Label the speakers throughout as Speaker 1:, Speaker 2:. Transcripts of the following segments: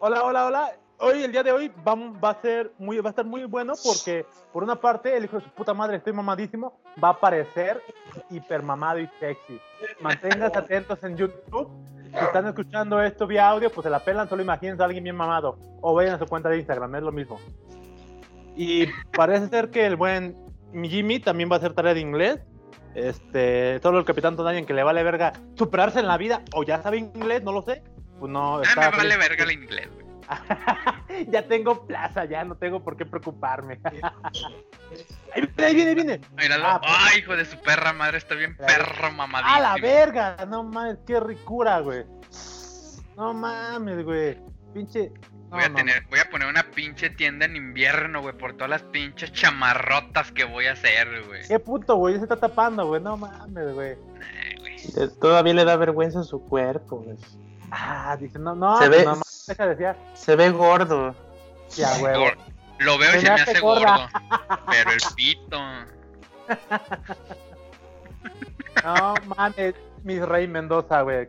Speaker 1: Hola, hola, hola. Hoy, el día de hoy, va, va, a ser muy, va a estar muy bueno porque, por una parte, el hijo de su puta madre, estoy mamadísimo, va a aparecer hipermamado y sexy. Manténganse atentos en YouTube. Si están escuchando esto vía audio, pues se la pelan, solo imagínense a alguien bien mamado. O vayan a su cuenta de Instagram, es lo mismo. Y parece ser que el buen Jimmy también va a hacer tarea de inglés. Este, solo el capitán Tonalian que le vale verga superarse en la vida, o ya sabe inglés, no lo sé. Pues no,
Speaker 2: ah, me vale verga el inglés. güey.
Speaker 1: ya tengo plaza, ya no tengo por qué preocuparme. ahí viene, ahí viene, ahí viene.
Speaker 2: Míralo.
Speaker 1: Ah, pues-
Speaker 2: Ay, hijo de su perra madre, está bien
Speaker 1: La-
Speaker 2: perro mamadísimo.
Speaker 1: A la verga, no mames, qué ricura, güey. No mames, güey. Pinche. no,
Speaker 2: Voy a,
Speaker 1: no,
Speaker 2: tener, voy a poner una pinche tienda en invierno, güey, por todas las pinches chamarrotas que voy a hacer, güey.
Speaker 1: Qué puto, güey, ya se está tapando, güey. No mames, güey.
Speaker 3: Eh, Todavía le da vergüenza su cuerpo. güey.
Speaker 1: Ah, dice, no, no,
Speaker 3: Se ve-
Speaker 1: no mames, deja de decir,
Speaker 3: Se ve gordo.
Speaker 1: ya, güey.
Speaker 2: Gor- Lo veo y
Speaker 1: Se
Speaker 2: se
Speaker 1: me
Speaker 2: me
Speaker 1: hace
Speaker 2: hace gordo.
Speaker 1: gorda.
Speaker 2: Pero el pito.
Speaker 1: No mames, mis Rey Mendoza, güey.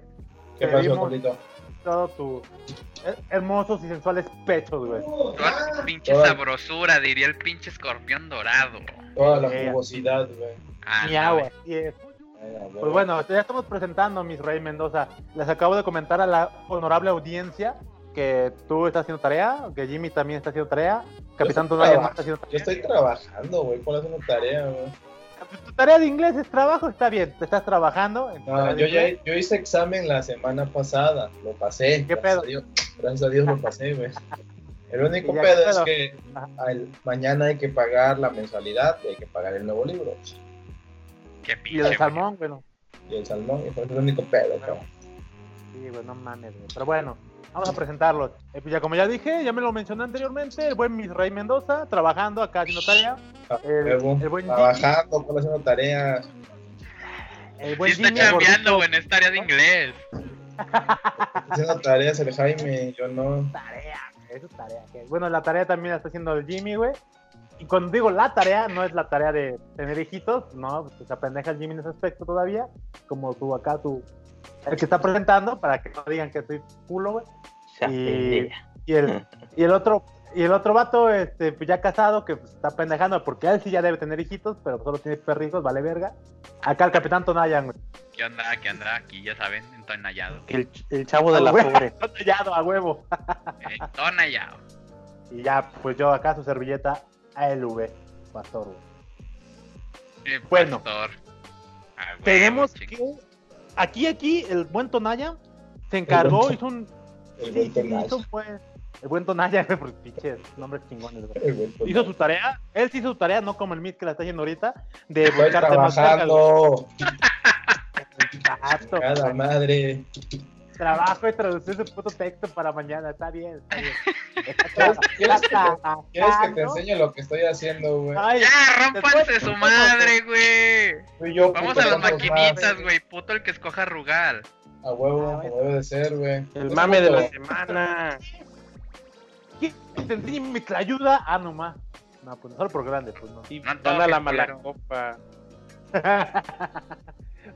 Speaker 1: Te
Speaker 4: ¿Qué pasó,
Speaker 1: vimos
Speaker 4: Carlito?
Speaker 1: Todo tu her- hermosos y sensuales pechos, güey.
Speaker 2: Toda tu pinche
Speaker 4: Ay.
Speaker 2: sabrosura, diría el pinche escorpión dorado.
Speaker 4: Toda la
Speaker 1: Eh.
Speaker 4: jugosidad, güey.
Speaker 2: Ah,
Speaker 1: Mi
Speaker 2: no,
Speaker 1: agua,
Speaker 2: güey.
Speaker 1: así es.
Speaker 4: Ay, la verga.
Speaker 1: Pues bueno, ya estamos presentando, mis Rey Mendoza. Les acabo de comentar a la honorable audiencia que tú estás haciendo tarea, que Jimmy también está haciendo tarea, Capitán
Speaker 4: estoy
Speaker 1: Tonaya
Speaker 4: trabajando.
Speaker 1: está haciendo
Speaker 4: Yo
Speaker 1: tarea.
Speaker 4: estoy trabajando, güey, por hacer una tarea, güey.
Speaker 1: Tu tarea de inglés es trabajo, está bien, te estás trabajando. en tu
Speaker 4: Ah,
Speaker 1: tarea de
Speaker 4: yo, ya,
Speaker 1: inglés.
Speaker 4: yo hice examen la semana pasada, lo pasé.
Speaker 1: ¿Qué
Speaker 4: gracias
Speaker 1: pedo?
Speaker 4: a Dios- gracias a Dios lo pasé, güey. El único
Speaker 1: ¿Y ya qué
Speaker 4: pedo es
Speaker 1: pedo?
Speaker 4: que
Speaker 1: Ajá.
Speaker 4: al- mañana hay que pagar la mensualidad y hay que pagar el nuevo libro
Speaker 2: Qué
Speaker 1: Y
Speaker 2: pinche.
Speaker 1: el
Speaker 2: güey.
Speaker 1: salmón, bueno.
Speaker 4: y el salmón. Y fue el único pedo, cabrón.
Speaker 1: Sí, güey, no mames, güey. Pero bueno, vamos a presentarlos. Eh, pues ya como ya dije, ya me lo mencioné anteriormente, el buen Mis Rey Mendoza, trabajando acá haciendo tarea.
Speaker 4: Ah,
Speaker 1: El,
Speaker 4: huevo.
Speaker 1: el buen Jimmy,
Speaker 4: Trabajando, por haciendo tareas.
Speaker 1: el
Speaker 2: Sí
Speaker 1: buen
Speaker 2: está
Speaker 1: Jimmy, el gordito.
Speaker 2: chambeando, güey, en esta área de inglés.
Speaker 4: Haciendo tareas el Jaime, yo no.
Speaker 1: tarea, güey, eso es tarea. que- Bueno, la tarea también la está haciendo el Jimmy, güey. Y cuando digo la tarea, no es la tarea de tener hijitos, no, pues se apendeja el Jimmy en ese aspecto todavía, como tú acá, tú, el que está presentando, para que no digan que soy culo, güey.
Speaker 3: Se
Speaker 1: Y-
Speaker 3: apendeja.
Speaker 1: Y el, y el otro, y el otro vato, este, pues, ya casado, que pues, está pendejando, porque él sí ya debe tener hijitos, pero solo tiene perritos, vale verga. Acá el capitán Tonayan, güey.
Speaker 2: ¿Qué onda? ¿Qué onda? Aquí ya saben, entonallado.
Speaker 3: El, el chavo de la
Speaker 1: Ah, güey.
Speaker 3: pobre.
Speaker 1: Tonallado a huevo.
Speaker 2: Entonallado.
Speaker 1: Y ya, pues yo acá su servilleta ALV, pastor, güey.
Speaker 2: Eh,
Speaker 1: Bueno.
Speaker 2: pastor. Ah, güey,
Speaker 1: Tenemos
Speaker 2: ching-
Speaker 1: que.
Speaker 2: Ah,
Speaker 1: Aquí, aquí, el buen Tonaya se encargó,
Speaker 4: El buen-
Speaker 1: hizo un.
Speaker 4: El
Speaker 1: sí,
Speaker 4: buen
Speaker 1: sí,
Speaker 4: Tonaya.
Speaker 1: hizo un buen- El buen Tonaya, güey, porque pinches nombres chingones, güey.
Speaker 4: El güey, pues,
Speaker 1: Hizo su tarea, él sí hizo su tarea, no como el Mid que la está haciendo ahorita, de
Speaker 4: Estoy
Speaker 1: buscar temas vergas, güey.
Speaker 4: trabajando.
Speaker 1: Exacto,
Speaker 4: Cada
Speaker 1: güey.
Speaker 4: madre.
Speaker 1: Trabajo y traducir ese puto texto para mañana, está bien, está bien.
Speaker 4: ¿Quieres- quieres que te-
Speaker 1: Está
Speaker 4: ¿Quieres que te
Speaker 1: trabajando.
Speaker 4: enseñe lo que estoy haciendo, güey?
Speaker 1: Ah, Ay,
Speaker 2: Ya, rompanse
Speaker 1: después-
Speaker 2: Ah, su madre, güey.
Speaker 4: Tú y yo,
Speaker 2: Vamos
Speaker 4: puto,
Speaker 2: a las
Speaker 4: somos
Speaker 2: maquinitas,
Speaker 4: más.
Speaker 2: güey. Puto el que escoja Rugal.
Speaker 4: A huevo,
Speaker 1: Ah,
Speaker 4: como
Speaker 1: bueno.
Speaker 4: debe de ser, güey.
Speaker 3: El
Speaker 4: Es
Speaker 3: mame de
Speaker 4: puto.
Speaker 3: la semana.
Speaker 1: ¿quieres que Te enseñe mi ayuda, ah, nomás. No, pues solo por grande, pues no.
Speaker 3: Y
Speaker 2: No toques,
Speaker 3: anda la mala
Speaker 2: culero.
Speaker 3: copa.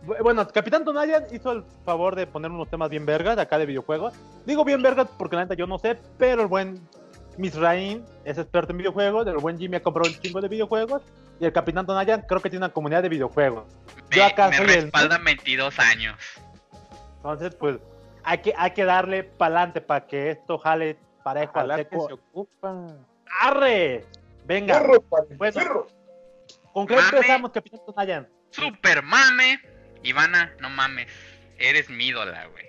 Speaker 1: Bu- bueno, Capitán Tonayan hizo el favor de poner unos temas bien vergas acá de videojuegos. Digo bien vergas porque la neta yo no sé, pero el buen Misraim es experto en videojuegos, el buen Jimmy ha comprado un chingo de videojuegos y el Capitán Tonayan creo que tiene una comunidad de videojuegos.
Speaker 2: Me,
Speaker 1: Yo acá
Speaker 2: me
Speaker 1: soy el-
Speaker 2: respaldan 22 años.
Speaker 1: Entonces, pues hay que, hay que darle pa'lante para que esto jale parejo al
Speaker 3: Ojalá que
Speaker 1: seco.
Speaker 3: se ocupa.
Speaker 1: ¡Arre! Venga,
Speaker 4: Perro, padre,
Speaker 1: Bueno.
Speaker 4: perro.
Speaker 1: ¿con qué
Speaker 2: Mame.
Speaker 1: empezamos, Capitán Tonayan?
Speaker 2: Super mame. Ivana, no mames. Eres mi ídola, güey.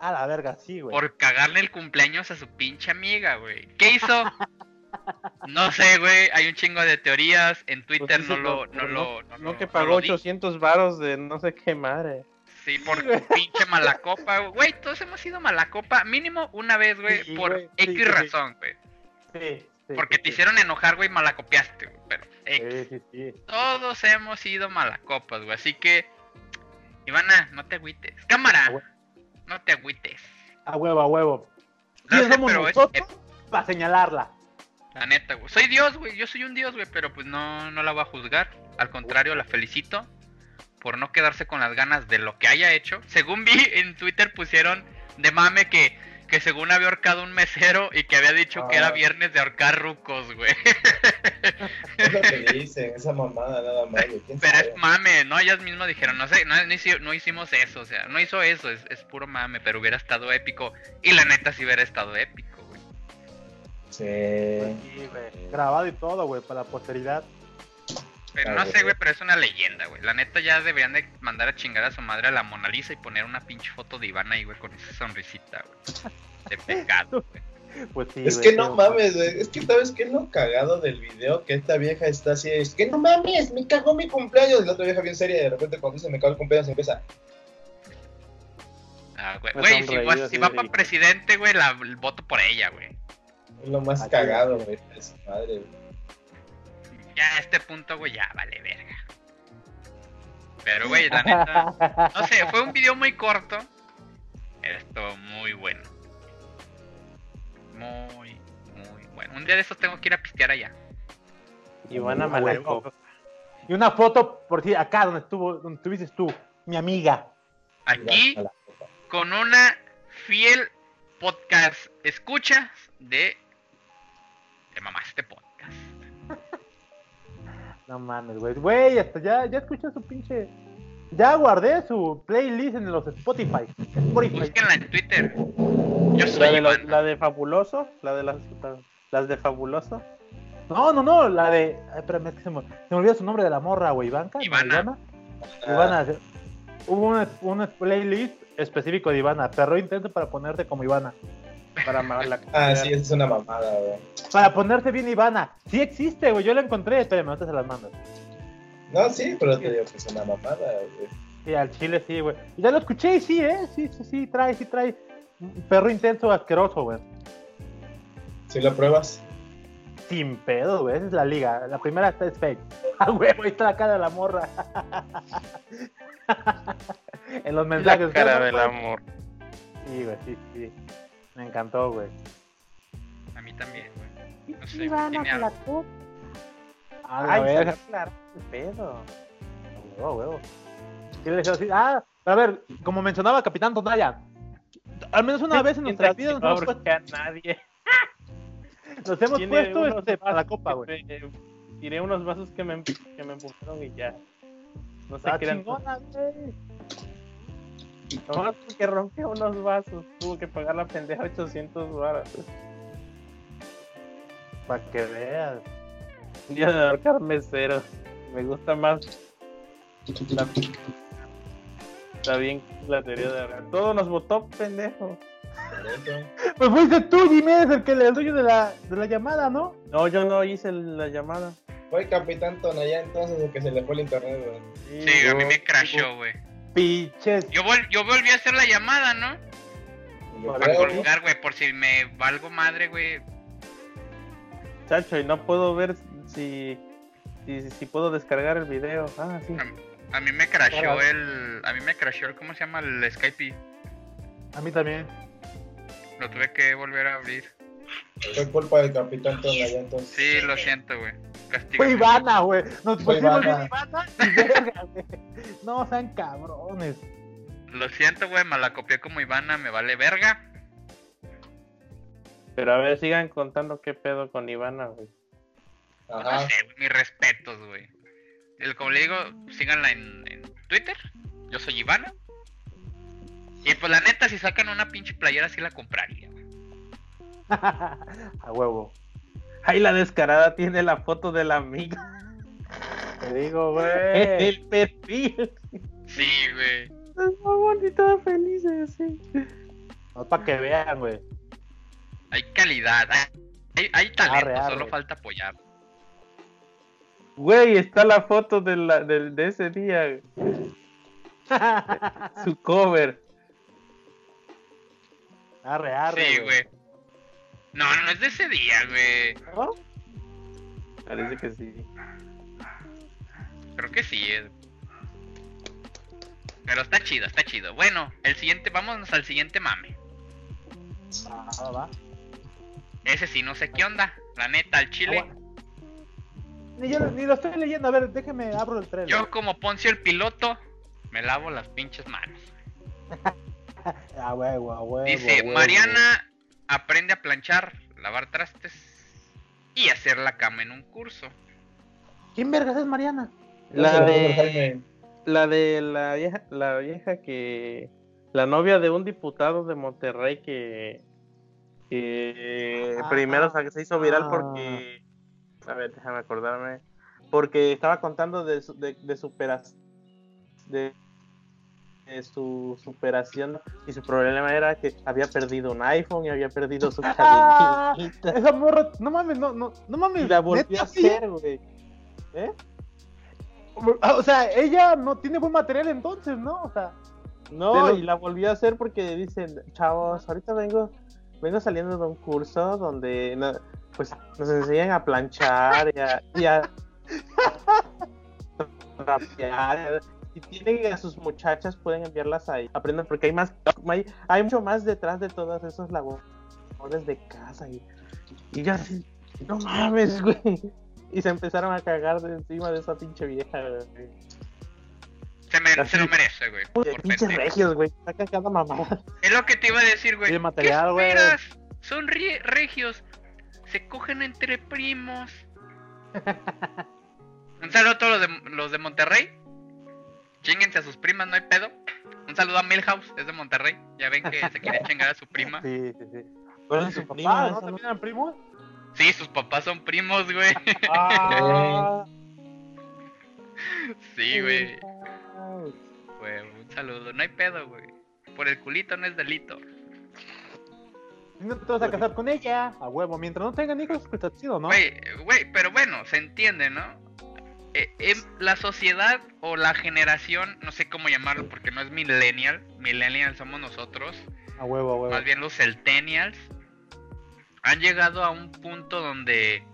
Speaker 1: A la verga, sí, güey.
Speaker 2: Por cagarle el cumpleaños a su pinche amiga, güey. ¿Qué hizo? No sé, güey. Hay un chingo de teorías. En Twitter
Speaker 3: Pues
Speaker 2: no
Speaker 3: sí,
Speaker 2: lo. No,
Speaker 3: pero
Speaker 2: lo, no,
Speaker 3: No
Speaker 2: lo-
Speaker 3: que
Speaker 2: no
Speaker 3: pagó
Speaker 2: lo di.
Speaker 3: 800 varos de no sé qué madre.
Speaker 2: Sí, por tu pinche mala copa, güey. güey. Todos hemos sido mala copa. Mínimo una vez, güey.
Speaker 1: Sí,
Speaker 2: por
Speaker 1: güey, sí,
Speaker 2: X
Speaker 1: sí.
Speaker 2: razón, güey.
Speaker 1: Sí, sí,
Speaker 2: Porque
Speaker 1: sí,
Speaker 2: te
Speaker 1: sí.
Speaker 2: hicieron enojar, güey. Malacopiaste, güey. Pero X.
Speaker 1: Sí, sí, sí.
Speaker 2: Todos hemos sido malacopas, güey. Así que, Ivana, no te agüites. Cámara,
Speaker 1: Ah, güey.
Speaker 2: no te agüites.
Speaker 1: A huevo, a huevo.
Speaker 2: No
Speaker 1: ¿Quiénes
Speaker 2: sé,
Speaker 1: somos
Speaker 2: pero es-
Speaker 1: nosotros
Speaker 2: eh,
Speaker 1: para señalarla?
Speaker 2: la neta, güey. Soy Dios, güey. Yo soy un Dios, güey. Pero pues no, no la voy a juzgar. Al contrario, la felicito por no quedarse con las ganas de lo que haya hecho. Según vi en Twitter, pusieron de mame que, que que según había ahorcado un mesero y que había dicho que era
Speaker 4: Ah.
Speaker 2: viernes de ahorcar rucos, güey.
Speaker 4: Es lo que le dicen, esa mamada nada más. güey, ¿quién
Speaker 2: Pero
Speaker 4: sabe?
Speaker 2: es mame, ¿no? Ellas mismas dijeron, no sé, no, no hici- no hicimos eso, o sea, no hizo eso, es, es puro mame, pero hubiera estado épico. Y la neta sí hubiera estado épico, güey. Pues
Speaker 4: Sí.
Speaker 1: Sí, güey. Grabado y todo, güey, para la posteridad.
Speaker 2: Pero
Speaker 4: Ah,
Speaker 2: no
Speaker 4: güey.
Speaker 2: sé, güey, pero es una leyenda, güey. La neta ya deberían de mandar a chingar a su madre a la Mona Lisa y poner una pinche foto de Iván ahí, güey, con esa sonrisita, güey. De pecado, güey.
Speaker 1: Pues sí,
Speaker 4: Es
Speaker 1: güey,
Speaker 4: que
Speaker 1: sí,
Speaker 4: no
Speaker 1: güey.
Speaker 4: mames, güey. Es que sabes que es lo cagado del video que esta vieja está así. Es que no mames, me cagó mi cumpleaños. Y la otra vieja bien seria y de repente cuando dice me cagó el cumpleaños empieza.
Speaker 2: Ah, güey,
Speaker 3: Me
Speaker 2: Güey, si,
Speaker 3: sonreí,
Speaker 2: vas-
Speaker 3: así
Speaker 2: si va
Speaker 3: de-
Speaker 2: para presidente, güey, la voto por ella, güey.
Speaker 4: Es lo más
Speaker 1: Así
Speaker 4: cagado, güey. Es madre, güey.
Speaker 2: Ya a este punto, güey, ya vale verga. Pero, güey, la neta. No sé, fue un video muy corto. Pero estuvo muy bueno. Muy, muy bueno. Un día de estos tengo que ir a pistear allá.
Speaker 3: Ivana
Speaker 1: Ah, güey,
Speaker 3: Malaco.
Speaker 1: Y una foto, por si acá donde estuvo, donde estuviste tú, mi amiga.
Speaker 2: Aquí,
Speaker 4: A la copa.
Speaker 2: con una fiel podcast escucha de. Te mamaste podcast.
Speaker 1: No mames, güey. Güey, hasta ya, ya escuché su pinche. Ya guardé su playlist en los Spotify. Spotify.
Speaker 2: Búsquenla en Twitter. Yo
Speaker 3: La
Speaker 2: soy
Speaker 3: de, la,
Speaker 2: Iván.
Speaker 3: la de Fabuloso, la de las, la- las de Fabuloso.
Speaker 1: No, no, no, la de. ay, espérame, es que se me, se me olvidó su nombre de la morra, güey. Ivanka. ¿no?
Speaker 2: Ivana.
Speaker 1: Ivana.
Speaker 3: Ah.
Speaker 1: Ivana. Hubo un, un playlist específico de Ivana. Perro intento para ponerte como Ivana.
Speaker 3: Para ma- la
Speaker 4: Ah, sí, esa es una mamada, güey.
Speaker 1: Para ponerte bien Ivana. Sí existe, güey. Yo la encontré. Espérame, ahorita se las mando.
Speaker 4: No, sí, pero te digo que es una mamada, güey.
Speaker 1: Sí, al chile sí, güey. Y Ya lo escuché y sí, ¿eh? Sí, sí, sí, trae, sí trae. Un Perro intenso asqueroso, güey.
Speaker 4: Si lo pruebas,
Speaker 1: Sin pedo, güey. Esa es la liga. La primera está es fake. Ah, güey, ahí está la cara de la morra. en los mensajes.
Speaker 3: la cara
Speaker 1: ¿no?
Speaker 3: del amor.
Speaker 1: Sí, güey, sí, sí. Me encantó, güey.
Speaker 2: A mí también, güey. No sé, güey, tiene algo.
Speaker 1: Ah,
Speaker 3: Ay,
Speaker 1: a
Speaker 3: se
Speaker 1: ver.
Speaker 3: va a aclarar el pedo.
Speaker 1: a Huevo, a Oh, huevo. Sí, le decía así, Ah, a ver, como mencionaba Capitán Tonaya, al menos una vez en nuestra vida nos hemos puesto,
Speaker 3: porque a nadie.
Speaker 1: nos hemos
Speaker 3: Tiene
Speaker 1: puesto
Speaker 3: unos
Speaker 1: este, para la
Speaker 3: vasos
Speaker 1: copa,
Speaker 3: que
Speaker 1: güey.
Speaker 3: me- Tiré unos vasos que me, que me empujaron y ya. No sé
Speaker 1: Está
Speaker 3: qué eran.
Speaker 1: chingona, güey. Ah.
Speaker 3: Nomás porque rompió unos vasos. Tuvo que pagar la pendeja 800 baros.
Speaker 1: Para que veas.
Speaker 3: Un día de ahorcar meseros. Me gusta más. La... Está bien la teoría de ahorcar. Todo nos votó, pendejo.
Speaker 4: por eso.
Speaker 1: Pues fuiste tú, Jiménez, el que le el dueño de la, de la llamada, ¿no?
Speaker 3: No, yo no hice la llamada.
Speaker 4: Fue el capitán Tonayá entonces el que se le fue el internet, güey.
Speaker 2: Sí, a mí me crashó, güey.
Speaker 1: Piches.
Speaker 2: Yo, vol- yo volví a hacer la llamada, ¿no?
Speaker 4: Yo
Speaker 1: Para
Speaker 2: Para
Speaker 4: creo, ¿no?
Speaker 2: colgar, güey, por si me valgo madre, güey.
Speaker 3: Chacho, y no puedo ver si, si, si puedo descargar el video. Ah, sí.
Speaker 2: A mí me crashó
Speaker 3: Ahora.
Speaker 2: el. A mí me crashó el. ¿Cómo se llama? El Skype.
Speaker 1: A mí también.
Speaker 2: Lo tuve que volver a abrir.
Speaker 4: Fue culpa del capitán Tonayá entonces.
Speaker 2: Sí, lo siento, güey. Castigo.
Speaker 1: Fue Ivana, güey. Nos
Speaker 4: Fue
Speaker 1: pusimos
Speaker 4: Ivana.
Speaker 1: bien Ivana y verga, güey. No sean cabrones.
Speaker 2: Lo siento, güey. Me la copié como Ivana. Me vale verga.
Speaker 3: Pero a ver, sigan contando qué pedo con Ivana, güey.
Speaker 4: Ajá.
Speaker 2: No sé, güey, mis respetos, güey. El- Como le digo, síganla en, en Twitter. Yo soy Ivana. Y pues la neta, si sacan una pinche playera, sí la compraría, güey.
Speaker 1: a huevo.
Speaker 3: Ay, la descarada tiene la foto de la amiga
Speaker 1: Te digo,
Speaker 3: en
Speaker 1: güey.
Speaker 3: el perfil.
Speaker 2: Sí, güey.
Speaker 3: Es muy bonita, felices, eh, sí.
Speaker 1: No para que vean, güey.
Speaker 2: Hay calidad. Hay, hay talento.
Speaker 1: Arre, arre.
Speaker 2: Solo falta apoyar.
Speaker 3: Güey, está la foto de, la, del- de ese día, su cover.
Speaker 1: Arre, arre.
Speaker 2: Sí, güey. No, no es de ese día, güey.
Speaker 1: ¿No?
Speaker 3: Parece que sí.
Speaker 2: Creo que sí es. Pero está chido, está chido. Bueno, el siguiente, vámonos al siguiente mame.
Speaker 1: Ah, va, va.
Speaker 2: Ese sí, no sé qué onda. La neta, al chile.
Speaker 1: Agua- Ah, Ni, yo- ni lo estoy leyendo. A ver, déjame abro el tren.
Speaker 2: Yo como Poncio el piloto, me lavo las pinches manos.
Speaker 1: A Ah, huevo, a huevo. a
Speaker 2: Dice,
Speaker 1: huevo.
Speaker 2: Mariana aprende a planchar, lavar trastes y hacer la cama en un curso.
Speaker 1: ¿Quién vergas es Mariana?
Speaker 3: La
Speaker 4: Saludos,
Speaker 3: de-
Speaker 4: Jaime.
Speaker 3: La de la vieja, la vieja que. La novia de un diputado de Monterrey que. que
Speaker 1: Ah.
Speaker 3: primero sa- se hizo viral
Speaker 1: Ah.
Speaker 3: porque. A ver, déjame acordarme. Porque estaba contando de, su- de, superación. De, de su superación. Y su problema era que había perdido un iPhone y había perdido su
Speaker 1: Ah.
Speaker 3: cabinita.
Speaker 1: Esa morra, no mames, no, no, no mames.
Speaker 3: Y la volvió
Speaker 1: ¿neta,
Speaker 3: a
Speaker 1: sí?
Speaker 3: hacer, güey. ¿Eh?
Speaker 1: Ah, O sea, ella no tiene buen material entonces, ¿no? O sea,
Speaker 3: No,
Speaker 1: De los-
Speaker 3: y la volví a hacer porque dicen, chavos, ahorita vengo, vengo saliendo de un curso donde no- pues nos enseñan a planchar y a, y a trapear. Si tienen a sus muchachas, pueden enviarlas ahí. Aprendan porque hay más, hay, hay mucho más detrás de todas esas labores de casa. Y, y yo así, no mames, güey. Y se empezaron a cagar de encima de esa pinche vieja, güey.
Speaker 2: Se, me-
Speaker 3: Así.
Speaker 2: se lo merece, güey. por
Speaker 3: Pinches
Speaker 2: pendejo.
Speaker 3: regios, güey. Sacan cada mamada.
Speaker 2: Es lo que te iba a decir, güey.
Speaker 1: Bien material,
Speaker 2: ¿Qué
Speaker 1: güey.
Speaker 2: esperas? Son ri- regios. Se cogen entre primos. Un saludo a todos los de, los de Monterrey. Chinguense a sus primas, no hay pedo. Un saludo a Milhouse, es de Monterrey. Ya ven que se quiere chingar a su prima.
Speaker 3: Sí, sí, sí. Pero
Speaker 1: sus
Speaker 3: su
Speaker 1: papás,
Speaker 3: prima,
Speaker 1: ah, ¿no?
Speaker 3: ¿no?
Speaker 1: ¿También eran primos?
Speaker 2: Sí, sus papás son primos, güey.
Speaker 4: Ah.
Speaker 2: Sí, güey. Güey, un saludo. No hay pedo, güey. Por el culito no es delito.
Speaker 1: Si no te vas a casar con ella, a huevo. Mientras no tengan hijos, pues está chido, ¿no?
Speaker 2: Güey, güey, pero bueno, se entiende, ¿no? Eh, em, la sociedad o la generación, no sé cómo llamarlo porque no es millennial, millennial somos nosotros,
Speaker 1: A huevo, a
Speaker 2: más
Speaker 1: huevo.
Speaker 2: bien los centennials, han llegado a un punto donde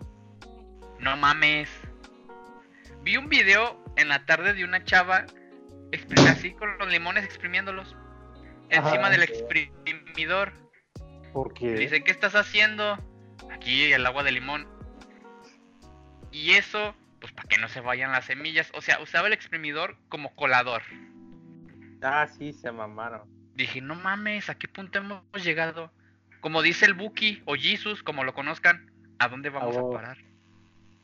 Speaker 2: no mames. Vi un video en la tarde de una chava exprim- así con los limones exprimiéndolos encima
Speaker 1: Ajá,
Speaker 2: del
Speaker 4: sí.
Speaker 2: exprimidor.
Speaker 1: Porque.
Speaker 2: Le Dice, ¿qué estás haciendo? Aquí el agua de limón. Y eso, pues para que no se vayan las semillas. O sea, usaba el exprimidor como colador.
Speaker 3: Ah, sí, se mamaron.
Speaker 2: Dije, no mames, ¿a qué punto hemos llegado? Como dice el Buki o Jesus, como lo conozcan, ¿a dónde vamos a
Speaker 1: huevo.
Speaker 2: parar?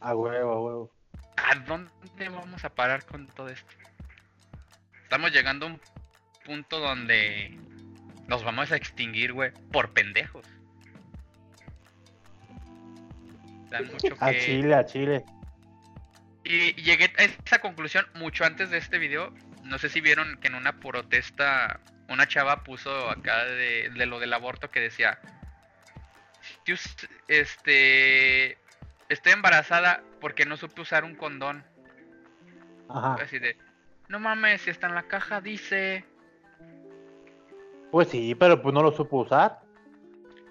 Speaker 1: A huevo, a huevo.
Speaker 2: ¿A dónde vamos a parar con todo esto? Estamos llegando a un punto donde nos vamos a extinguir, güey, por pendejos. Dan mucho
Speaker 1: A
Speaker 2: que-
Speaker 1: Chile, a Chile.
Speaker 2: Y llegué a esa conclusión mucho antes de este video. No sé si vieron que en una protesta una chava puso acá de, de lo del aborto que decía, "Si us- este, estoy embarazada porque no supe usar un condón.
Speaker 1: Ajá.
Speaker 2: Así de, no mames, si está en la caja dice...
Speaker 1: Pues sí, pero pues no lo supo usar.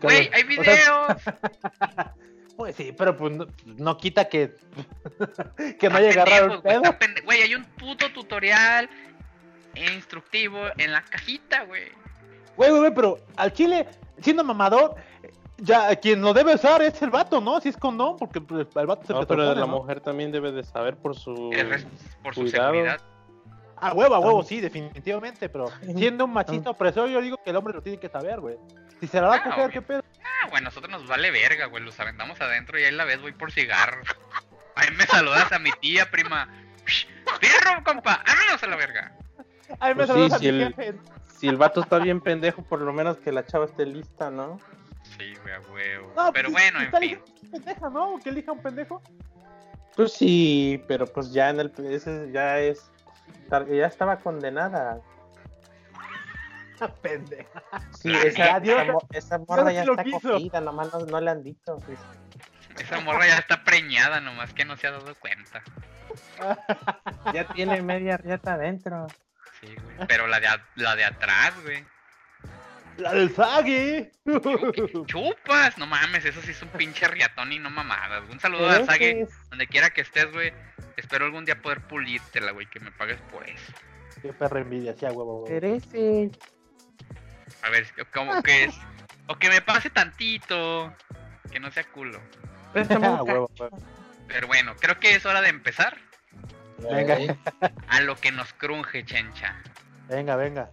Speaker 2: Güey, hay
Speaker 1: O sea,
Speaker 2: videos.
Speaker 1: pues sí, pero pues no, no quita que. que no haya
Speaker 2: Está
Speaker 1: agarrado el
Speaker 2: pendejo, Ah, güey,
Speaker 1: pedo.
Speaker 2: está pende- Güey, hay un puto tutorial instructivo en la cajita, güey.
Speaker 1: Güey, güey, güey, pero al Chile, siendo mamador, ya quien lo debe usar es el vato, ¿no? Si es condón, porque pues, el vato se
Speaker 3: No,
Speaker 1: te
Speaker 3: pero
Speaker 1: propone,
Speaker 3: la
Speaker 1: ¿no?
Speaker 3: mujer también debe de saber por su...
Speaker 2: Es res- por su
Speaker 3: cuidado.
Speaker 2: seguridad.
Speaker 1: A huevo, a huevo, sí, definitivamente, pero siendo un machista opresor, yo digo que el hombre lo tiene que saber, güey. Si se la va a
Speaker 2: Ah,
Speaker 1: coger,
Speaker 2: obvio.
Speaker 1: qué pedo.
Speaker 2: Ah, güey, nosotros nos vale verga, güey. Los aventamos adentro y ahí la vez voy por cigarro. Ahí me saludas a mi tía, prima. ¡Fierro, compa! ¡Vámonos a la verga!
Speaker 1: Ay, me
Speaker 3: Pues sí,
Speaker 1: saludas a
Speaker 3: si
Speaker 1: mi
Speaker 3: el-
Speaker 1: jefe.
Speaker 3: Si el vato está bien pendejo, por lo menos que la chava esté lista, ¿no?
Speaker 2: Sí, güey, a huevo.
Speaker 1: No,
Speaker 2: Pero
Speaker 1: pues,
Speaker 2: bueno, en
Speaker 1: está
Speaker 2: fin.
Speaker 1: eligiendo un pendejo, ¿no? Que elija un pendejo.
Speaker 3: Pues sí, pero pues ya en el... Ese ya es... tar- Ya estaba condenada.
Speaker 1: Pendeja.
Speaker 3: Sí, esa,
Speaker 1: Adiós.
Speaker 3: esa mo- esa morra
Speaker 1: Dios
Speaker 3: Ah, ya
Speaker 1: lo
Speaker 3: está
Speaker 1: quiso.
Speaker 3: cogida, nomás no, no le han dicho. pues.
Speaker 2: Esa morra ya está preñada, nomás que no se ha dado cuenta.
Speaker 3: Ya tiene media riata adentro.
Speaker 2: Sí, güey. Pero la de, a- la de atrás, güey.
Speaker 1: La del Sagi.
Speaker 2: ¡Chupas! No mames, eso sí es un pinche riatón y no mamadas. Un saludo
Speaker 3: Pero
Speaker 2: a
Speaker 3: ese
Speaker 2: Sage,
Speaker 3: es-
Speaker 2: donde quiera que estés, güey. Espero algún día poder pulírtela, güey, que me pagues por eso.
Speaker 1: qué perra envidia, sí, a huevo, a huevo.
Speaker 3: pero ese-
Speaker 2: A ver, como que es. O que me pase tantito. Que no sea culo.
Speaker 3: préstame un
Speaker 1: A huevo, a huevo.
Speaker 2: Pero bueno, creo que es hora de empezar
Speaker 1: Venga.
Speaker 4: Ay,
Speaker 2: a lo que nos crunge, chencha.
Speaker 1: Venga, venga.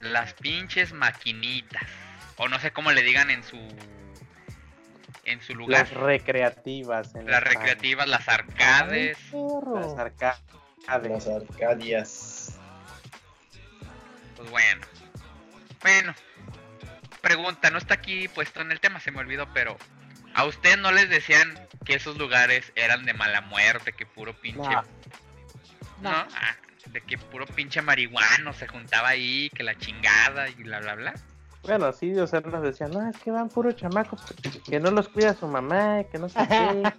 Speaker 2: Las pinches maquinitas. O no sé cómo le digan en su. En su lugar.
Speaker 3: Las recreativas. en
Speaker 2: Las
Speaker 3: la calle.
Speaker 2: recreativas, las arcades.
Speaker 3: Las
Speaker 1: Perro.
Speaker 4: Las
Speaker 3: arcades.
Speaker 4: Arcadias.
Speaker 2: Pues bueno. Bueno. Pregunta, no está aquí puesto en el tema, se me olvidó, pero. ¿A ustedes no les decían que esos lugares eran de mala muerte, que puro pinche.
Speaker 1: Nah.
Speaker 2: ¿No? Ah, de que puro pinche marihuano se juntaba ahí, que la chingada y bla, bla, bla.
Speaker 3: Bueno, sí, o sea, nos decían, no, es que van puro chamaco, que no los cuida su mamá, que no sé qué.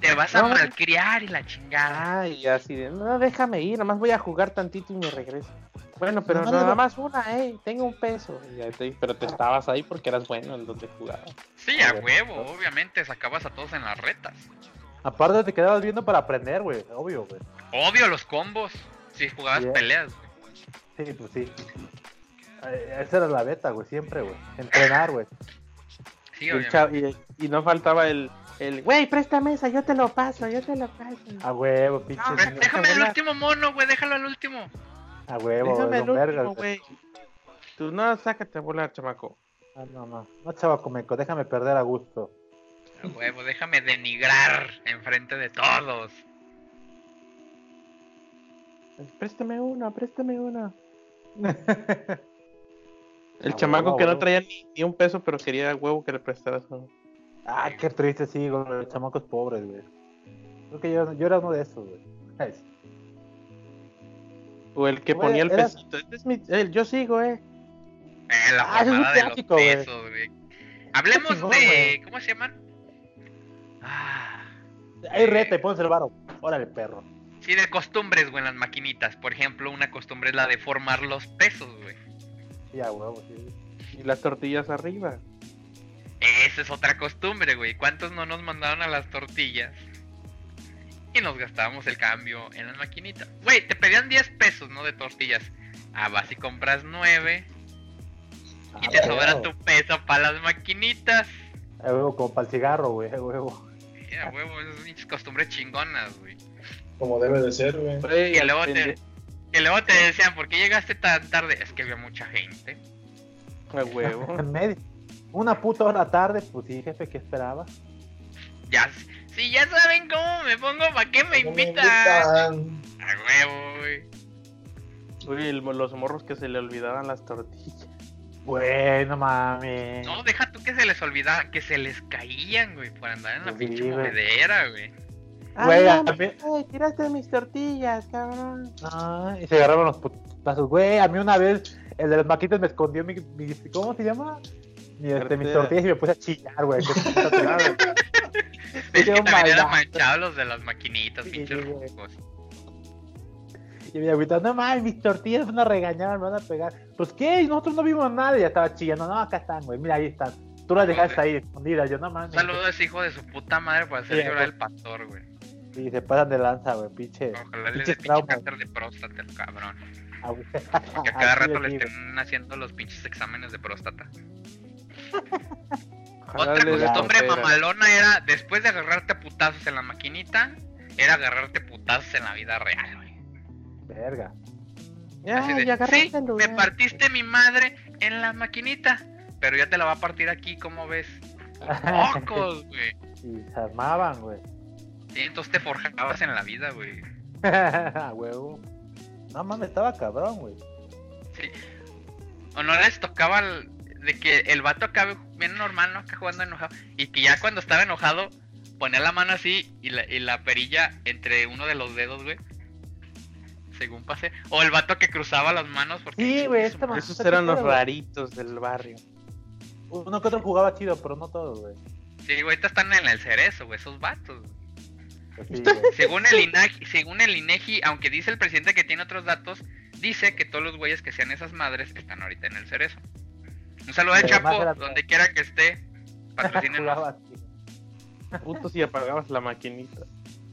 Speaker 2: Te vas a
Speaker 3: No. Ah,
Speaker 2: malcriar y la chingada.
Speaker 3: Ay, así de, no, déjame ir, nomás voy a jugar tantito y me regreso. Bueno, pero
Speaker 4: No, no,
Speaker 3: nada
Speaker 4: no.
Speaker 3: más una, eh, tengo un peso. Y ya te- pero te estabas ahí porque eras bueno en donde jugabas.
Speaker 2: Sí, a huevo, obviamente, sacabas a todos en las retas.
Speaker 1: Aparte te quedabas viendo para aprender, güey. Obvio, güey.
Speaker 2: Obvio, los combos. Si jugabas
Speaker 1: Yeah.
Speaker 2: peleas, güey.
Speaker 1: Sí, pues sí. Eh, Esa era la beta, güey, siempre, güey. Entrenar, güey.
Speaker 2: Sí,
Speaker 3: Y, el
Speaker 2: obviamente.
Speaker 3: chavo- y- y no faltaba el, el, güey, préstame esa, yo te lo paso, yo te lo paso.
Speaker 1: A huevo, pinche.
Speaker 3: No,
Speaker 2: Ve-
Speaker 1: niño.
Speaker 2: Déjame el
Speaker 3: Hola.
Speaker 2: último mono, güey, déjalo al último.
Speaker 1: A huevo,
Speaker 3: Déjame
Speaker 1: güey.
Speaker 3: el
Speaker 1: no vergas,
Speaker 3: último,
Speaker 1: güey.
Speaker 3: güey. Tú no, sácate a volar, chamaco.
Speaker 1: Ah, no, no. No, chabacomeco, déjame perder a gusto.
Speaker 2: A huevo, déjame denigrar enfrente de todos.
Speaker 3: Préstame una, préstame una. El
Speaker 1: Ah,
Speaker 3: chamaco
Speaker 1: huevo,
Speaker 3: que
Speaker 1: huevo.
Speaker 3: no traía ni, ni un peso, pero quería a huevo que le prestaras uno.
Speaker 1: Ah, qué triste, sí, güey. Los chamacos pobres, güey. Creo que yo, yo era uno de esos, güey. Ay, sí.
Speaker 3: O el que
Speaker 1: Güey,
Speaker 3: ponía el
Speaker 1: era-
Speaker 3: pesito. Este es mi, el, yo sigo, eh.
Speaker 2: Eh, la
Speaker 1: Ah, eso es un
Speaker 2: jornada de los
Speaker 1: clásico, güey.
Speaker 2: pesos, güey. Hablemos
Speaker 1: chingón,
Speaker 2: de.
Speaker 1: güey.
Speaker 2: ¿Cómo se llaman? Ah.
Speaker 1: Ahí rete, pones el varo. Órale, perro.
Speaker 2: Sí, de costumbres, güey, en las maquinitas. Por ejemplo, una costumbre es la de formar los pesos, güey.
Speaker 1: Sí, a huevo, sí.
Speaker 3: Y las tortillas arriba.
Speaker 2: Esa es otra costumbre, güey. ¿Cuántos no nos mandaron a las tortillas? Y nos gastábamos el cambio en las maquinitas. Güey, te pedían 10 pesos, ¿no? De tortillas. Ah, vas y compras 9 y
Speaker 1: Ah,
Speaker 2: te
Speaker 1: perro.
Speaker 2: sobra tu peso para las maquinitas.
Speaker 1: A huevo, como para el cigarro, güey. A huevo.
Speaker 2: Ya, huevo, esas pinches costumbres chingonas, güey.
Speaker 4: Como debe de ser, güey.
Speaker 3: Güey,
Speaker 2: Y luego
Speaker 3: el
Speaker 2: te,
Speaker 3: pende-
Speaker 2: y luego te decían, ¿por qué llegaste tan tarde? Es que había mucha gente.
Speaker 3: A huevo.
Speaker 1: En medio. Una puta hora tarde, pues sí, jefe, ¿qué esperaba?
Speaker 2: Ya, si ya saben cómo me pongo, ¿para qué me
Speaker 4: No me
Speaker 2: invitan?
Speaker 4: invitan.
Speaker 2: A huevo, güey.
Speaker 3: Güey, el- los morros que se le olvidaban las tortillas.
Speaker 1: Güey, no mames.
Speaker 2: No, deja tú que se les olvidaba, que se les caían, güey, por andar en la
Speaker 1: Sí,
Speaker 2: pinche
Speaker 1: güey.
Speaker 2: monedera, güey.
Speaker 1: Güey,
Speaker 3: Ah,
Speaker 1: a
Speaker 3: no,
Speaker 1: mí-
Speaker 3: güey, tiraste mis tortillas, cabrón.
Speaker 1: Ah, y se agarraron los putazos. Güey, a mí una vez el de los maquitos me escondió mi, mi- ¿cómo se llama? Mi, este, mis
Speaker 3: Cartera.
Speaker 1: tortillas y me puse a chillar, güey. qué puta madre.
Speaker 2: Es que
Speaker 1: Yo
Speaker 2: también eran
Speaker 1: maldad.
Speaker 2: manchados los de las maquinitas,
Speaker 1: Sí,
Speaker 2: pinches
Speaker 1: güey.
Speaker 2: rojos.
Speaker 1: Y mi agüita, no mames, mis tortillas van a regañar, me van a pegar. Pues qué, nosotros no vimos nada y ya estaba chillando. No, acá están, güey, mira, ahí están. Tú las dejaste ahí escondidas, yo no mames.
Speaker 2: Saludos a ese hijo de su puta madre por hacer
Speaker 1: Sí,
Speaker 2: llorar
Speaker 1: güey.
Speaker 2: al pastor, güey.
Speaker 1: Y se pasan de lanza, güey, pinche.
Speaker 2: Ojalá les dé
Speaker 1: Pinches
Speaker 2: pinche
Speaker 1: traumas.
Speaker 2: cáncer de próstata, el cabrón.
Speaker 1: Ah, güey.
Speaker 2: Que a cada
Speaker 1: Así de
Speaker 2: rato le
Speaker 1: aquí,
Speaker 2: estén haciendo los pinches exámenes de próstata.
Speaker 3: Ojalá
Speaker 2: Otra
Speaker 3: le dé
Speaker 2: costumbre
Speaker 3: tontera.
Speaker 2: mamalona era, después de agarrarte a putazos en la maquinita, era agarrarte putazos en la vida real, güey.
Speaker 1: güey, Verga.
Speaker 2: Así
Speaker 3: Ya,
Speaker 2: de,
Speaker 3: ya agarraste
Speaker 2: "Sí,
Speaker 3: el
Speaker 2: me
Speaker 3: lugar.
Speaker 2: partiste mi madre en la maquinita, pero ya te la va a partir aquí, ¿cómo ves? ¡Pocos, güey!
Speaker 1: y se armaban, güey.
Speaker 2: Sí, entonces te forjabas en la vida, güey.
Speaker 1: A huevo. No mames, estaba cabrón, güey.
Speaker 2: O no les tocaba el- de que el vato acá bien normal, ¿no? Acá jugando enojado. Y que ya cuando estaba enojado, ponía la mano así y la, y la perilla entre uno de los dedos, güey. Según pase. O el vato que cruzaba las manos porque...
Speaker 1: Sí, güey, esta mamá.
Speaker 3: Esos eran los raritos del barrio.
Speaker 1: Uno que otro jugaba chido, pero no todos, güey.
Speaker 2: Sí, güey, ahorita están en el cerezo, güey, esos vatos. güey.
Speaker 1: Pues sí, güey.
Speaker 2: Según el INAGI, según el INEGI, aunque dice el presidente que tiene otros datos, dice que todos los güeyes que sean esas madres están ahorita en el cerezo. Un saludo al
Speaker 1: Pero más
Speaker 2: Chapo,
Speaker 1: era-
Speaker 2: donde quiera que esté. Patrocínenos.
Speaker 1: Jugaba chido.
Speaker 3: Putos y apagabas la maquinita.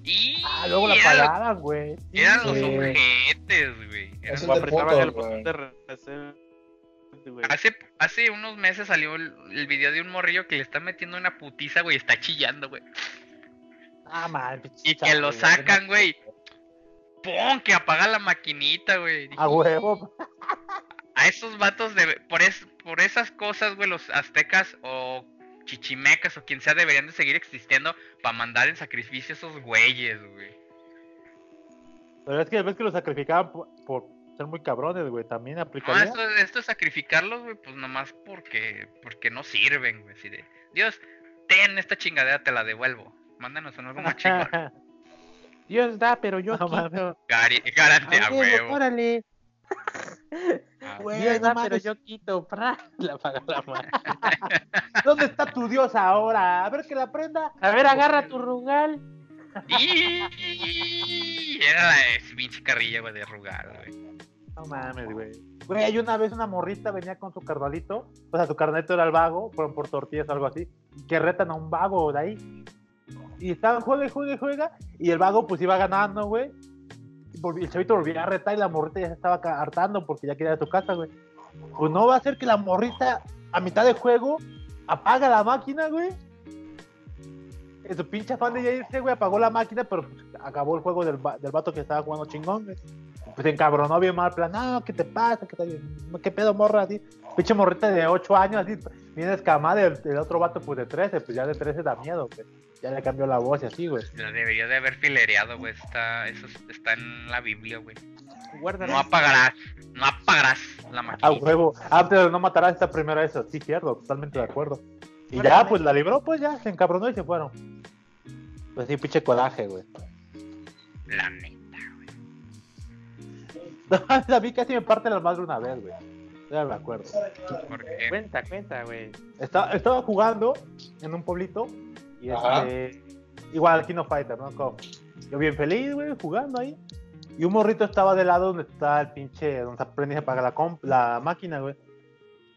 Speaker 2: Y
Speaker 1: Ah, luego la
Speaker 2: eran, los-
Speaker 1: pagaban, güey. Sí,
Speaker 2: eran los
Speaker 1: güey.
Speaker 2: objetos, güey. Eran-
Speaker 4: Eso
Speaker 3: O apretaban
Speaker 4: putos,
Speaker 3: el botón
Speaker 4: güey.
Speaker 3: de reset, güey.
Speaker 2: Hace, hace unos meses salió el, el video de un morrillo que le está metiendo una putiza, güey, y está chillando, güey.
Speaker 1: Ah, mal, pinche
Speaker 2: Y que
Speaker 1: chavo,
Speaker 2: lo
Speaker 1: güey.
Speaker 2: sacan,
Speaker 1: Ah,
Speaker 2: güey. ¡Pum! Que apaga la maquinita, güey. Dije,
Speaker 1: A huevo.
Speaker 2: A esos vatos de por es- por esas cosas, güey, los aztecas o chichimecas o quien sea deberían de seguir existiendo para mandar en sacrificio a esos güeyes, güey.
Speaker 1: Pero es que ves que los sacrificaban por, por ser muy cabrones, güey. También
Speaker 2: No,
Speaker 1: aplicaría.
Speaker 2: Ah, esto, esto es sacrificarlos, güey, pues nomás porque porque no sirven, güey. Así de, Dios, ten esta chingadera, te la devuelvo. Mándanos un algo más chingón.
Speaker 3: Dios da, pero yo.
Speaker 1: No
Speaker 3: quito.
Speaker 1: mames.
Speaker 2: Gari- Garante a
Speaker 3: Ándele,
Speaker 2: huevo.
Speaker 3: órale.
Speaker 2: Ah,
Speaker 4: Güey,
Speaker 3: Dios
Speaker 4: no
Speaker 3: da, pero
Speaker 4: mames.
Speaker 3: yo quito. pra, La apaga la mano.
Speaker 1: ¿Dónde está tu dios ahora? A ver que la prenda.
Speaker 3: A ver, agarra tu rugal.
Speaker 2: Y era la es- pinche carrilla, güey, de rugal, güey.
Speaker 1: No mames, güey. Güey, yo una vez una morrita venía con su carnalito, o sea, su carnalito era el vago, fueron por tortillas o algo así, que retan a un vago de ahí. Y estaban, juega, y juega, y juega, y el vago pues iba ganando, güey. Y volvi- El chavito volvía a retar y la morrita ya se estaba ca- hartando porque ya quería ir a su casa, güey. Pues no va a ser que la morrita a mitad de juego apaga la máquina, güey. En su pinche afán de ya irse, güey, apagó la máquina, pero pues, acabó el juego del, va- del vato que estaba jugando chingón, güey pues se encabronó bien mal, plan, no, ¿qué te pasa? ¿Qué, está bien? ¿Qué pedo, morra? Así, pinche morrita de 8 años, así, bien escamada, el, el otro vato, pues de 13, pues ya de 13 da miedo, güey. Ya le cambió la voz y así, güey.
Speaker 2: La debería de haber filereado, güey. Está, eso es- está en la Biblia, güey.
Speaker 3: Guárdala.
Speaker 2: No apagarás, no apagarás la
Speaker 1: A
Speaker 2: máquina.
Speaker 1: huevo, ah, pero no matarás esta primera eso, sí, cierto, totalmente de acuerdo. Y ya, pues la libró, pues ya, se encabronó y se fueron. Pues sí, pinche coraje, güey.
Speaker 2: La neta.
Speaker 1: A mí casi me parte la madre una vez, güey. Ya me acuerdo.
Speaker 2: Porque
Speaker 3: Cuenta, cuenta, güey.
Speaker 1: Esta- estaba jugando en un pueblito y
Speaker 4: Ajá.
Speaker 1: este, igual Kino Fighter, ¿no? Como- yo bien feliz, güey, jugando ahí. Y un morrito estaba del lado donde está el pinche, donde se prende y se apaga la, comp- la máquina, güey.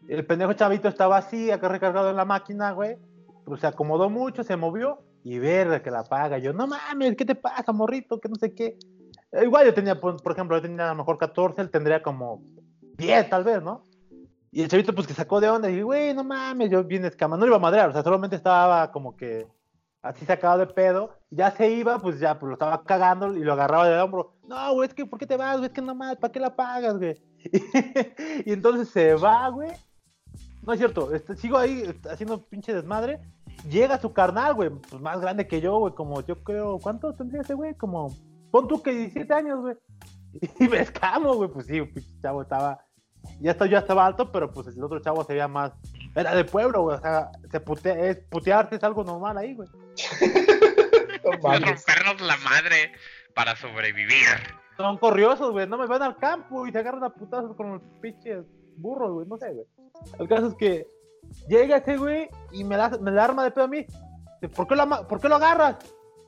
Speaker 1: El pendejo chavito estaba así, acá recargado en la máquina, güey. Pues se acomodó mucho, se movió y verga que la apaga. Yo, no mames, ¿qué te pasa, morrito? Que no sé qué. Eh, Igual yo tenía, por, por ejemplo, yo tenía a lo mejor 14, él tendría como 10 tal vez, ¿no? Y el chavito pues que sacó de onda y dije, güey, no mames, yo bien escama, no lo iba a madrear, o sea, solamente estaba como que así sacado de pedo, ya se iba, pues ya, pues lo estaba cagando y lo agarraba del hombro, no, güey, es que, ¿por qué te vas, güey? Es que no mames, ¿para qué la pagas, güey? y entonces se va, güey. No es cierto, este, sigo ahí este, haciendo pinche desmadre. Llega su carnal, güey, pues más grande que yo, güey, como yo creo, ¿cuánto tendría ese güey? Como, pon tú que 17 años, güey. Y me escamo, güey, pues sí, pinche chavo estaba ya estaba, yo estaba alto, pero pues el otro chavo se veía más. Era de pueblo, güey. O sea, se putea, es, putearte es algo normal ahí, güey.
Speaker 4: No mames.
Speaker 2: rompernos la madre para sobrevivir.
Speaker 1: Son corriosos, güey. No me van al campo y se agarran a putazos con los pinches burros, güey. No sé, güey. El caso es que llega ese güey y me la, me la arma de pedo a mí. Dice, ¿Por qué, lo ama- ¿Por qué lo agarras?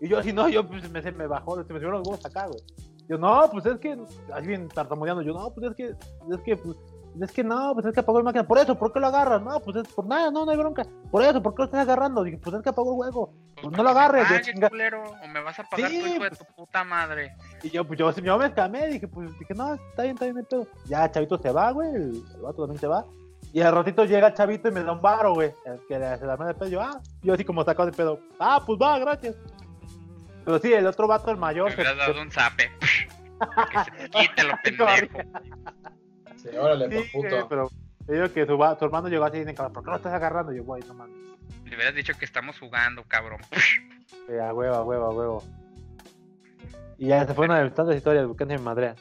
Speaker 1: Y yo, si no, yo pues, me, se me bajó, se me subieron los huevos acá, güey. Yo, no, pues es que, así bien tartamudeando, yo, no, pues es que, es que, pues, es que no, pues es que apagó la máquina. Por eso, ¿por qué lo agarras? No, pues es por nada, no, no hay bronca. Por eso, ¿por qué lo estás agarrando? Dije, pues es que apagó el huevo. Pues no lo agarres, yo
Speaker 2: Ah,
Speaker 1: chinga-
Speaker 2: culero, o me vas a pagar
Speaker 1: Sí,
Speaker 2: tu hijo de
Speaker 1: pues.
Speaker 2: tu puta madre.
Speaker 1: Y yo, pues yo, yo me escamé, dije, pues dije, no, está bien, está bien el pedo. Ya, el chavito se va, güey, el, el vato también se va. Y al ratito llega el chavito y me da un varo, güey. el Que le- se la manda de pedo. Yo, ah, yo así como sacado de pedo. Ah, pues va, gracias. Pero sí, el otro vato, el mayor,
Speaker 2: Me
Speaker 1: se,
Speaker 2: hubieras dado un zape. que se te quite lo
Speaker 1: Ay,
Speaker 2: pendejo.
Speaker 4: Sí, órale,
Speaker 1: se-
Speaker 4: pues,
Speaker 1: sí, güey,
Speaker 4: puto.
Speaker 1: pero te digo que su, va- su hermano llegó así y dice, ¿por qué lo estás agarrando? Y yo, güey, no mames.
Speaker 2: Le hubieras dicho que estamos jugando, cabrón.
Speaker 1: Eh, a huevo, a huevo, a huevo. Y ya se fueron de tantas historias, buscando mi madre.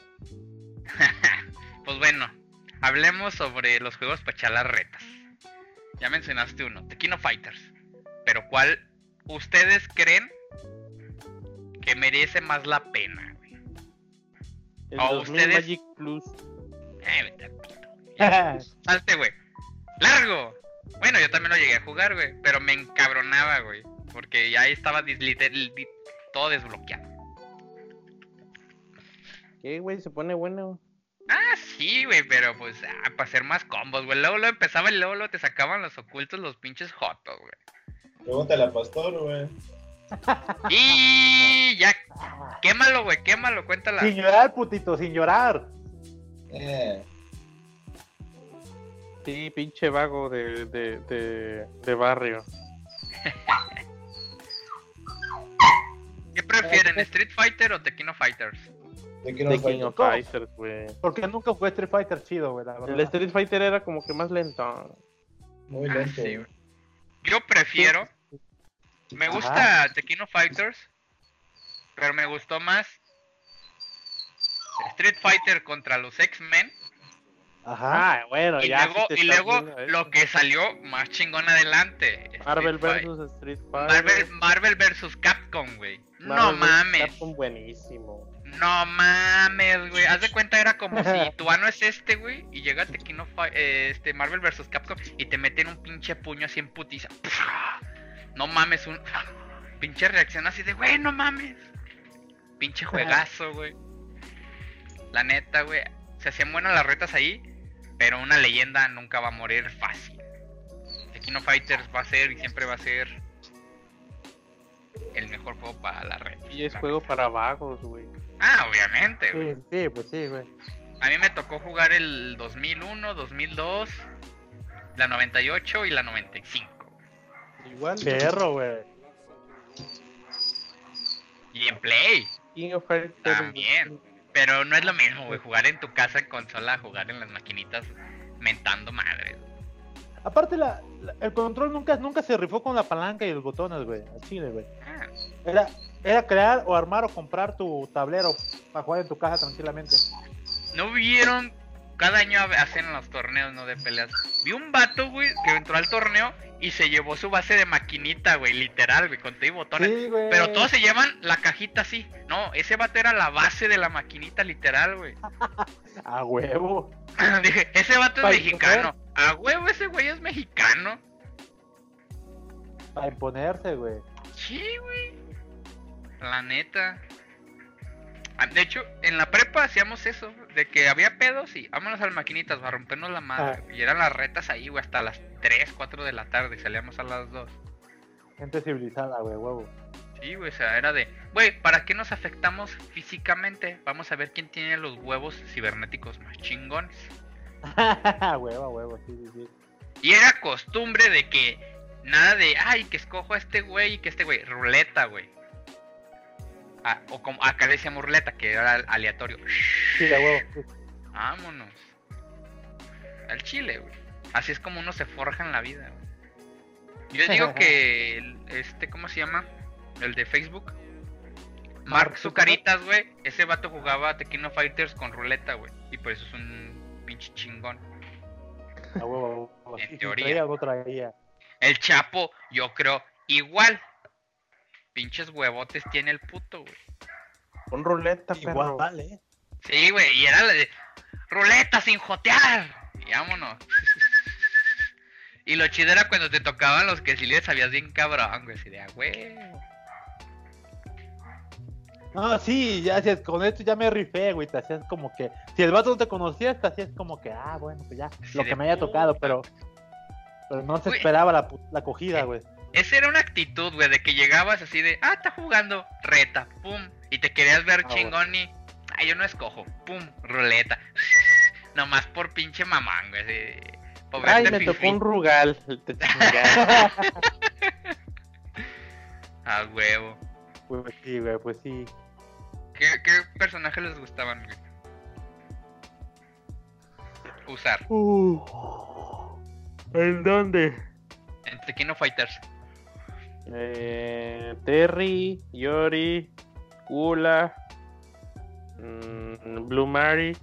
Speaker 2: Pues bueno, hablemos sobre los juegos para echar las retas. Ya mencionaste uno, Tequino Fighters. Pero ¿cuál ustedes creen que merece más la pena? güey?
Speaker 3: El
Speaker 2: Ah,
Speaker 3: 2000
Speaker 2: ustedes-
Speaker 3: Magic Plus.
Speaker 2: Eh, vete al pito. Salte, güey. ¡Largo! Bueno, yo también lo llegué a jugar, güey. Pero me encabronaba, güey. Porque ya ahí estaba dis- literal- di- todo desbloqueado.
Speaker 3: ¿Qué, güey? Se pone bueno.
Speaker 2: Ah, sí, güey, pero pues ah, para hacer más combos, güey. Luego lo empezaba y luego lo te sacaban los ocultos, los pinches jotos, güey.
Speaker 4: Pregúntale a Pastor, güey.
Speaker 2: Y ya, quémalo, güey, quémalo, cuéntala.
Speaker 1: sin llorar, putito, sin llorar.
Speaker 4: Eh.
Speaker 3: Sí, pinche vago de, de, de, de barrio.
Speaker 2: ¿Qué prefieren, Street Fighter o Tequino Fighters?
Speaker 4: De King
Speaker 3: de
Speaker 4: of
Speaker 3: King
Speaker 4: Fighters.
Speaker 3: of Fighters, güey.
Speaker 1: Porque nunca jugué Street Fighter chido, güey, la verdad.
Speaker 3: El Street Fighter era como que más lento.
Speaker 4: Muy
Speaker 2: Ah,
Speaker 4: lento.
Speaker 2: sí, güey. Yo prefiero. Me
Speaker 1: Ajá.
Speaker 2: gusta Tequino Fighters. Pero me gustó más Street Fighter contra los X-Men.
Speaker 1: Ajá.
Speaker 3: Ah, bueno,
Speaker 2: Y
Speaker 3: ya. sí
Speaker 2: luego,
Speaker 3: te
Speaker 2: y
Speaker 3: estás
Speaker 2: luego
Speaker 3: viendo, ¿eh?
Speaker 2: lo que salió más chingón adelante. Street
Speaker 3: Marvel
Speaker 2: Fight-
Speaker 3: vs Street Fighter.
Speaker 2: Marvel, Marvel versus Capcom, güey. No
Speaker 3: Marvel versus
Speaker 2: mames.
Speaker 3: Capcom, buenísimo.
Speaker 2: No mames, güey. Haz de cuenta, era como si tu ano es este, güey, y llega Tequino Fi- eh, este, Marvel vs. Capcom y te meten un pinche puño así en putiza. No mames, un pinche reacción así de, güey, no mames. Pinche juegazo, güey. La neta, güey. Se hacían buenas las retas ahí, pero una leyenda nunca va a morir fácil. Tequino Fighters va a ser y siempre va a ser el mejor juego para la red.
Speaker 3: Y es juego para vagos, güey.
Speaker 2: Ah, obviamente, güey.
Speaker 1: Sí, sí, pues sí, güey.
Speaker 2: A mí me tocó jugar el 2001, 2002, la 98 y la 95.
Speaker 3: Igual.
Speaker 1: Perro, güey.
Speaker 2: Y en Play.
Speaker 3: King of Fighters.
Speaker 2: También. Pero no es lo mismo, güey. Jugar en tu casa en consola, a jugar en las maquinitas mentando madre.
Speaker 1: Aparte, la, la- el control nunca, nunca se rifó con la palanca y los botones, güey. Al chile, güey.
Speaker 2: Ah,
Speaker 1: Era, era crear o armar o comprar tu tablero para jugar en tu casa tranquilamente.
Speaker 2: no vieron. Cada año hab- hacen los torneos, ¿no? De peleas. Vi un vato, güey, que entró al torneo y se llevó su base de maquinita, güey. Literal, güey, con todo y botones.
Speaker 1: Sí, güey.
Speaker 2: Pero todos se llevan la cajita así. No, ese vato era la base de la maquinita, literal, güey.
Speaker 1: A huevo.
Speaker 2: Dije, ese vato es
Speaker 1: Pa'
Speaker 2: mexicano. A huevo, ese güey es mexicano.
Speaker 1: Para imponerse, güey.
Speaker 2: Sí, güey. La neta. Ah, De hecho, en la prepa hacíamos eso, de que había pedos y vámonos a las maquinitas a rompernos la madre. Y eran las retas ahí, güey, hasta las 3, 4 de la tarde y salíamos a las 2.
Speaker 1: Gente civilizada, güey, huevo.
Speaker 2: Sí, güey, o sea, era de, güey, ¿para qué nos afectamos físicamente? Vamos a ver quién tiene los huevos cibernéticos más chingones.
Speaker 1: A huevo, a huevo, sí, sí, sí.
Speaker 2: Y era costumbre de que nada de, ay, que escojo a este güey y que este güey, ruleta, güey. Ah, o como acá le decíamos ruleta, que era aleatorio.
Speaker 1: Sí, a huevo. sí.
Speaker 2: Vámonos. Al chile, güey. Así es como uno se forja en la vida. güey. Yo digo que el- este, ¿cómo se llama? El de Facebook. Mark
Speaker 1: Mark Zuckerberg.
Speaker 2: Zucaritas, güey. Ese vato jugaba Tequino Fighters con ruleta, güey. Y por eso es un pinche chingón.
Speaker 1: A huevo, a huevo.
Speaker 2: En
Speaker 1: Sí, sí,
Speaker 2: teoría.
Speaker 1: Traía o no traía.
Speaker 2: El Chapo, yo creo, igual. Pinches huevotes tiene el puto, güey.
Speaker 3: Con ruleta, perro.
Speaker 1: Igual, ¿eh?
Speaker 2: Sí, güey, y era la de ruleta sin jotear. Y vámonos. Y lo chido era cuando te tocaban los que si les sabías bien cabrón, güey. Así de, "Ah, güey.
Speaker 1: No, sí, ya hacías, con esto ya me rifé, güey, te hacías como que, si el vato no te conocía, te hacías como que, ah, bueno, pues ya,
Speaker 2: Sí,
Speaker 1: lo
Speaker 2: de
Speaker 1: que me haya tocado, pero, pero no se
Speaker 2: Güey. Eh,
Speaker 1: esperaba la, pu- la acogida, güey.
Speaker 2: Esa era una actitud, güey, de que llegabas así de, ah, está jugando, reta, pum. Y te querías ver
Speaker 1: Ah,
Speaker 2: chingón y, ah, yo no escojo, pum, ruleta. Nomás por pinche mamán, güey. así, por
Speaker 3: Ay,
Speaker 2: verte
Speaker 3: me
Speaker 2: fifí.
Speaker 3: tocó un rugal. Te chingaste.
Speaker 2: A huevo.
Speaker 1: Pues sí, güey, pues sí.
Speaker 2: ¿Qué, qué personajes les gustaban, güey? Usar
Speaker 3: Uh, ¿En dónde?
Speaker 2: en Tequino Fighters.
Speaker 3: Eh, Terry, Yori, Kula, mm, Blue Mary,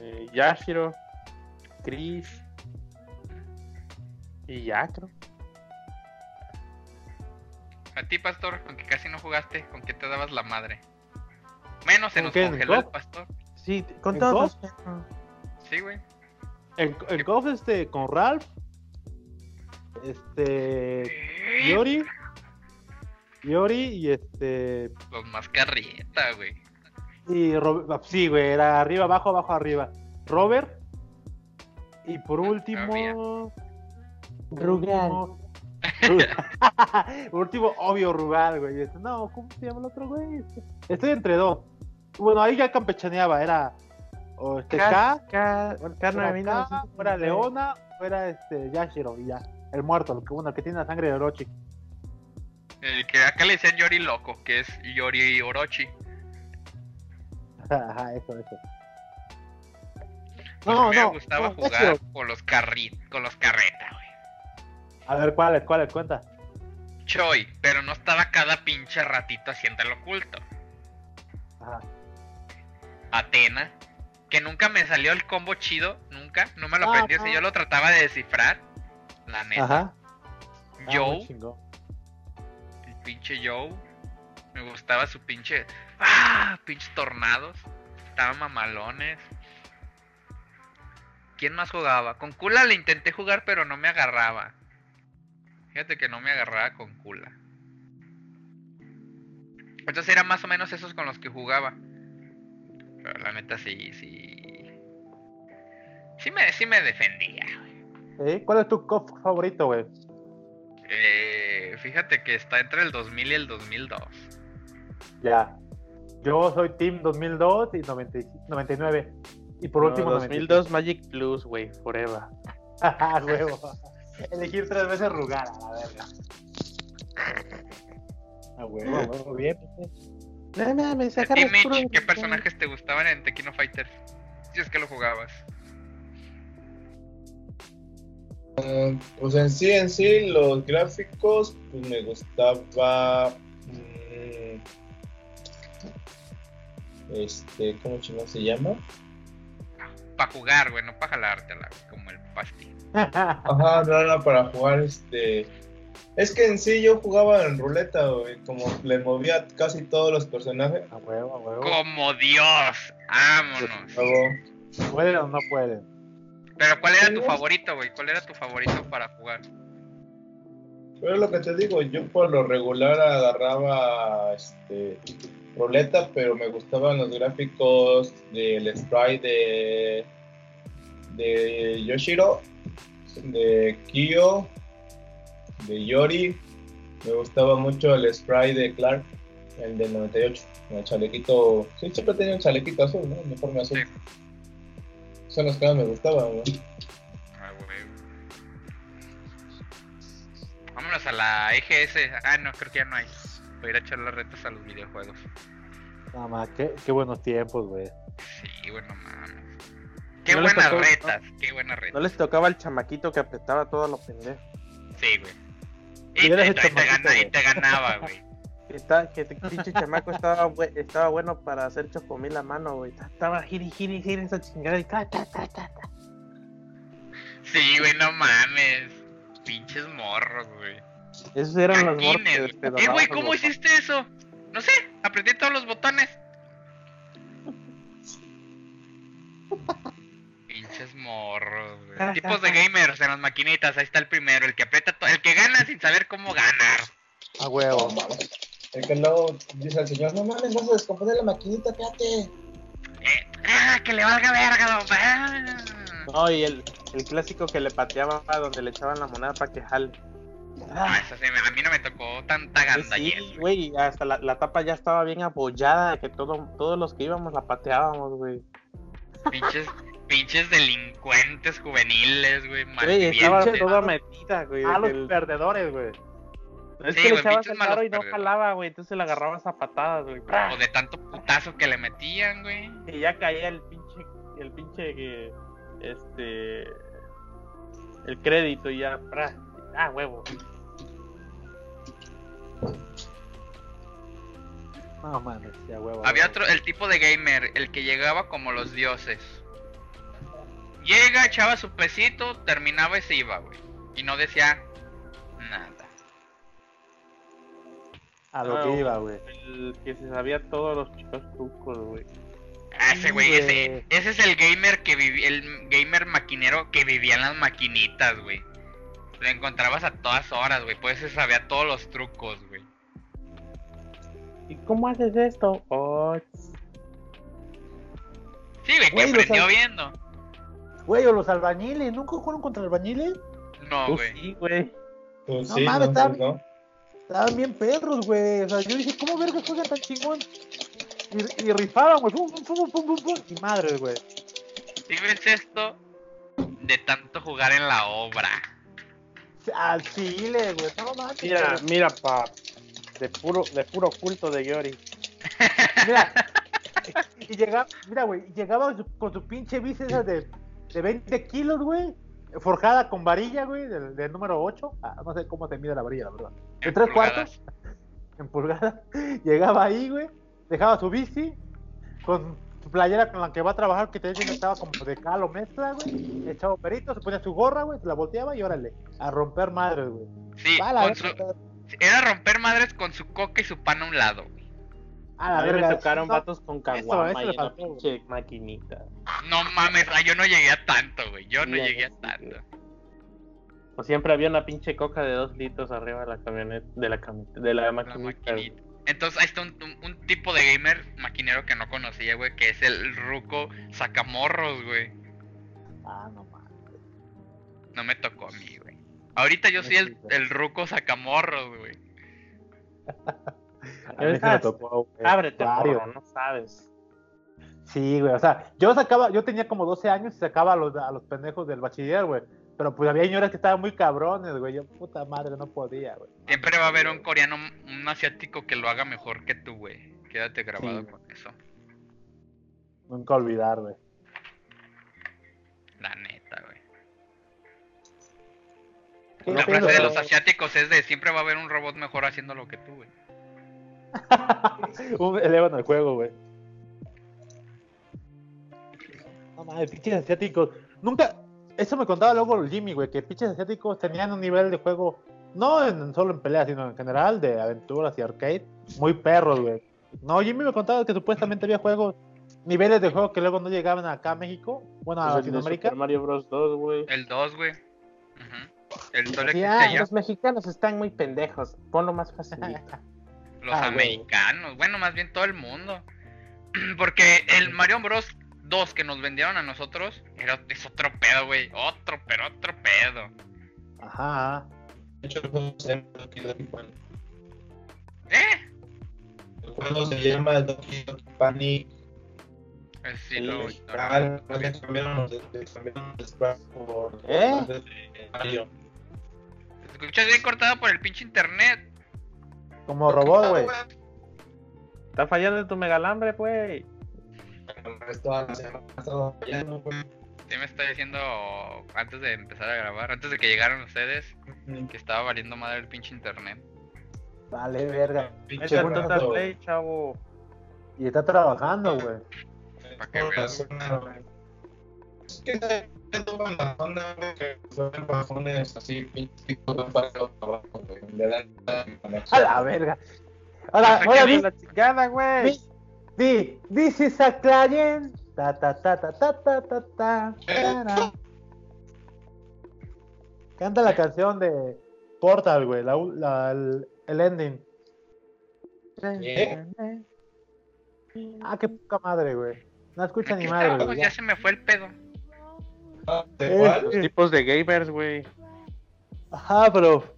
Speaker 3: eh, Yashiro, Chris y ya creo.
Speaker 2: A ti, Pastor, aunque casi no jugaste, ¿con qué te dabas la madre? Menos se
Speaker 1: ¿Con
Speaker 2: nos
Speaker 1: qué,
Speaker 2: congeló
Speaker 1: Nico?
Speaker 2: el Pastor.
Speaker 3: Sí, con
Speaker 1: ¿En
Speaker 3: todos.
Speaker 2: Sí, güey.
Speaker 1: En, en KOF, este, con Ralph, este, Yori, Yori y este,
Speaker 2: Los Pues más carrieta, güey.
Speaker 1: y Ro- sí, güey, era arriba, abajo, abajo, arriba, Robert, y por último, por
Speaker 3: Rugal.
Speaker 1: último- Por último, obvio, Rugal, güey. Este, No, ¿cómo se llama el otro, güey? Este, Estoy entre dos. Bueno, ahí ya campechaneaba, era o este K,
Speaker 3: K,
Speaker 1: fuera, K, fuera
Speaker 3: León.
Speaker 1: Leona, fuera este Yashiro y ya. El muerto, el que, bueno, el que tiene la sangre de Orochi.
Speaker 2: Pues El que acá le decían Yori Loco, que es Yori Orochi.
Speaker 1: Ajá, eso, eso.
Speaker 2: Pues
Speaker 1: No,
Speaker 2: me
Speaker 1: no.
Speaker 2: gustaba
Speaker 1: no,
Speaker 2: jugar
Speaker 1: Ezio.
Speaker 2: con los carritos, con los carretas, güey.
Speaker 1: A ver, ¿cuál es? ¿Cuál es? Cuenta.
Speaker 2: Choy, pero no estaba cada pinche ratito haciendo el oculto.
Speaker 1: Ajá.
Speaker 2: Atena, que nunca me salió el combo chido, nunca, no me lo
Speaker 1: Ah,
Speaker 2: aprendí, o sea,
Speaker 1: no.
Speaker 2: yo lo trataba de descifrar. La neta.
Speaker 1: Ajá. Ah, muy
Speaker 2: Joe,
Speaker 1: chingón.
Speaker 2: el pinche Joe, me gustaba su pinche. ¡Ah! Pinches tornados, estaban mamalones. ¿Quién más jugaba? Con Kula le intenté jugar, pero no me agarraba. Fíjate que no me agarraba con Kula. Entonces eran más o menos esos con los que jugaba. Pero la neta sí, sí. Sí me, sí me defendía.
Speaker 1: ¿Eh? ¿Cuál es tu cop favorito, güey?
Speaker 2: Eh, fíjate que está entre el 2000 y el 2002.
Speaker 1: Ya. Yo soy Team 2002 y 90 y 99. Y por
Speaker 3: No,
Speaker 1: último,
Speaker 3: 2002 Magic Plus, güey, forever.
Speaker 1: 95. Huevo. Elegir tres veces Rugar, a la verga. A huevo, a huevo, bien.
Speaker 3: No mames,
Speaker 2: A
Speaker 3: saca
Speaker 2: ti,
Speaker 3: los puros-
Speaker 2: Mitch, ¿qué personajes te gustaban en Tequino Fighters? Si es que lo jugabas.
Speaker 4: Eh, pues en sí, en sí, los gráficos, pues me gustaba. mm, este, ¿cómo chingón se llama?
Speaker 2: Para jugar, güey, no para jalártela, güey, como el pastillo.
Speaker 4: Ajá, no era para jugar este. Es que en sí yo jugaba en ruleta, güey, como le movía casi todos los personajes.
Speaker 1: A huevo, a huevo.
Speaker 2: Como Dios, vámonos.
Speaker 4: Luego,
Speaker 1: ¿Pueden o no pueden?
Speaker 2: Pero ¿cuál era tu favorito, güey? ¿Cuál era tu favorito para jugar?
Speaker 4: Pero es lo que te digo, yo por lo regular agarraba este ruleta, pero me gustaban los gráficos del sprite de, de Yoshiro, de Kyo, de Yori. Me gustaba mucho el sprite de Clark, el del 98, el chalequito. Sí, siempre tenía un chalequito azul, ¿no? Uniforme azul. Son los que más me gustaban, güey.
Speaker 2: Ah, güey. Vámonos a la EGS. Ah, no, creo que ya no hay. Voy a ir a echar las retas a los videojuegos.
Speaker 1: Nada más, qué, qué buenos tiempos, güey.
Speaker 2: Sí, bueno, mames. Qué
Speaker 3: No les
Speaker 2: buenas
Speaker 3: tocó, ¿no?
Speaker 2: retas, qué buenas retas.
Speaker 3: No les tocaba el chamaquito que apretaba todo lo pendejo.
Speaker 2: Sí, güey.
Speaker 1: Y
Speaker 2: Y
Speaker 1: eres
Speaker 2: te,
Speaker 1: el
Speaker 2: te- te
Speaker 1: chamaquito,
Speaker 2: gana- y
Speaker 1: güey.
Speaker 2: te ganaba, güey.
Speaker 3: Que, está, que te- dicho chamaco estaba, bue- estaba bueno para hacer chocomil a mano, güey. Ta- Estaba giri, giri, giri esa chingada y ta, ta, ta, ta, ta.
Speaker 2: Sí, güey, no mames. Pinches morros, güey.
Speaker 3: Esos eran los morros
Speaker 2: Caquines,
Speaker 3: que
Speaker 2: güey.
Speaker 3: te
Speaker 2: Eh,
Speaker 3: donaban
Speaker 2: güey,
Speaker 3: los
Speaker 2: ¿cómo
Speaker 3: botones.
Speaker 2: hiciste eso? No sé, apreté todos los botones. Pinches morros,
Speaker 3: Ah,
Speaker 2: güey. Tipos de gamers en las maquinitas, ahí está el primero, el que aprieta todo, el que gana sin saber cómo ganar.
Speaker 1: A huevo.
Speaker 4: El que luego dice al señor, no mames, vas a descomponer la maquinita, espérate.
Speaker 2: Eh, ah, que le valga verga, don. Ah.
Speaker 3: No, y el, el clásico que le pateaba a donde le echaban la moneda para que jale.
Speaker 2: Ah,
Speaker 3: Ah,
Speaker 2: esa sí me- a mí no me tocó tanta
Speaker 3: pues
Speaker 2: ganda
Speaker 3: sí, güey, hasta la, la tapa ya estaba bien abollada de que todo, todos los que íbamos la pateábamos, güey.
Speaker 2: Pinches, pinches delincuentes juveniles, güey.
Speaker 3: Güey, estaba
Speaker 2: malvivientes.
Speaker 3: toda metida, güey.
Speaker 1: A Ah, los
Speaker 3: del-
Speaker 1: perdedores, güey.
Speaker 3: Es
Speaker 2: Sí,
Speaker 3: que le
Speaker 2: güey,
Speaker 3: echabas
Speaker 2: pinches
Speaker 3: el paro
Speaker 2: malos
Speaker 3: y no
Speaker 2: perdedores.
Speaker 3: jalaba, güey. Entonces le agarrabas a patadas, güey.
Speaker 2: O de tanto putazo que le metían, güey.
Speaker 3: Y ya caía el pinche. El pinche. que, Este. El crédito y ya. ¡pra! Ah, huevo.
Speaker 1: No mames, ya huevo.
Speaker 2: Había
Speaker 1: huevo.
Speaker 2: otro, el tipo de gamer, el que llegaba como los dioses. Llega, echaba su pesito, terminaba y se iba, güey. Y no decía nada.
Speaker 1: A lo que iba, güey.
Speaker 3: El que se sabía todos los chicos trucos, güey.
Speaker 2: Ah, ese
Speaker 1: Sí,
Speaker 2: güey,
Speaker 1: güey.
Speaker 2: ese, ese es el gamer que vivía, el gamer maquinero que vivía en las maquinitas, güey. Lo encontrabas a todas horas, güey. Pues se sabía todos los trucos, güey.
Speaker 3: ¿Y cómo haces esto? Oh,
Speaker 2: Sí, güey, que
Speaker 1: Güey, los
Speaker 2: aprendió
Speaker 1: al-
Speaker 2: viendo.
Speaker 1: Güey, o los albañiles, ¿nunca jugaron contra albañiles?
Speaker 2: No,
Speaker 3: pues
Speaker 2: güey.
Speaker 3: sí, güey.
Speaker 4: Pues
Speaker 1: No
Speaker 4: sí,
Speaker 1: mames, está-
Speaker 4: pues no.
Speaker 1: Estaban bien perros, güey. O sea, yo dije, ¿cómo verga juegan tan chingón? Y, y rifaban, güey. Pum, pum, pum, pum, pum, pum. Y madre, güey.
Speaker 2: Si ves esto de tanto jugar en la obra.
Speaker 1: Al chile, güey. No mames.
Speaker 3: Mira,
Speaker 1: güey.
Speaker 3: mira, pa. De puro, de puro culto de Yori.
Speaker 1: mira. Y llegaba, mira, güey, llegaba con su, con su pinche bici esa de, de 20 kilos, güey, forjada con varilla, güey, del, del número 8. Ah, no sé cómo se mide la varilla, la verdad. ¿De
Speaker 2: En
Speaker 1: tres
Speaker 2: pulgadas.
Speaker 1: cuartos? En pulgadas. Llegaba ahí, güey, dejaba su bici con su playera con la que va a trabajar, que te dicen que estaba como de calo mezcla, güey. Echaba un perito, se ponía su gorra, güey, se la volteaba y órale, a romper madres, güey.
Speaker 2: Sí,
Speaker 1: Va a la
Speaker 2: con su-
Speaker 1: verga,
Speaker 2: era romper madres con su coca y su pan a un lado. güey.
Speaker 1: a la
Speaker 3: A mí me
Speaker 1: verga.
Speaker 3: tocaron
Speaker 1: No,
Speaker 3: vatos con
Speaker 1: eso le
Speaker 3: caguama y una
Speaker 1: faltó, güey.
Speaker 3: pinche maquinita.
Speaker 2: No mames, ah, yo no llegué a tanto, güey. Yo no
Speaker 3: Ya,
Speaker 2: llegué a
Speaker 3: sí,
Speaker 2: tanto.
Speaker 3: O siempre había una pinche coca de dos litros arriba de la camioneta, de la camioneta, de la
Speaker 2: La
Speaker 3: maquinita. güey.
Speaker 2: maquinita. Entonces ahí está un, un- un tipo de gamer maquinero que no conocía, güey, que es el ruco sacamorros, güey.
Speaker 1: Ah, no mames.
Speaker 2: No me tocó a mí, güey. Ahorita yo soy el, el ruco sacamorros, güey.
Speaker 1: A mí sí me tocó, güey.
Speaker 3: Ábrete,
Speaker 1: Varios.
Speaker 3: porro, no sabes.
Speaker 1: Sí, güey, o sea, yo sacaba, yo tenía como 12 años y sacaba a los, a los pendejos del bachiller, güey. Pero pues había señoras que estaban muy cabrones, güey. Yo, puta madre, no podía, güey.
Speaker 2: Siempre va a haber un coreano, un asiático que lo haga mejor que tú, güey. Quédate grabado
Speaker 1: güey.
Speaker 2: con eso.
Speaker 1: Nunca olvidar, güey.
Speaker 2: La neta, güey.
Speaker 1: ¿Qué
Speaker 2: La
Speaker 1: pedo,
Speaker 2: frase de
Speaker 1: güey?
Speaker 2: los asiáticos es de siempre va a haber un robot mejor haciendo lo que tú, güey.
Speaker 1: Un- elevan el juego, güey. No mames, pinches asiáticos. Nunca. Eso me contaba luego el Jimmy, güey, que pinches asiáticos tenían un nivel de juego, no en- solo en peleas, sino en general, de aventuras y arcade, muy perros, güey. No, Jimmy me contaba que supuestamente había juegos, niveles de juego que luego no llegaban acá a México, bueno, a
Speaker 3: Pues el de
Speaker 1: Latinoamérica.
Speaker 3: Super Mario Bros 2, güey.
Speaker 2: El 2, güey. Ujú. El solo
Speaker 3: Sí,
Speaker 2: existe
Speaker 3: ah,
Speaker 2: allá.
Speaker 3: los mexicanos están muy pendejos. Ponlo más facilito.
Speaker 2: Los
Speaker 1: Ah, güey.
Speaker 2: americanos, bueno, más bien todo el mundo. Porque el Mario Bros 2 que nos vendieron a nosotros era, es otro pedo, güey. Otro, pero otro pedo.
Speaker 1: Ajá.
Speaker 4: De hecho, el juego se llama Donkey Donkey Panic.
Speaker 2: ¿Eh?
Speaker 4: El juego se llama Donkey Donkey Panic.
Speaker 2: Eh, Sí,
Speaker 4: El
Speaker 2: lo ignoré.
Speaker 4: original, ah, creo que cambiaron los de- cambiaron los sprites por
Speaker 3: ¿Eh?
Speaker 4: los de Mario.
Speaker 2: ¿Te escuchas bien cortado por el pinche internet.
Speaker 1: Como robot, güey.
Speaker 3: Está fallando tu megalambre, güey.
Speaker 4: Esto ha estado fallando, güey.
Speaker 2: Sí me está diciendo antes de empezar a grabar, antes de que llegaran ustedes, que estaba valiendo madre el pinche internet.
Speaker 1: Vale, verga.
Speaker 3: Es
Speaker 4: Pinche
Speaker 3: el Total
Speaker 4: rato.
Speaker 3: Play, chavo.
Speaker 1: Y está trabajando, güey.
Speaker 2: Pa' que veas.
Speaker 4: Es que se toman la onda, güey, que son bajones así, pinches picos de un para abajo, güey. Le dan
Speaker 1: A la verga.
Speaker 2: Yo
Speaker 3: Ah,
Speaker 1: Ahora,
Speaker 2: sé que
Speaker 1: ahora,
Speaker 2: vi
Speaker 1: vi-
Speaker 3: La chingada, güey.
Speaker 1: Di, di, this is a client. Ta ta ta ta ta ta ta ta. Tarán. Canta la canción de Portal, güey, la, u- la- el, el ending.
Speaker 4: ¿Qué?
Speaker 2: ¿Eh?
Speaker 1: Ah, qué poca madre, güey. No escucha
Speaker 2: Aquí
Speaker 1: ni madre,
Speaker 2: estábamos,
Speaker 1: güey.
Speaker 2: ya se me fue el pedo.
Speaker 4: Ah, ¿de cuál?
Speaker 1: Eh, eh,
Speaker 3: Tipos de gamers, güey.
Speaker 1: Ajá, bro.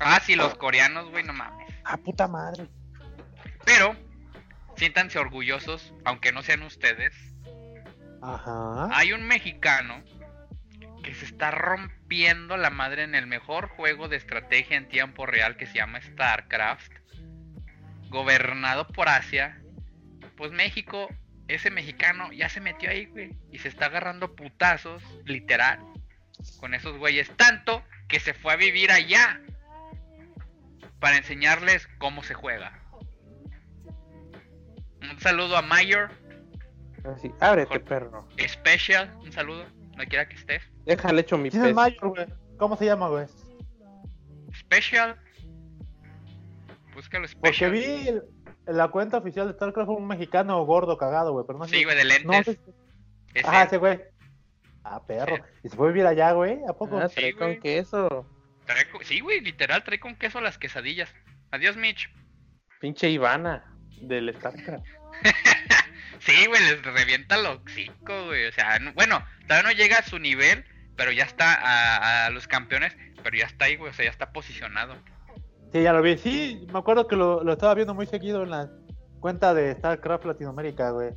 Speaker 2: Ah, sí, los coreanos, güey, no mames.
Speaker 1: Ah, puta madre.
Speaker 2: Pero, siéntanse orgullosos, aunque no sean ustedes,
Speaker 1: Ajá.
Speaker 2: Hay un mexicano que se está rompiendo la madre en el mejor juego de estrategia en tiempo real que se llama StarCraft, gobernado por Asia. Pues México, ese mexicano ya se metió ahí, güey, y se está agarrando putazos, literal, con esos güeyes. Tanto que se fue a vivir allá para enseñarles cómo se juega. Un saludo a Mayor,
Speaker 3: Así, ábrete,
Speaker 2: Mejor.
Speaker 3: perro.
Speaker 2: Special, un saludo, no quiera que estés.
Speaker 3: Déjale hecho mi
Speaker 1: ¿Quién es
Speaker 2: pues.
Speaker 3: pez.
Speaker 1: Mayor, güey? ¿Cómo se llama, güey?
Speaker 2: Special. Búscalo
Speaker 1: Porque
Speaker 2: Special.
Speaker 1: vi el- en la cuenta oficial de StarCraft fue un mexicano gordo cagado, güey, pero no sé.
Speaker 2: Sí, güey, de lentes.
Speaker 1: no sé si-
Speaker 2: Es
Speaker 1: Ajá,
Speaker 2: él.
Speaker 1: ese güey. Ah, perro. ¿Y se fue a vivir allá, güey? ¿A poco?
Speaker 3: Ah,
Speaker 2: Sí,
Speaker 3: trae
Speaker 2: güey.
Speaker 3: con queso.
Speaker 2: Trae co- sí, güey, literal, trae con queso las quesadillas. Adiós, Mitch.
Speaker 3: Pinche Ivana del StarCraft.
Speaker 2: Sí, güey, les revienta el hocico, güey. O sea, no- bueno, todavía no llega a su nivel, pero ya está a, a los campeones, pero ya está ahí, güey. O sea, ya está posicionado.
Speaker 1: Sí, ya lo vi. Sí, me acuerdo que lo, lo estaba viendo muy seguido en la cuenta de StarCraft Latinoamérica, güey.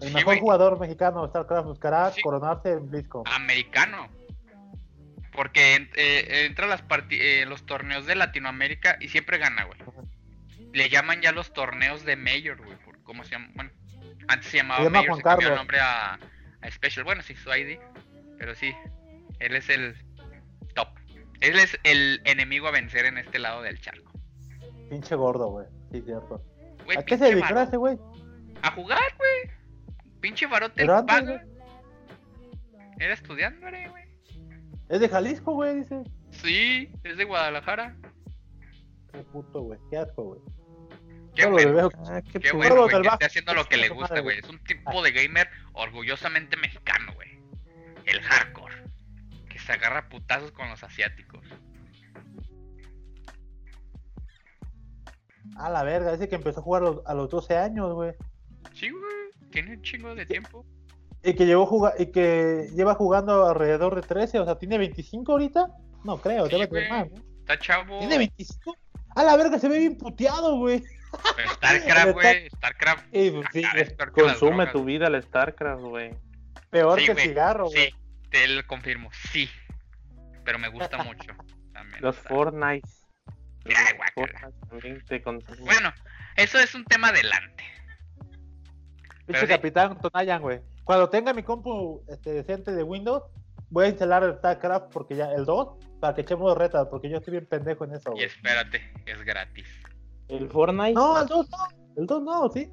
Speaker 1: El
Speaker 2: Sí,
Speaker 1: mejor
Speaker 2: güey.
Speaker 1: jugador mexicano de StarCraft buscará
Speaker 2: Sí.
Speaker 1: coronarse en BlizzCon.
Speaker 2: Americano. Porque en- eh, entra a las parti- eh, los torneos de Latinoamérica y siempre gana, güey. Le llaman ya los torneos de Mayor, güey. por ¿Cómo se llama? Bueno, Antes se llamaba
Speaker 1: Se llama
Speaker 2: Mayor,
Speaker 1: Juan
Speaker 2: se cambió el
Speaker 1: Carlos.
Speaker 2: nombre a, a Special. Bueno, sí, su ID. Pero sí, él es el top. Él es el enemigo a vencer en este lado del charco.
Speaker 1: Pinche gordo, güey. Sí, cierto.
Speaker 2: Güey,
Speaker 1: ¿A qué se
Speaker 2: pinche
Speaker 1: dedicó
Speaker 2: varo-
Speaker 1: ese güey?
Speaker 2: A jugar, güey. Pinche barote
Speaker 1: Pero antes,
Speaker 2: vaga. Era estudiando, era, güey.
Speaker 1: Es de Jalisco, güey, dice.
Speaker 2: Sí, es de Guadalajara.
Speaker 1: Qué puto, güey. Qué asco, güey.
Speaker 2: Qué
Speaker 1: Solo
Speaker 2: bueno,
Speaker 1: le veo-
Speaker 3: Ah, qué,
Speaker 2: qué
Speaker 3: pu-
Speaker 2: bueno,
Speaker 1: Todo
Speaker 2: güey, que
Speaker 1: salvaje.
Speaker 2: esté haciendo lo que le
Speaker 1: Su
Speaker 2: gusta,
Speaker 1: madre,
Speaker 2: güey. Es un tipo de gamer orgullosamente mexicano, güey. El hardcore. Que se agarra a putazos con los asiáticos.
Speaker 1: A la verga, dice que empezó a jugar a los, a los 12 años, güey.
Speaker 2: Sí, güey. Tiene un chingo de tiempo.
Speaker 1: Y que, llevó juga- y que lleva jugando alrededor de 13, o sea, ¿tiene 25 ahorita? No creo,
Speaker 2: Sí,
Speaker 1: debe tener
Speaker 2: güey.
Speaker 1: más. ¿no?
Speaker 2: Está chavo.
Speaker 1: ¿Tiene 25? A la verga, se ve bien puteado, güey.
Speaker 2: StarCraft, güey. StarCraft.
Speaker 1: Y pues, sí,
Speaker 2: Acá
Speaker 1: güey,
Speaker 2: es peor que las
Speaker 3: Consume
Speaker 2: drogas,
Speaker 3: tu vida el StarCraft, güey.
Speaker 1: peor
Speaker 2: Sí,
Speaker 1: que el
Speaker 2: güey.
Speaker 1: cigarro, güey.
Speaker 2: Sí, te lo confirmo, sí. Pero me gusta mucho. También,
Speaker 3: Los
Speaker 2: está.
Speaker 3: Fortnite.
Speaker 2: Ay,
Speaker 3: Los
Speaker 2: guácala.
Speaker 3: Fortnite también te consumen.
Speaker 2: Bueno, eso es un tema adelante.
Speaker 1: Pinche
Speaker 2: sí.
Speaker 1: capitán Tonayan, güey. Cuando tenga mi compu este, decente de Windows, voy a instalar el StarCraft porque ya, el 2, para que echemos retas, porque yo estoy bien pendejo en eso,
Speaker 2: Y
Speaker 1: güey.
Speaker 2: espérate, es gratis.
Speaker 3: El Fortnite.
Speaker 1: No, el 2 no, el 2 no, sí.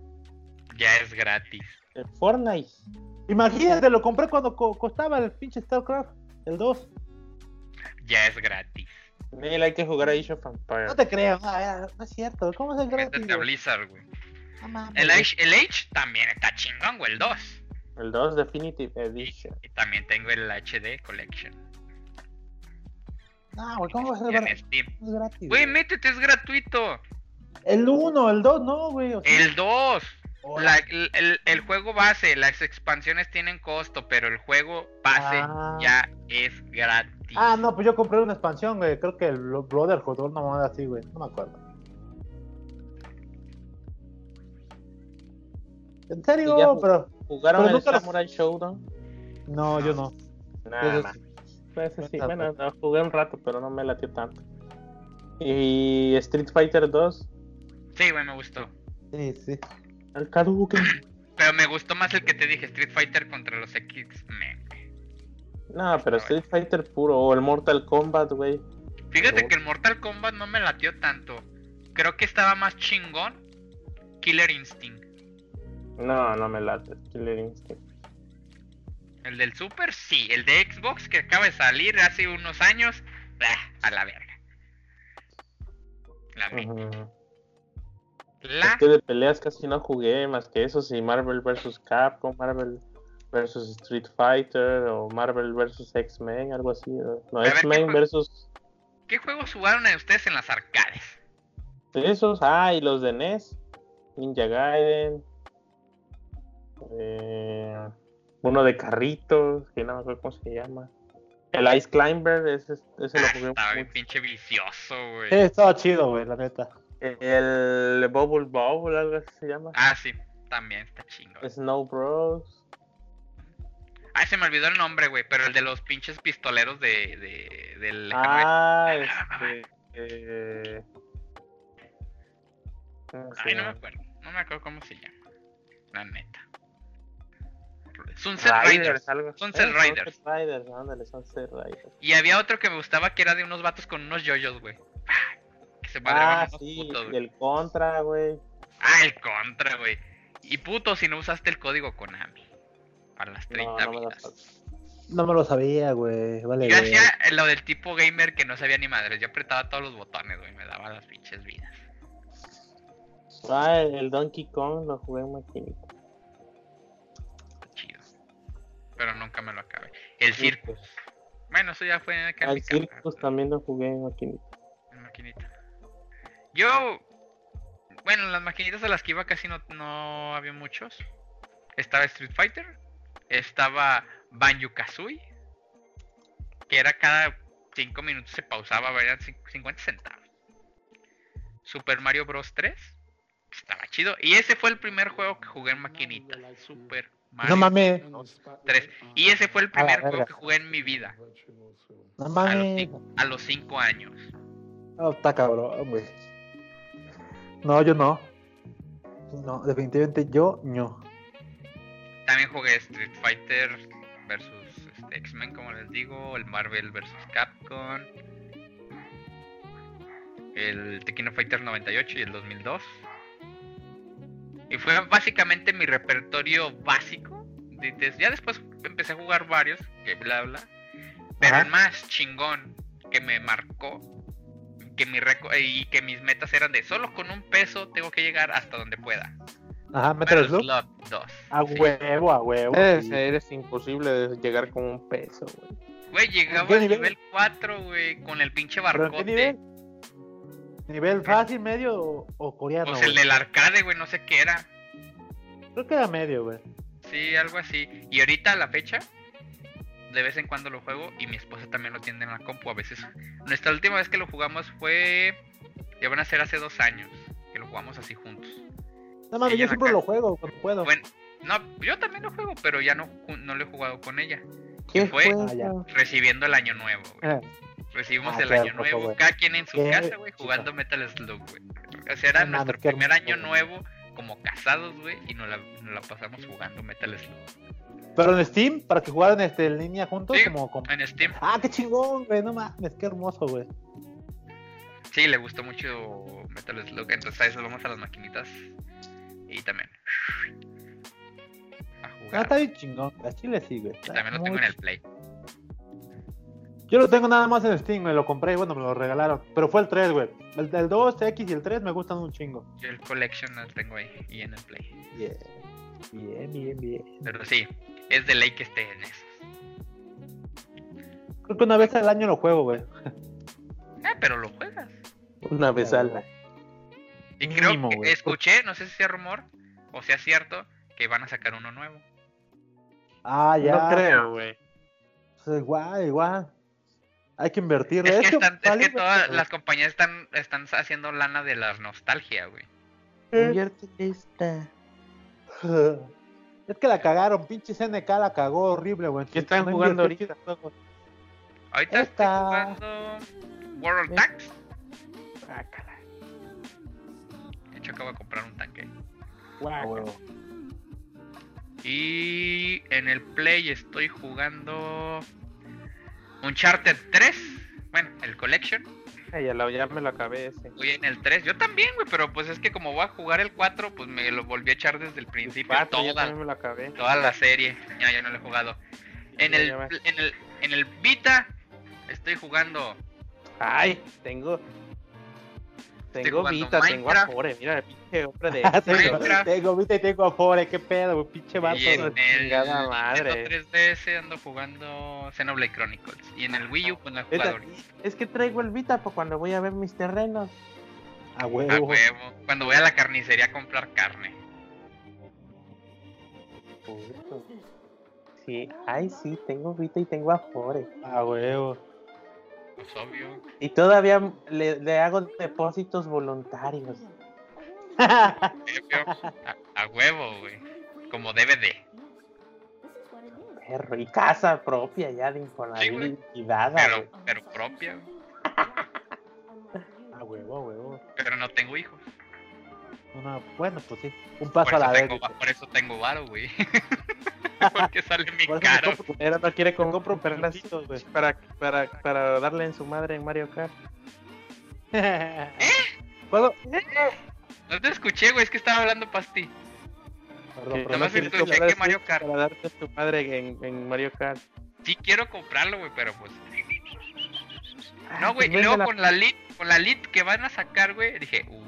Speaker 2: Ya es gratis.
Speaker 3: El Fortnite.
Speaker 1: Imagínate, lo compré cuando co- costaba el pinche StarCraft, el 2.
Speaker 2: Ya es gratis.
Speaker 3: Neil, hay que jugar a Age of Empires.
Speaker 1: No te creo, no, no es cierto. ¿Cómo es el gratis?
Speaker 2: Métete a
Speaker 1: güey?
Speaker 2: Blizzard, güey.
Speaker 1: No mames,
Speaker 2: El
Speaker 1: güey.
Speaker 2: Age, el Age también está chingón, güey. El 2.
Speaker 3: El 2 Definitive Edition.
Speaker 2: Y también tengo el HD Collection.
Speaker 1: No, güey, ¿cómo va a ser
Speaker 2: En
Speaker 1: gratis?
Speaker 2: Steam.
Speaker 1: No es gratis,
Speaker 2: Güey,
Speaker 1: güey.
Speaker 2: métete, es gratuito.
Speaker 1: El 1, el 2, no, güey. o sea,
Speaker 2: El 2.
Speaker 1: ahora-
Speaker 2: La- el, el- el juego base, las expansiones tienen costo, pero el juego base
Speaker 1: Ah.
Speaker 2: ya es gratis.
Speaker 1: Ah, no, pues yo compré una expansión, güey. Creo que el Blo- Brotherhood, una moneda así, güey. No me acuerdo. ¿En serio?
Speaker 3: Y ya jug-
Speaker 1: Pero.
Speaker 3: ¿Jugaron
Speaker 1: Pero
Speaker 3: el
Speaker 1: nunca los-
Speaker 3: Samurai Showdown?
Speaker 1: No, yo no.
Speaker 3: Nada
Speaker 1: Eso
Speaker 3: más.
Speaker 1: sí.
Speaker 3: Ese Pues, sí,
Speaker 1: Nada
Speaker 3: bueno, lo jugué un rato, pero no me latió tanto. Y Street Fighter 2,
Speaker 2: Sí, güey, me gustó.
Speaker 1: Sí, sí.
Speaker 3: el Kaduken.
Speaker 2: Pero me gustó más el que te dije, Street Fighter contra los X-Men. güey.
Speaker 3: No, pero Street Fighter puro, o el Mortal Kombat, güey.
Speaker 2: Fíjate
Speaker 3: Pero-
Speaker 2: que el Mortal Kombat no me latió tanto. Creo que estaba más chingón Killer Instinct.
Speaker 3: No, no me late. Killer Instinct.
Speaker 2: El del Super, sí. El de Xbox que acaba de salir hace unos años, bah, a la verga. La, verga.
Speaker 3: Ujú. Es
Speaker 2: la
Speaker 3: que de peleas casi no jugué más que eso, sí, Marvel vs. Capcom, Marvel vs. Street Fighter, o Marvel vs. X-Men, algo así. ¿no? No,
Speaker 2: A ver, ¿qué
Speaker 3: X-Men
Speaker 2: jue-
Speaker 3: versus
Speaker 2: ¿Qué juegos jugaron a ustedes en las arcades?
Speaker 3: De esos, ah, y los de NES, Ninja Gaiden, eh, uno de carritos, que no me acuerdo cómo se llama. El Ice Climber, ese, ese Este lo
Speaker 2: Ah, Estaba
Speaker 3: jugué
Speaker 2: bien
Speaker 3: mucho. Eh.
Speaker 2: pinche vicioso, güey.
Speaker 1: Sí, estaba chido, güey, la neta.
Speaker 3: El Bubble Bobble, algo así se llama.
Speaker 2: Ah, sí, también está chingón.
Speaker 3: Snow Bros.
Speaker 2: Ah, se me olvidó el nombre, güey, pero el de los pinches pistoleros de, de, del...
Speaker 3: Ah, este. eh, ¿cómo se
Speaker 2: Ay, no me
Speaker 3: llama?
Speaker 2: acuerdo. No me acuerdo cómo se llama. La neta. Sunset
Speaker 3: Riders,
Speaker 2: Riders.
Speaker 3: algo.
Speaker 2: Sunset
Speaker 3: Eh,
Speaker 2: Riders.
Speaker 3: Sunset Riders, ándale, Sunset Riders.
Speaker 2: Y había otro que me gustaba que era de unos vatos con unos yoyos, güey. Ah, Que se
Speaker 3: Ah,
Speaker 2: madreaban unos
Speaker 3: sí,
Speaker 2: putos, güey.
Speaker 3: del Contra, güey.
Speaker 2: Ah, el contra, güey. Y puto si no usaste el código Konami. A las 30
Speaker 3: no me la
Speaker 2: vidas.
Speaker 3: paso.
Speaker 1: No me lo sabía, güey. Vale,
Speaker 2: Yo
Speaker 1: güey.
Speaker 2: hacía lo del tipo gamer que no sabía ni madres. Yo apretaba todos los botones, güey. Me daba las pinches vidas.
Speaker 3: Ah, el, el Donkey Kong lo jugué en maquinita.
Speaker 2: Chido. Pero nunca me lo acabé. El circo. Bueno, eso ya fue acá en mi
Speaker 3: Al
Speaker 2: casa,
Speaker 3: Circus también lo jugué en maquinita.
Speaker 2: en maquinita. Yo. Bueno, en las maquinitas a las que iba casi no, no había muchos. Estaba Street Fighter. Estaba Banjo Kazooie. Que era cada 5 minutos se pausaba, eran cin- 50 centavos. Super Mario Bros. 3. Estaba chido. Y ese fue el primer juego que jugué en maquinita. Super Mario
Speaker 1: No mames.
Speaker 2: 3. Y ese fue el
Speaker 1: A la
Speaker 2: primer juego
Speaker 1: verga.
Speaker 2: que jugué en mi vida.
Speaker 1: No
Speaker 2: A los
Speaker 1: mames.
Speaker 2: cin- A los 5 años.
Speaker 1: No, está cabrón, güey. No, yo no. No, definitivamente yo no.
Speaker 2: También jugué Street Fighter versus este, X-Men, como les digo, el Marvel versus Capcom, el Tekken Fighter 98 y el 2002. Y fue básicamente mi repertorio básico. de- de- ya después empecé a jugar varios, que bla bla. Pero
Speaker 3: Ajá.
Speaker 2: el más chingón que me marcó que mi reco- eh, y que mis metas eran de solo con un peso tengo que llegar hasta donde pueda.
Speaker 1: Ajá, Metal
Speaker 2: Metal
Speaker 1: Slug.
Speaker 2: Slug 2.
Speaker 1: Ah,
Speaker 3: A
Speaker 2: sí.
Speaker 3: huevo, a huevo.
Speaker 1: Eh, Sí.
Speaker 3: Eres, eres Eh, imposible de llegar con un peso, güey.
Speaker 2: Güey,
Speaker 1: ¿Qué
Speaker 2: llegaba al
Speaker 1: nivel?
Speaker 2: nivel 4, güey, con el pinche
Speaker 1: ¿Pero en qué
Speaker 2: barcote.
Speaker 1: nivel? ¿Nivel fácil, medio o, o coreano?
Speaker 2: Pues el
Speaker 1: güey?
Speaker 2: del arcade, güey, no sé qué era.
Speaker 1: Creo que era medio, güey.
Speaker 2: Sí, algo así. Y ahorita a la fecha, de vez en cuando lo juego y mi esposa también lo tiene en la compu a veces. Nuestra última vez que lo jugamos fue, ya van a ser hace dos años, que lo jugamos así juntos.
Speaker 1: No mames,
Speaker 2: Ella
Speaker 1: yo siempre
Speaker 2: acá.
Speaker 1: lo juego cuando puedo.
Speaker 2: Bueno, no, yo también lo juego, pero ya no, ju- no lo he jugado con ella.
Speaker 3: ¿Qué
Speaker 2: fue?
Speaker 1: Ah, ya.
Speaker 3: eso?
Speaker 2: Recibiendo el año nuevo, güey.
Speaker 1: Eh,
Speaker 2: Recibimos
Speaker 1: Ah,
Speaker 2: el
Speaker 1: claro,
Speaker 2: año
Speaker 1: poco,
Speaker 2: nuevo,
Speaker 1: güey.
Speaker 2: cada quien en su
Speaker 1: Qué
Speaker 2: casa, güey,
Speaker 1: chido.
Speaker 2: jugando Metal Slug, güey. O sea, era
Speaker 1: No mames,
Speaker 2: nuestro
Speaker 1: qué
Speaker 2: primer
Speaker 1: hermoso,
Speaker 2: año
Speaker 1: güey.
Speaker 2: nuevo como casados, güey, y nos la, nos la pasamos jugando Metal Slug.
Speaker 1: Pero en Steam, para que jugaran este, en línea juntos,
Speaker 2: Sí,
Speaker 1: como, como-
Speaker 2: En Steam,
Speaker 1: Ah, qué chingón, güey, no mames, qué hermoso, güey. Ah,
Speaker 2: sí, le gustó mucho Metal Slug, entonces a eso vamos a las maquinitas. Y también. A
Speaker 1: Ah, está
Speaker 2: jugar.
Speaker 1: bien chingón, a Chile sí, güey.
Speaker 2: Y
Speaker 1: está
Speaker 2: también lo
Speaker 1: muy
Speaker 2: tengo en el Play.
Speaker 1: Yo lo tengo nada más en Steam, me lo compré y bueno, me lo regalaron. Pero fue el 3, güey. El, el 2, X y el 3 me gustan un chingo.
Speaker 2: Yo el Collection lo tengo ahí y en el Play.
Speaker 1: Bien, bien, bien.
Speaker 2: Pero sí, es de ley que esté en esos.
Speaker 1: Creo que una vez al año lo juego, güey.
Speaker 2: Ah, pero lo juegas.
Speaker 3: Una vez al
Speaker 2: Y creo
Speaker 1: Mínimo,
Speaker 2: que
Speaker 1: güey.
Speaker 2: escuché, no sé si sea rumor o sea cierto, que van a sacar uno nuevo.
Speaker 1: Ah, ya.
Speaker 3: No creo, güey.
Speaker 1: Pues, igual, igual. Hay que invertir.
Speaker 2: Es que,
Speaker 1: Eso
Speaker 2: están- es
Speaker 1: vale,
Speaker 2: que
Speaker 1: güey.
Speaker 2: todas las compañías están, están haciendo lana de la nostalgia, güey.
Speaker 3: Convierte esta.
Speaker 1: Es que la cagaron, pinche CNK la cagó horrible, güey.
Speaker 3: ¿Qué están
Speaker 1: No
Speaker 3: jugando
Speaker 1: invirtió.
Speaker 2: Ahorita
Speaker 1: Esta-
Speaker 2: estoy jugando World Tanks. De hecho, acabo de comprar un tanque.
Speaker 1: Ah, huevo.
Speaker 2: Y en el Play estoy jugando Uncharted 3. Bueno, el Collection.
Speaker 3: Ay, ya, lo- ya me lo acabé ese.
Speaker 2: Voy en el 3. Yo también, güey, pero pues es que como voy a jugar el 4, pues me lo volví a echar desde el principio.
Speaker 3: Cuatro,
Speaker 2: toda
Speaker 3: ya también me lo acabé.
Speaker 2: Toda la serie. Ya, yo no lo he jugado. En
Speaker 3: Ya,
Speaker 2: el,
Speaker 3: ya va.
Speaker 2: en el, en el Vita estoy jugando.
Speaker 3: Ay, tengo. Tengo
Speaker 2: jugando
Speaker 3: Vita, tengo
Speaker 2: Minecraft.
Speaker 3: Afore. Mira, el pinche hombre de.
Speaker 1: Ah, tengo,
Speaker 2: Minecraft.
Speaker 1: tengo, viste, y tengo Afore, qué pedo, güey, pinche vato.
Speaker 2: y en
Speaker 1: güey.
Speaker 2: el
Speaker 3: chingada
Speaker 2: Nintendo
Speaker 3: madre.
Speaker 2: 3DS ando jugando Xenoblade Chronicles. Y en el Wii U, pues no he
Speaker 3: Neta,
Speaker 2: jugado. ahorita.
Speaker 3: es que traigo el Vita para cuando voy a ver mis terrenos.
Speaker 1: A
Speaker 2: A
Speaker 3: uh.
Speaker 1: huevo.
Speaker 2: huevo. Cuando voy a la carnicería a comprar carne.
Speaker 3: Puto. Sí, ay, sí, tengo Vita y tengo Afore.
Speaker 1: A huevo.
Speaker 2: Pues obvio.
Speaker 3: Y todavía le, le hago depósitos voluntarios.
Speaker 2: obvio. A, a huevo, güey. Como DVD.
Speaker 3: Perro, y casa propia ya de
Speaker 2: Sí, güey.
Speaker 3: Infonavit y dada.
Speaker 2: Pero,
Speaker 3: güey.
Speaker 2: pero propia. güey.
Speaker 1: A huevo, a huevo.
Speaker 2: Pero no tengo hijos.
Speaker 1: Una- bueno, pues sí. Un
Speaker 2: Por
Speaker 1: paso a
Speaker 2: eso,
Speaker 1: la vez.
Speaker 2: tengo,
Speaker 1: dice.
Speaker 2: va- por eso tengo varo, güey. Porque sale mi
Speaker 1: Por eso me
Speaker 2: caro.
Speaker 1: compro-
Speaker 3: Pero no quiere
Speaker 1: me
Speaker 3: comprar
Speaker 1: compro
Speaker 3: perlas
Speaker 1: perlitos, güey.
Speaker 3: para, para, para darle en su madre en Mario Kart.
Speaker 1: Puedo-
Speaker 3: ¿Eh?
Speaker 2: No te escuché, güey. Es que estaba hablando para ti.
Speaker 1: Perdón,
Speaker 3: Que
Speaker 1: pero
Speaker 2: nada
Speaker 1: no
Speaker 2: más
Speaker 1: quiero-
Speaker 2: esto- escuché que Mario Kart.
Speaker 3: Para darte en tu madre en, en Mario Kart.
Speaker 2: Sí quiero comprarlo, güey, pero pues...
Speaker 3: Ah,
Speaker 2: No, güey, y
Speaker 3: pues
Speaker 2: luego
Speaker 3: véndela.
Speaker 2: con la lit, con la lit que van a sacar, güey, dije, uh.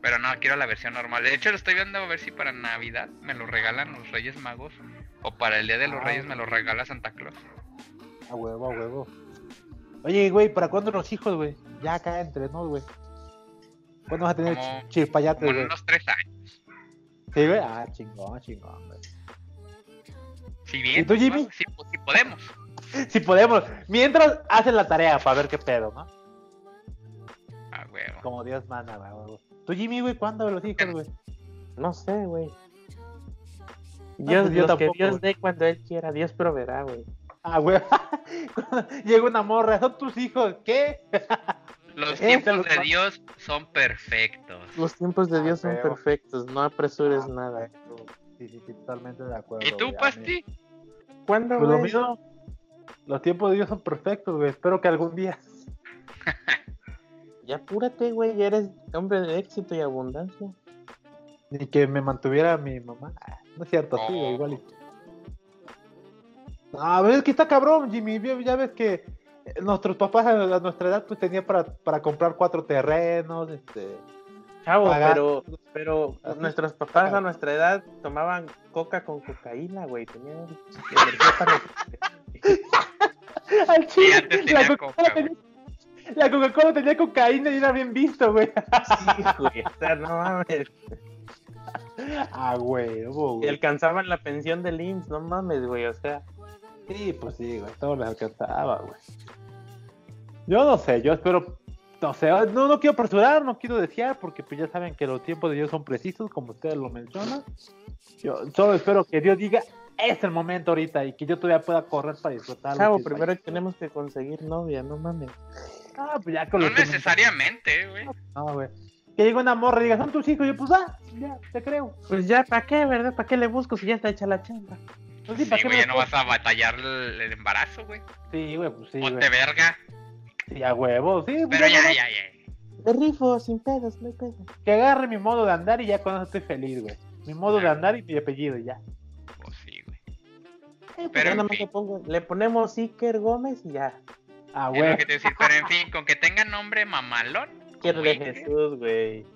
Speaker 2: Pero no, quiero la versión normal. De hecho, lo estoy viendo a ver si para Navidad me lo regalan los Reyes Magos o para el Día de los
Speaker 1: Ah,
Speaker 2: Reyes me lo regala Santa Claus.
Speaker 1: A huevo, a huevo. Oye, güey, ¿para cuándo los hijos, güey? Ya acá entre nos, güey. ¿Cuándo vas a tener
Speaker 2: Como-
Speaker 1: chi- chispayates,
Speaker 2: Como en
Speaker 1: güey?
Speaker 2: unos tres años.
Speaker 1: Sí, güey. Ah, chingón, chingón, güey.
Speaker 2: Si bien,
Speaker 1: ¿Y tú, Jimmy?
Speaker 2: ¿no? si, si podemos.
Speaker 1: Si podemos. Mientras hacen la tarea para ver qué pedo, ¿no?
Speaker 2: Ah, huevo.
Speaker 1: Como Dios manda, güey, a huevo. Tú, Jimmy, güey, ¿cuándo los hijos, güey?
Speaker 3: No sé, güey.
Speaker 1: No,
Speaker 3: Dios,
Speaker 1: pues yo
Speaker 3: los
Speaker 1: tampoco,
Speaker 3: que Dios dé cuando Él quiera, Dios proveerá, güey.
Speaker 1: Ah, güey. Cuando Llega una morra, son tus hijos. ¿Qué?
Speaker 2: Los
Speaker 1: Eh, se
Speaker 2: tiempos
Speaker 1: los
Speaker 2: de
Speaker 1: va-
Speaker 2: Dios son perfectos.
Speaker 3: Los tiempos de
Speaker 1: Ah,
Speaker 3: Dios son
Speaker 1: creo.
Speaker 3: Ah, perfectos, no apresures Pues nada.
Speaker 1: Sí, sí, sí, totalmente de acuerdo.
Speaker 2: ¿Y tú,
Speaker 1: güey, a mí-
Speaker 2: Pasti?
Speaker 3: ¿Cuándo,
Speaker 1: Pues lo
Speaker 3: güey?
Speaker 1: mío, los tiempos de Dios son perfectos, güey. Espero que algún día.
Speaker 3: Ya apúrate, güey, ya eres hombre de éxito y abundancia.
Speaker 1: Ni que me mantuviera mi mamá. Ah, No es cierto, sí, güey, igual. y- A ver, es que está cabrón, Jimmy. Ya ya ves que eh, nuestros papás a a nuestra edad pues tenían para, para comprar cuatro terrenos, este...
Speaker 3: Chavo,
Speaker 1: Pagar.
Speaker 3: pero, pero
Speaker 1: Así.
Speaker 3: nuestros papás a nuestra edad tomaban coca con cocaína, güey. Tenían energía para-
Speaker 1: Al
Speaker 2: Y
Speaker 1: chile,
Speaker 2: antes
Speaker 1: la
Speaker 2: tenía
Speaker 1: Coca-Cola
Speaker 2: coca,
Speaker 1: tenía- la Coca-Cola tenía cocaína y era bien visto, güey.
Speaker 3: Sí, güey, o sea, no mames.
Speaker 1: Ah, güey,
Speaker 3: Y alcanzaban la pensión del IMSS, no mames, güey, o sea.
Speaker 1: Sí, pues sí, güey, todo les alcanzaba, güey. Yo no sé, yo espero, no sé, no, no quiero apresurar, no quiero desear, porque pues ya saben que los tiempos de Dios son precisos, como ustedes lo mencionan. Yo solo espero que Dios diga, es el momento ahorita, y que yo todavía pueda correr para disfrutar. lo
Speaker 3: Chavo,
Speaker 1: que-
Speaker 3: primero tenemos que conseguir novia, no mames.
Speaker 1: Ah, pues ya con
Speaker 2: No
Speaker 1: los que-
Speaker 2: necesariamente, güey.
Speaker 1: No, güey. Que llegue una morra y diga, son tus hijos, yo pues, ah, ya, te creo.
Speaker 3: Pues ya, ¿para qué, verdad? ¿Para qué le busco si ya está hecha la chamba?
Speaker 1: Pues,
Speaker 2: Sí,
Speaker 1: ¿para qué
Speaker 2: güey,
Speaker 1: me
Speaker 2: ya no
Speaker 1: lo-
Speaker 2: vas a batallar el, el embarazo, güey.
Speaker 1: Sí, güey, pues sí, güey.
Speaker 2: Ponte verga.
Speaker 1: Sí, a huevo, sí. pues,
Speaker 2: Pero
Speaker 1: ya,
Speaker 2: ya,
Speaker 1: ya,
Speaker 2: ya, ya.
Speaker 3: Me rifo, sin pedos, no hay Eh, pedos.
Speaker 1: Que agarre mi modo de andar y ya con eso estoy feliz, güey. Mi modo de andar y mi apellido, y ya.
Speaker 2: Pues sí, güey.
Speaker 3: Eh, pues
Speaker 2: Pero
Speaker 3: ya
Speaker 2: en
Speaker 3: nada más
Speaker 2: fin.
Speaker 3: le, pongo- le ponemos Iker Gómez y ya.
Speaker 1: Ah,
Speaker 2: Es
Speaker 1: güey.
Speaker 2: lo que te decir. Pero en fin, con que tenga nombre mamalón.
Speaker 3: Quiero
Speaker 2: como
Speaker 3: de
Speaker 2: Iker,
Speaker 3: Jesús, güey.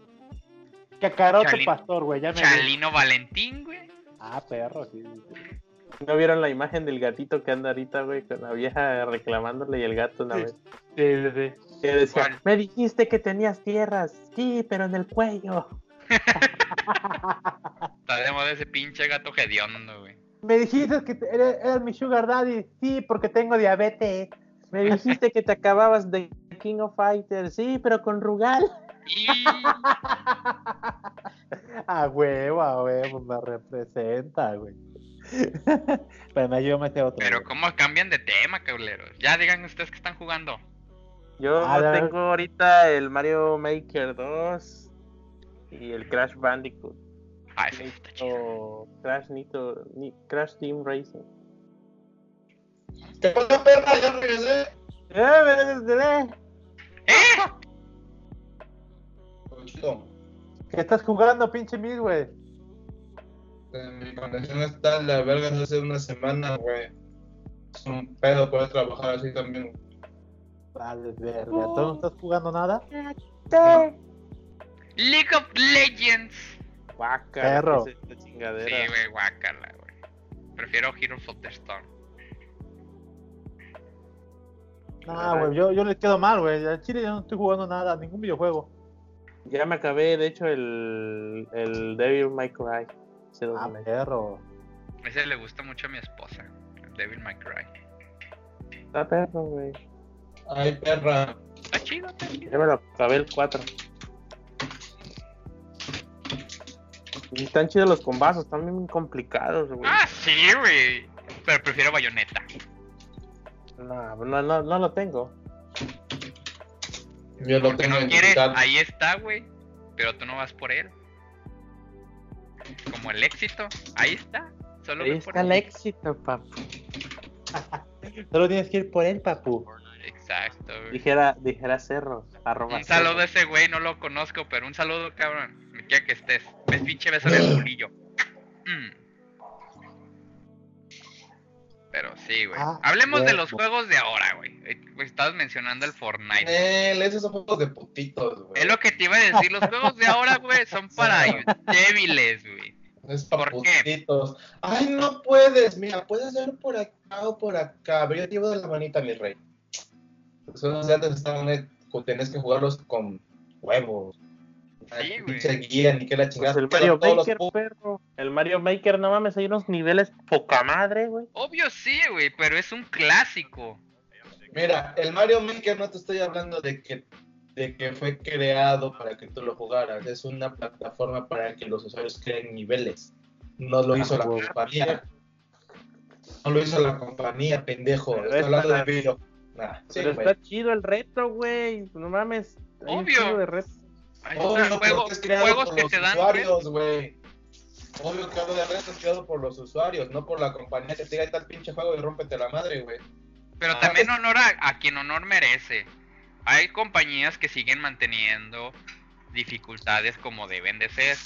Speaker 1: Cacarote
Speaker 2: Chalino.
Speaker 1: pastor, güey. Ya me.
Speaker 2: Chalino Valentín, güey.
Speaker 1: Ah, perro, sí. sí, sí.
Speaker 3: ¿No vieron la imagen del gatito que anda ahorita, güey? Con la vieja reclamándole y el gato una
Speaker 1: Sí.
Speaker 3: vez.
Speaker 1: Sí, sí, sí.
Speaker 3: Que decía,
Speaker 2: ¿Cuál?
Speaker 3: me dijiste que tenías tierras. Sí, pero en el cuello.
Speaker 2: Está de moda ese pinche gato hediondo, güey.
Speaker 1: Me dijiste que te- eres, eres mi sugar daddy. Sí, porque tengo diabetes.
Speaker 3: Me dijiste que te acababas de King of Fighters. Sí, pero con Rugal.
Speaker 2: Y
Speaker 1: Ah, huevo, a huevo, me representa, güey. Pero me ayuda a meter otro.
Speaker 2: Pero
Speaker 1: güey.
Speaker 2: cómo cambian de tema, cableros. Ya digan ustedes que están jugando.
Speaker 3: Yo
Speaker 1: A ver.
Speaker 3: tengo ahorita el Mario Maker 2 y el Crash Bandicoot.
Speaker 2: Ah, eso está chido.
Speaker 3: O Crash Nito, Ni- Crash Team Racing.
Speaker 4: ¿Qué pasa, perra? Ya regresé.
Speaker 3: Eh,
Speaker 4: Pues, Chido.
Speaker 1: ¿Qué estás jugando, pinche mil, güey?
Speaker 4: Eh, Mi conexión está en la verga desde hace una semana, güey. Es un pedo poder trabajar así también.
Speaker 1: Vale, verga. ¿Tú no estás jugando nada?
Speaker 2: League of Legends.
Speaker 3: Guácala,
Speaker 1: Perro.
Speaker 3: ¿qué es esta chingadera?
Speaker 2: Sí, güey, guácala, güey. Prefiero Heroes of the Storm.
Speaker 1: No, güey, yo, yo le quedo mal, güey. Al chile yo no estoy jugando nada, ningún videojuego.
Speaker 3: Ya me acabé, de hecho, el, el Devil May Cry. Ese dos
Speaker 1: Ah,
Speaker 3: me-
Speaker 1: perro.
Speaker 2: Ese le gusta mucho a mi esposa. Devil May Cry.
Speaker 3: Está perro, güey.
Speaker 4: Ay, perra.
Speaker 2: Está Ah, chido, está chido.
Speaker 3: Ya me lo acabé el 4. Y están chidos los combazos, están bien complicados, güey.
Speaker 2: Ah, sí, güey. Pero prefiero bayoneta.
Speaker 3: No, no, no, no lo tengo.
Speaker 4: Yo lo
Speaker 2: Porque
Speaker 4: tengo
Speaker 2: no
Speaker 4: en
Speaker 2: quieres,
Speaker 4: digital.
Speaker 2: ahí está, güey. Pero tú no vas por él. Como el éxito, ahí está. Solo
Speaker 3: Ahí
Speaker 2: ve por
Speaker 3: está el
Speaker 2: él.
Speaker 3: éxito, papi.
Speaker 1: Solo tienes que ir por él, papu.
Speaker 2: Exacto, güey.
Speaker 3: Dijera, dijera Cerro. Arroba
Speaker 2: Un saludo a
Speaker 3: Cerro.
Speaker 2: ese güey, no lo conozco, pero un saludo, cabrón. Me quiera que estés. Ves pinche beso en
Speaker 4: Ah.
Speaker 2: el culillo. Mm. Pero sí, güey.
Speaker 1: Ah,
Speaker 2: Hablemos de
Speaker 1: huevo.
Speaker 2: los juegos de ahora, güey. Eh, pues, Estabas mencionando el Fortnite.
Speaker 4: Eh, esos son juegos de putitos, güey.
Speaker 2: Es lo que te iba a decir, los juegos de ahora, güey, son para débiles, güey.
Speaker 4: Es para
Speaker 2: ¿Por qué?
Speaker 4: putitos. Ay, no puedes. Mira, puedes hacer por acá o por acá. Pero yo te llevo de la manita, mi rey. Son los de antes estaban eh, con- tenés que jugarlos con huevos. Ay,
Speaker 2: güey.
Speaker 4: pinche guía, ni que la
Speaker 3: Pues
Speaker 4: chingada.
Speaker 3: el
Speaker 4: pero
Speaker 3: Mario
Speaker 4: todos los
Speaker 3: Maker,
Speaker 4: pu-
Speaker 3: perro. El Mario Maker, no mames, hay unos niveles poca madre, güey.
Speaker 2: Obvio sí, güey, pero es un clásico.
Speaker 4: Mira, el Mario Maker no te estoy hablando de que, de que fue creado para que tú lo jugaras. Es una plataforma para que los usuarios creen niveles. No lo hizo la
Speaker 1: huevo.
Speaker 4: compañía. No lo hizo la compañía, pendejo.
Speaker 3: Pero
Speaker 4: Estoy
Speaker 3: es
Speaker 4: hablando de
Speaker 3: para-
Speaker 4: video. Nah, sí,
Speaker 3: Pero
Speaker 4: güey.
Speaker 3: está chido el reto, güey. Pues No mames. hay un
Speaker 2: Obvio.
Speaker 3: chingo de reto.
Speaker 2: Ahí está,
Speaker 4: Obvio,
Speaker 2: juego-
Speaker 4: porque es creado
Speaker 2: juegos
Speaker 4: por
Speaker 2: que
Speaker 4: los
Speaker 2: te dan
Speaker 4: usuarios, güey. Obvio que hablo de redes es creado por los usuarios, no por la compañía que te diga "Ahí está el pinche juego y rómpete la madre, güey.
Speaker 2: Pero
Speaker 4: Ah.
Speaker 2: también honor a, a quien honor merece. Hay compañías que siguen manteniendo dificultades como deben de ser.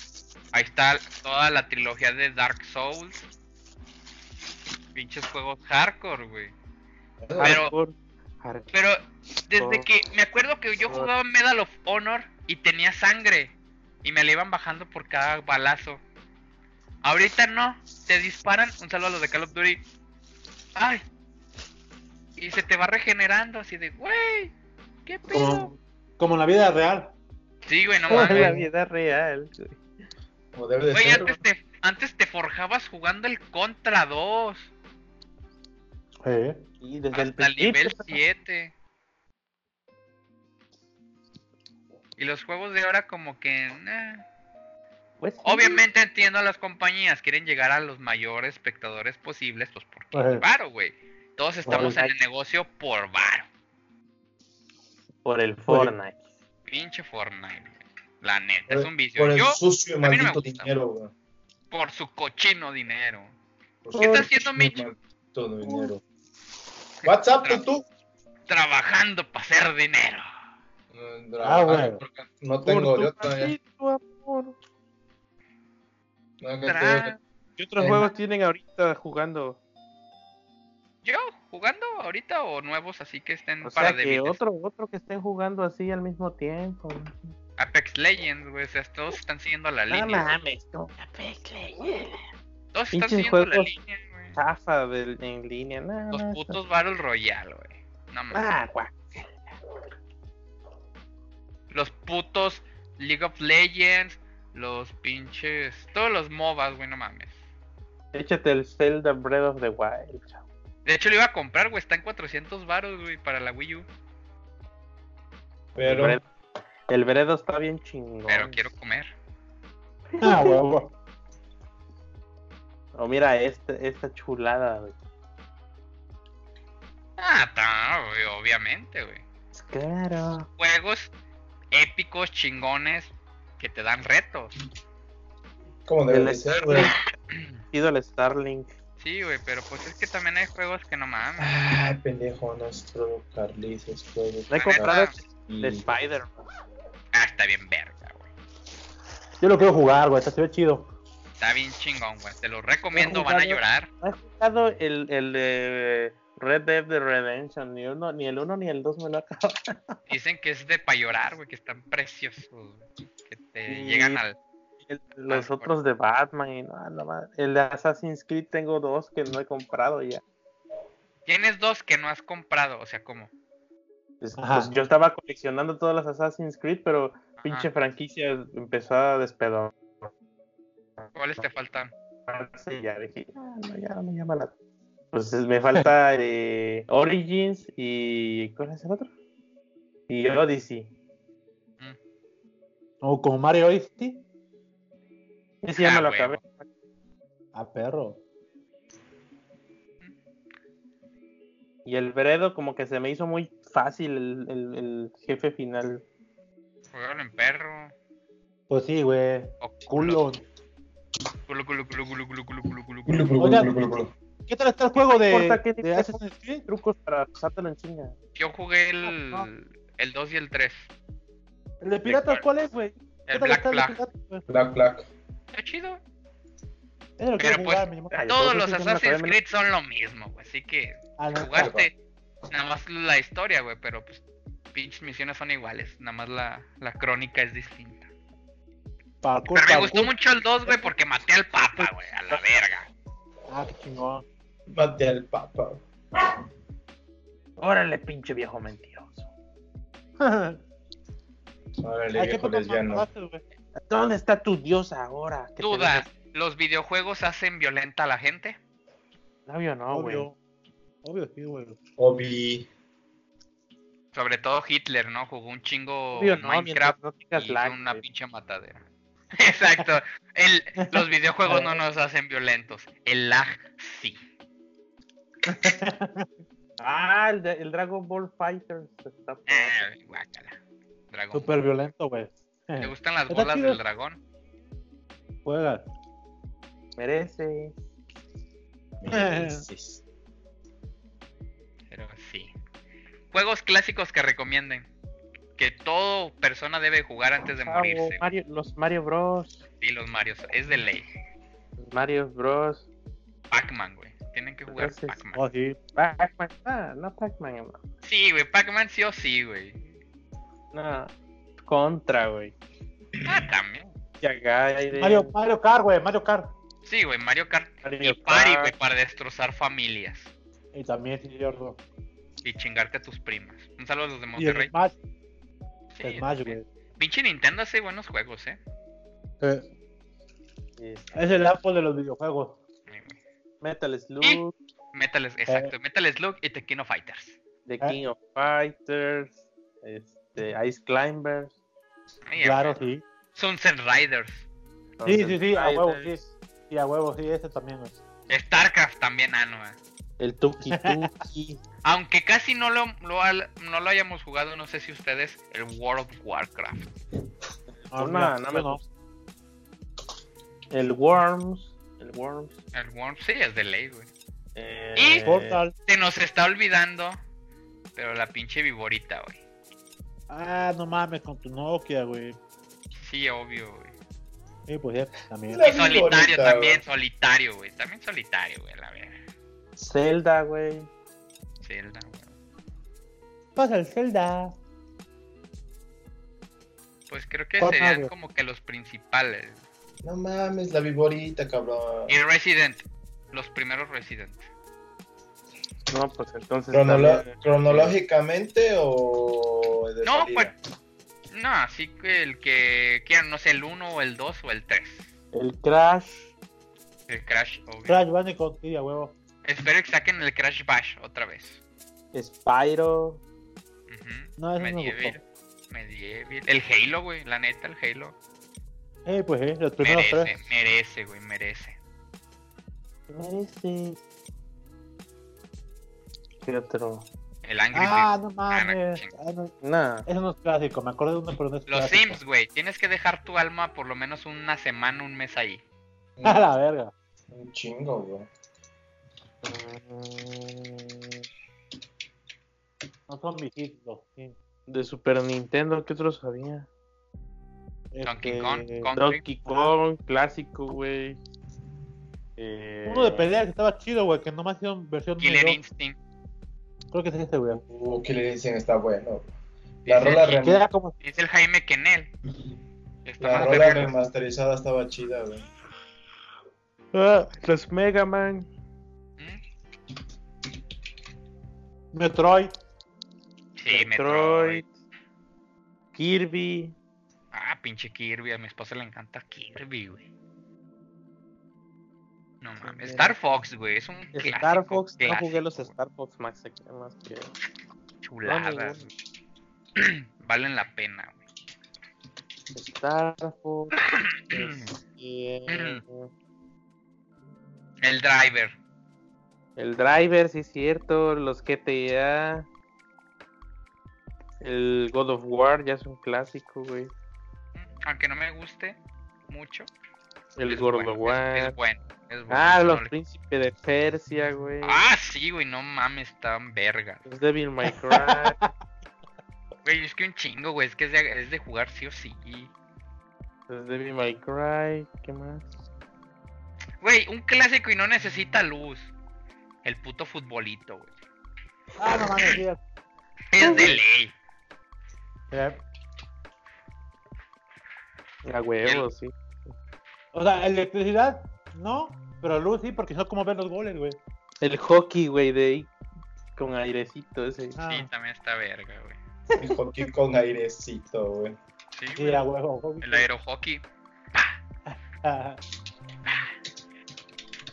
Speaker 2: Ahí está toda la trilogía de Dark Souls. Pinches juegos hardcore, güey. Pero,
Speaker 3: Hardcore, hardcore.
Speaker 2: pero desde
Speaker 3: Hardcore.
Speaker 2: que me acuerdo que yo jugaba Medal of Honor y tenía sangre y me la iban bajando por cada balazo. Ahorita no, te disparan, un saludo a los de Call of Duty. Ay. Y se te va regenerando así de, güey, qué pedo.
Speaker 1: Como, como en la vida real.
Speaker 2: Sí, güey, no
Speaker 3: Como en la
Speaker 2: mames.
Speaker 3: vida real. güey.
Speaker 4: Como debe de
Speaker 2: Güey,
Speaker 4: ser.
Speaker 2: antes te, antes te forjabas jugando el Contra 2
Speaker 1: Eh,
Speaker 3: Y desde el
Speaker 2: hasta el
Speaker 3: principio.
Speaker 2: nivel 7. Y los juegos de ahora como que... nah.
Speaker 3: Pues sí.
Speaker 2: Obviamente entiendo a las compañías, quieren llegar a los mayores espectadores posibles, pues porque
Speaker 1: Ajá.
Speaker 2: es varo, güey. Todos estamos en
Speaker 3: Ajá.
Speaker 2: el negocio por varo.
Speaker 3: Por el Fortnite.
Speaker 2: Pinche Fortnite, güey. La neta,
Speaker 4: Por-
Speaker 2: es un vicio.
Speaker 4: Por el
Speaker 2: Yo,
Speaker 4: sucio y
Speaker 2: a mí no me
Speaker 4: maldito
Speaker 2: gusta.
Speaker 4: dinero, güey.
Speaker 2: por su cochino dinero.
Speaker 4: Por
Speaker 3: ¿Qué está
Speaker 4: su
Speaker 2: haciendo
Speaker 4: cochino
Speaker 2: Mitch?
Speaker 4: maldito dinero. WhatsApp,
Speaker 2: Tra-
Speaker 4: tú.
Speaker 2: Trabajando para hacer dinero.
Speaker 4: Mm,
Speaker 1: Ah,
Speaker 4: trabajar,
Speaker 1: güey.
Speaker 4: porque No tengo
Speaker 1: Por tu
Speaker 4: de otra. ya.
Speaker 1: maldito amor.
Speaker 4: No, que
Speaker 2: Tra-
Speaker 3: ¿Qué otros
Speaker 4: Eh.
Speaker 3: juegos tienen ahorita jugando?
Speaker 2: Yo jugando ahorita o nuevos así que estén
Speaker 3: O
Speaker 2: para
Speaker 3: sea, que
Speaker 2: débiles?
Speaker 3: otro, otro que estén jugando así al mismo tiempo.
Speaker 2: Apex Legends, güey. O sea, todos están siguiendo la
Speaker 3: No
Speaker 2: línea. güey.
Speaker 3: mames, no.
Speaker 2: Todos están
Speaker 3: pinches
Speaker 2: siguiendo la
Speaker 3: juegos.
Speaker 2: línea, güey.
Speaker 3: Chafa del- en línea, nada.
Speaker 2: Los putos Battle Royale, güey. No mames.
Speaker 3: Ah, guau.
Speaker 2: los putos League of Legends, los pinches, todos los MOBAs, güey, no mames.
Speaker 3: Échate el Zelda Breath of the Wild, chavo.
Speaker 2: De hecho, lo iba a comprar, güey, está en 400 baros, güey, para la Wii U.
Speaker 3: El
Speaker 4: Pero
Speaker 3: Breath- El Bredo está bien chingón.
Speaker 2: Pero quiero comer.
Speaker 1: Ah, huevo.
Speaker 3: O mira este, esta chulada, güey.
Speaker 2: Ah, ta- güey, obviamente, güey.
Speaker 3: Pues Claro.
Speaker 2: Juegos épicos, chingones, que te dan retos.
Speaker 4: como debe
Speaker 3: el
Speaker 4: de ser, güey.
Speaker 3: Pido el Starlink.
Speaker 2: Sí, güey, pero pues es que también hay juegos que no mames.
Speaker 4: Ay, pendejo, no es pro Carlis, es pro
Speaker 3: No he
Speaker 2: La
Speaker 3: comprado
Speaker 2: neta.
Speaker 3: el
Speaker 4: Y-
Speaker 3: de Spider-Man.
Speaker 2: Ah, está bien verga, güey.
Speaker 1: Yo lo quiero jugar, güey. Este se ve chido.
Speaker 2: Está bien chingón, güey. Te lo recomiendo,
Speaker 3: Voy a
Speaker 2: van a
Speaker 3: jugarlo.
Speaker 2: llorar.
Speaker 3: No he jugado el, el de Red Dead de Redemption. Ni, uno, ni el 1 ni el 2 me lo acabo.
Speaker 2: Dicen que es de pa' llorar, güey, que están preciosos, güey. Que te
Speaker 3: Sí.
Speaker 2: llegan al...
Speaker 3: El- Los
Speaker 2: Ah,
Speaker 3: otros de Batman y no, no más. El de Assassin's Creed tengo dos que no he comprado ya.
Speaker 2: Tienes dos que no has comprado, o sea, ¿cómo?
Speaker 3: Pues,
Speaker 1: Ajá.
Speaker 3: pues yo estaba coleccionando todas las Assassin's Creed, pero
Speaker 2: Ajá.
Speaker 3: pinche franquicia empezó a despedor.
Speaker 2: ¿Cuáles te faltan?
Speaker 3: y ya dije, "Ah, no, ya no me llama la. Pues es- me falta eh, Origins y. ¿Cuál es el otro? Y Odyssey.
Speaker 1: O como Mario Odyssey.
Speaker 3: Ese ya
Speaker 2: Ah,
Speaker 3: me lo
Speaker 2: huevo.
Speaker 3: acabé.
Speaker 1: Ah, perro.
Speaker 3: Y el Bredo, como que se me hizo muy fácil el, el- el jefe final.
Speaker 2: Jugaron en perro.
Speaker 1: Pues sí, güey.
Speaker 2: O
Speaker 1: Culón.
Speaker 2: Culo, culo, culo, culo, culo, culo, culo, culo,
Speaker 4: Glu,
Speaker 2: culo.
Speaker 4: glu,
Speaker 1: Oigan.
Speaker 4: glu, glu, glu.
Speaker 1: ¿Qué tal está el juego de,
Speaker 3: No importa qué
Speaker 1: de Assassin's Creed?
Speaker 3: Trucos para pasártelo en chinga.
Speaker 2: Yo jugué el, el 2 y el 3.
Speaker 1: ¿El de piratas cuál es, güey? ¿Qué
Speaker 2: El
Speaker 1: tal
Speaker 2: Black
Speaker 1: está el de
Speaker 2: Flag.
Speaker 1: piratas, güey?
Speaker 4: Black, black.
Speaker 2: Está chido.
Speaker 1: Es lo que
Speaker 2: Pero
Speaker 1: jugar,
Speaker 2: pues,
Speaker 1: mi amor.
Speaker 3: Ah, yo
Speaker 2: Todos
Speaker 3: creo
Speaker 2: los
Speaker 3: que sí, ya me lo acabé,
Speaker 2: Assassin's
Speaker 3: me lo-
Speaker 2: Creed son lo mismo, güey. Así que
Speaker 1: Ah, no,
Speaker 2: jugaste nada más la historia, güey. Pero pues pinches misiones son iguales. Nada más la, la crónica es distinta.
Speaker 1: parkour,
Speaker 2: Pero me
Speaker 1: parkour.
Speaker 2: gustó mucho el 2, güey, porque maté al papa, güey. A la verga.
Speaker 1: Ah, qué chingón.
Speaker 4: Mate al papa.
Speaker 3: Órale, pinche viejo mentiroso.
Speaker 4: Órale,
Speaker 1: Ay, qué
Speaker 4: viejo
Speaker 1: poco
Speaker 4: lesbiano.
Speaker 1: mandaste, güey.
Speaker 3: ¿Dónde está tu dios ahora? Que te
Speaker 2: Duda,
Speaker 3: dejas-
Speaker 2: ¿los videojuegos hacen violenta a la gente?
Speaker 3: Labio no, güey.
Speaker 1: Obvio. Obvio, sí, güey.
Speaker 4: Obi.
Speaker 2: Sobre todo Hitler, ¿no? Jugó un chingo
Speaker 3: Obvio no,
Speaker 2: Minecraft.
Speaker 3: mientras no
Speaker 2: Y
Speaker 3: tengas lag.
Speaker 2: son una
Speaker 3: güey.
Speaker 2: pinche matadera. Exacto. El, los videojuegos no nos hacen violentos. El lag sí.
Speaker 3: Ah, el, de- el Dragon Ball Fighter. Está por-
Speaker 2: Ah, guácala. Dragón.
Speaker 1: Súper violento, güey.
Speaker 2: ¿Te gustan las
Speaker 1: Está
Speaker 2: bolas
Speaker 1: chido.
Speaker 2: del dragón?
Speaker 1: Juega.
Speaker 3: merece.
Speaker 4: Mereces.
Speaker 2: Pero sí. Juegos clásicos que recomienden. Que todo persona debe jugar antes de
Speaker 3: Chavo,
Speaker 2: morirse.
Speaker 3: Ah, Mario, los Mario Bros.
Speaker 2: Y los Marios. Es de ley.
Speaker 3: Los Mario Bros.
Speaker 2: Pac-Man, güey. Tienen que jugar
Speaker 3: Entonces,
Speaker 2: Pac-Man.
Speaker 1: Oh, sí.
Speaker 3: Pac-Man. Ah, no Pac-Man, hermano.
Speaker 2: Sí, güey. Pac-Man sí o sí, güey.
Speaker 3: No. Contra, güey.
Speaker 2: Ah, también.
Speaker 3: Yagai de-
Speaker 1: Mario, Mario Kart, güey, Mario Kart.
Speaker 2: Sí, güey. Mario Kart.
Speaker 3: Mario
Speaker 2: Y Party,
Speaker 3: Kart.
Speaker 2: güey. Para destrozar familias.
Speaker 1: Y también, sí, cierto.
Speaker 2: Y chingarte a tus primas. Un saludo a los de
Speaker 1: Y el
Speaker 2: Monterrey.
Speaker 1: Smash,
Speaker 2: Sí,
Speaker 1: el Smash,
Speaker 2: también.
Speaker 1: güey.
Speaker 2: Pinche Nintendo hace buenos juegos, eh.
Speaker 1: Sí.
Speaker 3: Sí.
Speaker 1: Es el Apple de los videojuegos.
Speaker 3: Metal Slug,
Speaker 2: Metal, exacto. Metal Slug y Tequino Fighters.
Speaker 3: The
Speaker 1: Eh.
Speaker 3: King of Fighters, este, Ice Climbers.
Speaker 2: Ay,
Speaker 1: claro,
Speaker 2: güey.
Speaker 1: sí.
Speaker 2: Sunset Riders.
Speaker 1: Sí, sí, sí, a huevo, sí.
Speaker 3: Riders,
Speaker 1: Sí, a huevo, sí, ese también, güey.
Speaker 2: StarCraft también, ah, no, eh.
Speaker 3: El Tuki Tuki.
Speaker 2: Aunque casi no lo, lo al- no lo hayamos jugado, no sé si ustedes, el World of Warcraft.
Speaker 1: Ah,
Speaker 3: No,
Speaker 1: mira, yo
Speaker 3: no, me el Worms. El Worms.
Speaker 2: El World sí es de ley, güey.
Speaker 3: eh,
Speaker 2: Y-
Speaker 1: Portal.
Speaker 2: Se nos está olvidando, pero la pinche viborita, güey.
Speaker 1: Ah, no mames, con tu Nokia, güey.
Speaker 2: Sí, obvio, güey.
Speaker 1: Sí, pues ya, también.
Speaker 4: La
Speaker 2: Y solitario
Speaker 4: viborita,
Speaker 2: también,
Speaker 4: güey.
Speaker 2: solitario, güey. También solitario, güey, la verdad.
Speaker 3: Zelda, güey.
Speaker 2: Zelda, güey.
Speaker 1: Pasa el Zelda.
Speaker 2: Pues creo que
Speaker 1: Fortnite,
Speaker 2: serían
Speaker 1: güey.
Speaker 2: como que los principales.
Speaker 4: No mames, la viborita, cabrón.
Speaker 2: Y Resident, los primeros Resident.
Speaker 3: No, pues entonces.
Speaker 4: Cronolo-
Speaker 3: también-
Speaker 4: ¿Cronológicamente o de
Speaker 2: No,
Speaker 4: salida?
Speaker 2: pues. No, así que el que quieran, no sé, el 1 o el 2 o el 3.
Speaker 3: El Crash.
Speaker 2: El Crash, obvio.
Speaker 1: Crash Bandicoot, sí, a huevo.
Speaker 2: Espero que saquen el Crash Bash otra vez.
Speaker 3: Spyro.
Speaker 2: Ujú.
Speaker 1: No, eso me
Speaker 2: Medieval. Medieval. El Halo, güey. La neta, el Halo.
Speaker 1: Eh, pues eh, los primeros
Speaker 2: Merece,
Speaker 1: tres.
Speaker 2: merece, güey. Merece.
Speaker 3: Merece. este. ¿Qué otro?
Speaker 2: El Angry
Speaker 1: Ah, no
Speaker 2: Ah,
Speaker 1: mames.
Speaker 2: ching.
Speaker 1: Ah, no,
Speaker 3: Nah.
Speaker 1: Eso no es clásico, me acuerdo de uno, pero no es
Speaker 2: Birds. Los
Speaker 1: clásico.
Speaker 2: Sims, güey. Tienes que dejar tu alma por lo menos una semana, un mes ahí.
Speaker 1: A la verga.
Speaker 4: Un chingo, güey.
Speaker 3: Mm,
Speaker 1: No son mis hits, los Sims.
Speaker 3: De Super Nintendo, ¿qué otros había?
Speaker 1: Este,
Speaker 2: Donkey Kong, Kong.
Speaker 3: Donkey Kong, clásico, güey. Eh,
Speaker 1: Uno de pelea que estaba chido, güey, que nomás hicieron versión
Speaker 2: Killer
Speaker 1: número-
Speaker 2: Instinct.
Speaker 1: Creo que es este, güey.
Speaker 4: Uh, ¿qué le dicen? Está bueno. La
Speaker 2: Dice-
Speaker 4: rola,
Speaker 1: Que era
Speaker 4: rem-
Speaker 1: como.
Speaker 2: Dice el Jaime Kenel. Está
Speaker 4: la
Speaker 2: más
Speaker 4: rola
Speaker 2: verga.
Speaker 4: remasterizada estaba chida, güey.
Speaker 3: ah, los Mega Man.
Speaker 2: ¿Mm?
Speaker 1: Metroid.
Speaker 2: Sí, Metroid.
Speaker 3: Kirby.
Speaker 2: Ah, pinche Kirby. A mi esposa le encanta Kirby, güey. No mames. Star Fox, güey. Es un
Speaker 3: Star
Speaker 2: clásico,
Speaker 3: Fox. no jugué los
Speaker 2: clásico, güey.
Speaker 3: Star Fox Max aquí, más que.
Speaker 2: Chulada.
Speaker 3: No, ninguno.
Speaker 2: güey. Valen la pena, güey.
Speaker 3: Star Fox. este,
Speaker 2: El driver.
Speaker 3: el Driver, sí es cierto. Los GTA. El God of War ya es un clásico, güey.
Speaker 2: Aunque no me guste mucho.
Speaker 3: El
Speaker 2: es
Speaker 3: God
Speaker 2: bueno,
Speaker 3: of
Speaker 2: Es,
Speaker 3: War.
Speaker 2: es bueno. es bueno,
Speaker 3: Ah,
Speaker 2: no
Speaker 3: los
Speaker 2: le-
Speaker 3: Príncipes de Persia, güey.
Speaker 2: Ah, sí, güey. No mames, tan verga.
Speaker 3: Los Devil May Cry.
Speaker 2: Güey, es que un chingo, güey. Es que es de, es de jugar sí o sí.
Speaker 3: los Devil May Cry. ¿Qué más?
Speaker 2: Güey, un clásico y no necesita luz. El puto futbolito, güey.
Speaker 1: Ah, no mames, sí.
Speaker 2: Es de ley.
Speaker 1: Eh,
Speaker 3: A huevo, sí.
Speaker 1: O sea, electricidad, no. Pero luz sí, porque no como ver los goles, güey.
Speaker 3: El hockey, güey, de ahí, con airecito ese.
Speaker 1: Ah,
Speaker 2: Sí, también está verga, güey.
Speaker 4: El hockey con airecito, güey.
Speaker 2: Sí,
Speaker 1: sí,
Speaker 2: güey.
Speaker 3: ah.
Speaker 1: a huevo.
Speaker 2: El aerohockey.
Speaker 1: Ah,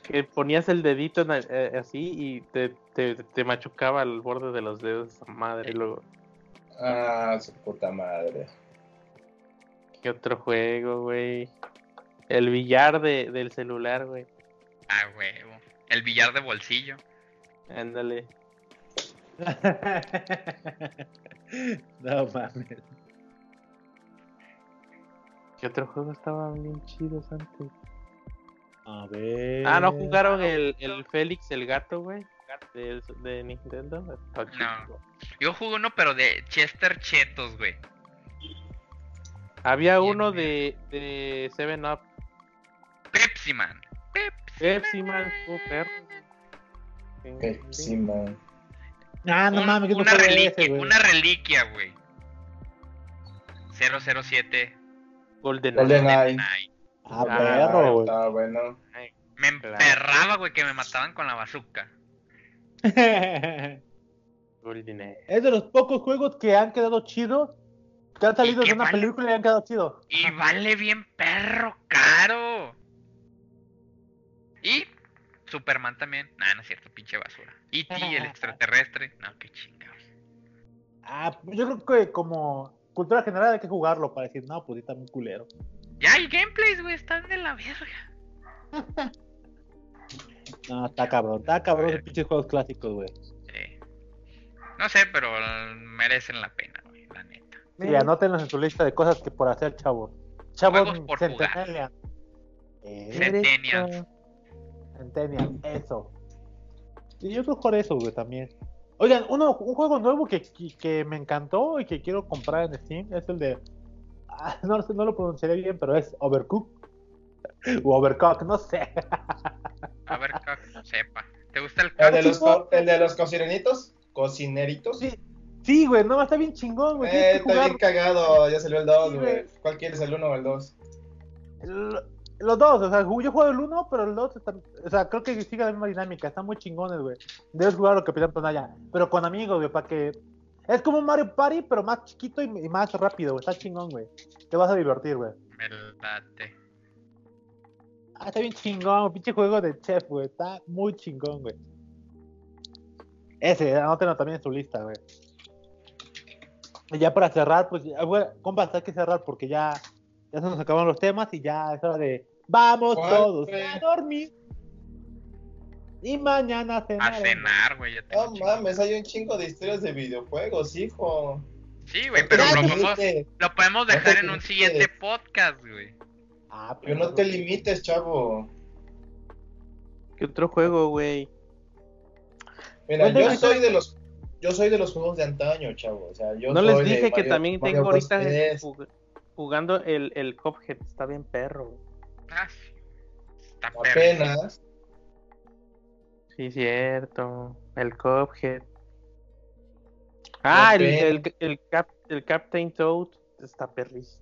Speaker 3: Que ponías el dedito en el- eh, así y te, te, te machucaba el borde de los dedos. Madre, y luego.
Speaker 4: Ah, su puta madre.
Speaker 3: ¿Qué otro juego, güey? El billar de, del celular, güey.
Speaker 2: Ah, huevo. El billar de bolsillo.
Speaker 3: Ándale.
Speaker 1: no mames.
Speaker 3: ¿Qué otro juego estaba bien chidos antes?
Speaker 1: A ver.
Speaker 3: Ah, ¿no jugaron el, el Félix, el gato, güey? De, de Nintendo.
Speaker 2: No. Yo jugué uno, pero de Chester Chetos, güey.
Speaker 3: Había uno de, de Seven Up.
Speaker 2: Pepsi Man. Pepsi,
Speaker 3: Pepsi Man, super.
Speaker 4: Pepsi Man.
Speaker 1: Ah, no
Speaker 2: Un-
Speaker 1: mames, que no
Speaker 2: una,
Speaker 1: juego
Speaker 2: reliquia,
Speaker 1: ese, güey.
Speaker 2: una reliquia, güey. 007.
Speaker 3: Golden
Speaker 4: Golden Eye.
Speaker 2: Ay,
Speaker 1: Ah,
Speaker 3: Ah,
Speaker 1: perro, güey.
Speaker 4: Está bueno.
Speaker 2: me
Speaker 3: Claro.
Speaker 2: emperraba, güey, que me mataban con la bazooka.
Speaker 3: Golden Eye.
Speaker 1: es de los pocos juegos que han quedado chidos. Que han salido
Speaker 2: qué
Speaker 1: de una
Speaker 2: mal.
Speaker 1: película y han quedado chidos.
Speaker 2: Y vale bien perro caro. Y Superman también. Nah, no es cierto, pinche basura. Y el extraterrestre. No, qué chingados.
Speaker 1: Ah, yo creo que como cultura general hay que jugarlo para decir, no, pues sí, está muy culero.
Speaker 2: Ya el gameplays, güey, están de la verga.
Speaker 1: No, está cabrón, está cabrón esos pinches juegos clásicos, güey.
Speaker 2: Sí. No sé, pero mm, merecen la pena, güey, la neta.
Speaker 1: Y anótenlos en su lista de cosas que por hacer, chavos. Chavos
Speaker 2: Juegos por
Speaker 1: centennial. Eh,
Speaker 2: Centennials.
Speaker 1: centennial, eso. Y yo creo que por eso, güey, también. Oigan, uno, un juego nuevo que, que, que me encantó y que quiero comprar en Steam es el de. Ah, no, sé, no lo pronunciaré bien, pero es Overcook. O Overcook, no sé.
Speaker 2: A ver, Cock, sepa. ¿Te gusta el
Speaker 1: Ah,
Speaker 4: El
Speaker 2: Cock?
Speaker 4: de los,
Speaker 1: tipo-
Speaker 4: co- el de los cocineritos. Cocineritos.
Speaker 1: Sí, sí, güey, no, está bien chingón, güey.
Speaker 4: Eh,
Speaker 1: tienes que
Speaker 4: está
Speaker 1: jugar
Speaker 4: bien cagado. Ya salió el 2,
Speaker 1: Sí,
Speaker 4: güey.
Speaker 1: güey.
Speaker 4: ¿Cuál quieres, el 1 o el 2?
Speaker 1: lo- los dos, o sea, ju- yo juego el uno, pero el dos está- o sea, creo que sigue la misma dinámica, están muy chingones, güey. Debes jugar lo Capitán Tonaya, pero con amigos, güey, para que. Es como un Mario Party, pero más chiquito y, y más rápido, güey. Está chingón, güey. Te vas a divertir, güey.
Speaker 2: Me late.
Speaker 1: Ah, está bien chingón, pinche juego de chef, güey. Está muy chingón, güey. Ese, anótenlo también en su lista, güey. Y ya para cerrar, pues, ya, güey, compas, hay que cerrar porque ya, ya se nos acabaron los temas y ya es hora de vamos
Speaker 4: ¿Cuál,
Speaker 1: todos
Speaker 4: güey?
Speaker 1: a dormir. Y mañana a cenar.
Speaker 2: A cenar, güey. ya tengo
Speaker 4: No
Speaker 2: un chingo.
Speaker 4: mames, hay un chingo de historias de videojuegos, hijo.
Speaker 2: Sí, güey, pero
Speaker 4: eh, no
Speaker 2: lo
Speaker 4: te
Speaker 2: podemos,
Speaker 4: limites,
Speaker 2: lo podemos
Speaker 4: No te
Speaker 2: dejar en un
Speaker 4: limites.
Speaker 2: siguiente podcast, güey.
Speaker 1: Ah,
Speaker 4: Pero
Speaker 1: pero
Speaker 4: no te limites, chavo.
Speaker 3: ¿Qué otro juego, güey?
Speaker 4: Mira,
Speaker 1: Cuéntame,
Speaker 4: yo
Speaker 1: ¿qué
Speaker 4: soy
Speaker 1: tal?
Speaker 4: de los yo soy de los juegos de antaño, chavo. O sea, yo
Speaker 3: No
Speaker 4: soy
Speaker 3: les
Speaker 4: de
Speaker 3: dije que
Speaker 4: Mario-
Speaker 3: también
Speaker 4: Mario
Speaker 3: tengo
Speaker 4: Bros.
Speaker 3: ahorita
Speaker 4: 3.
Speaker 3: jug- jugando el, el Cuphead. Está bien perro, güey.
Speaker 2: Ah, sí. Está perro.
Speaker 4: apenas.
Speaker 3: Sí, cierto. El Cuphead. Ah, el, el, el, Cap, el Captain Toad. Está perris.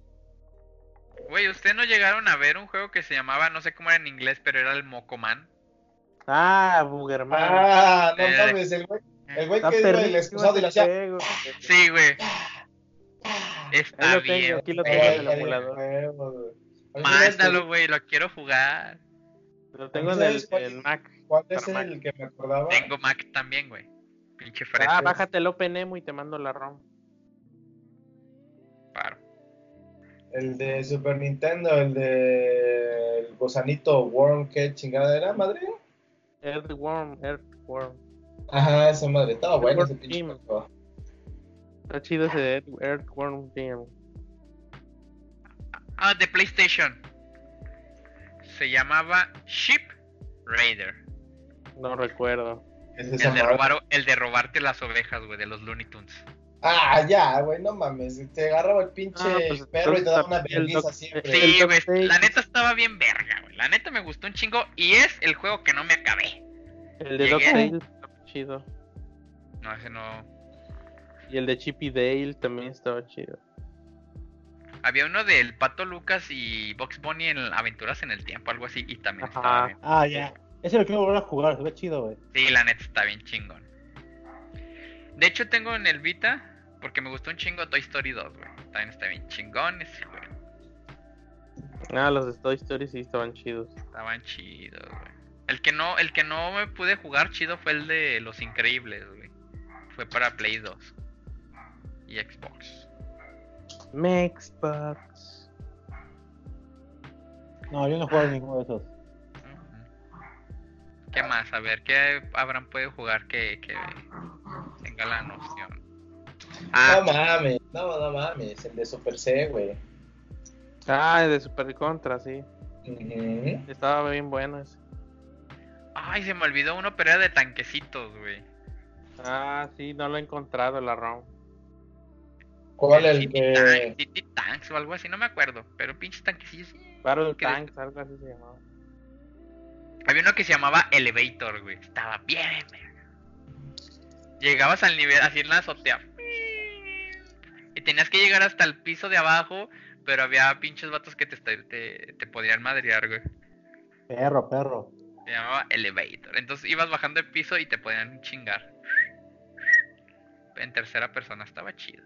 Speaker 2: Güey, ¿ustedes no llegaron a ver un juego que se llamaba, no sé cómo era en inglés, pero era el Mocoman?
Speaker 3: Ah, Bugerman.
Speaker 4: Ah, no
Speaker 2: Eh.
Speaker 4: mames, el güey, el güey
Speaker 3: está
Speaker 4: que era el
Speaker 3: perrísimo
Speaker 4: excusado y le
Speaker 3: ese
Speaker 4: hacía. ¡Ah!
Speaker 3: juego.
Speaker 2: Sí, güey.
Speaker 3: Ahí
Speaker 2: Está
Speaker 3: lo tengo,
Speaker 2: bien.
Speaker 3: aquí lo
Speaker 4: "Ay,
Speaker 3: tengo en el
Speaker 4: ay,
Speaker 3: emulador.
Speaker 4: ay, Eh, güey". A mí, ¿sabes
Speaker 2: Eh, Mándalo, güey, lo quiero jugar.
Speaker 3: Lo tengo en el,
Speaker 4: ¿Sabes cuál?
Speaker 3: en Mac.
Speaker 4: ¿Cuál es
Speaker 2: Mac.
Speaker 4: el que me acordaba?
Speaker 2: Tengo Mac también, güey. Pinche fresa.
Speaker 3: Ah, bájate el OpenEMU y te mando la ROM.
Speaker 2: paro.
Speaker 4: El de Super Nintendo, el de el gusanito Worm, qué chingada era, madre.
Speaker 3: Earthworm, Earthworm.
Speaker 4: Ajá, esa madre, estaba bueno ese
Speaker 3: Worm
Speaker 4: pinche
Speaker 3: Team.
Speaker 4: juego.
Speaker 3: Está chido ese de Earth- Earthworm Jim.
Speaker 2: Ah, de PlayStation. Se llamaba Ship Raider.
Speaker 3: No recuerdo.
Speaker 4: Es esa
Speaker 2: El de,
Speaker 4: madre.
Speaker 2: robar- el de robarte las ovejas, güey, de los Looney Tunes.
Speaker 4: Ah, ya, güey, no mames. Te agarraba el pinche
Speaker 3: Ah, pues,
Speaker 4: perro y te daba
Speaker 3: entonces,
Speaker 4: una
Speaker 3: el
Speaker 4: vergüenza
Speaker 3: doc-
Speaker 4: siempre.
Speaker 3: el
Speaker 2: Sí,
Speaker 3: top
Speaker 2: güey,
Speaker 3: seis.
Speaker 2: la neta estaba bien verga, güey. La neta me gustó un chingo y es el juego que no me acabé.
Speaker 3: El de
Speaker 2: Llegué.
Speaker 3: Doc Dale estaba chido.
Speaker 2: No, ese no.
Speaker 3: Y el de Chippy Dale también estaba chido.
Speaker 2: Había uno del Pato Lucas y Box Bunny en Aventuras en el Tiempo, algo así, y también
Speaker 3: Ajá.
Speaker 2: estaba bien.
Speaker 1: Ah, ya. Ese lo quiero volver a jugar, se ve chido, güey.
Speaker 2: Sí, la neta está bien chingón. De hecho, tengo en el Vita, porque me gustó un chingo Toy Story 2, güey. También está bien chingón ese güey.
Speaker 3: Ah, los de Toy Story sí estaban chidos.
Speaker 2: Estaban chidos, güey. El que no, el que no me pude jugar chido fue el de Los Increíbles, güey. Fue para Play 2 y Xbox.
Speaker 3: Mexbox.
Speaker 1: No, yo no juego ninguno de esos.
Speaker 2: Ujú. ¿Qué más? A ver, ¿qué habrán podido jugar que, que tenga la noción?
Speaker 4: No
Speaker 2: Ah,
Speaker 4: mames, no, no mames, el de Super C, güey.
Speaker 3: Ah, el de Super Contra, sí.
Speaker 4: Ujú.
Speaker 3: Estaba bien bueno ese.
Speaker 2: Ay, se me olvidó uno, pero era de tanquecitos, güey.
Speaker 3: Ah, sí, no lo he encontrado la ROM.
Speaker 4: ¿Cuál
Speaker 2: El
Speaker 4: el
Speaker 2: City
Speaker 4: que
Speaker 2: Tank- City Tanks o algo así, no me acuerdo. Pero pinches tanquecillos.
Speaker 3: Battle
Speaker 2: ¿Qué de-
Speaker 3: Tanks, algo así se llamaba.
Speaker 2: Había uno que se llamaba Elevator, güey. Estaba bien, verga. Llegabas al nivel, así en la azotea. Y tenías que llegar hasta el piso de abajo, pero había pinches vatos que te, esta- te, te podían madrear, güey.
Speaker 1: Perro, perro.
Speaker 2: Se llamaba Elevator. Entonces ibas bajando de piso y te podían chingar. En tercera persona, estaba chido.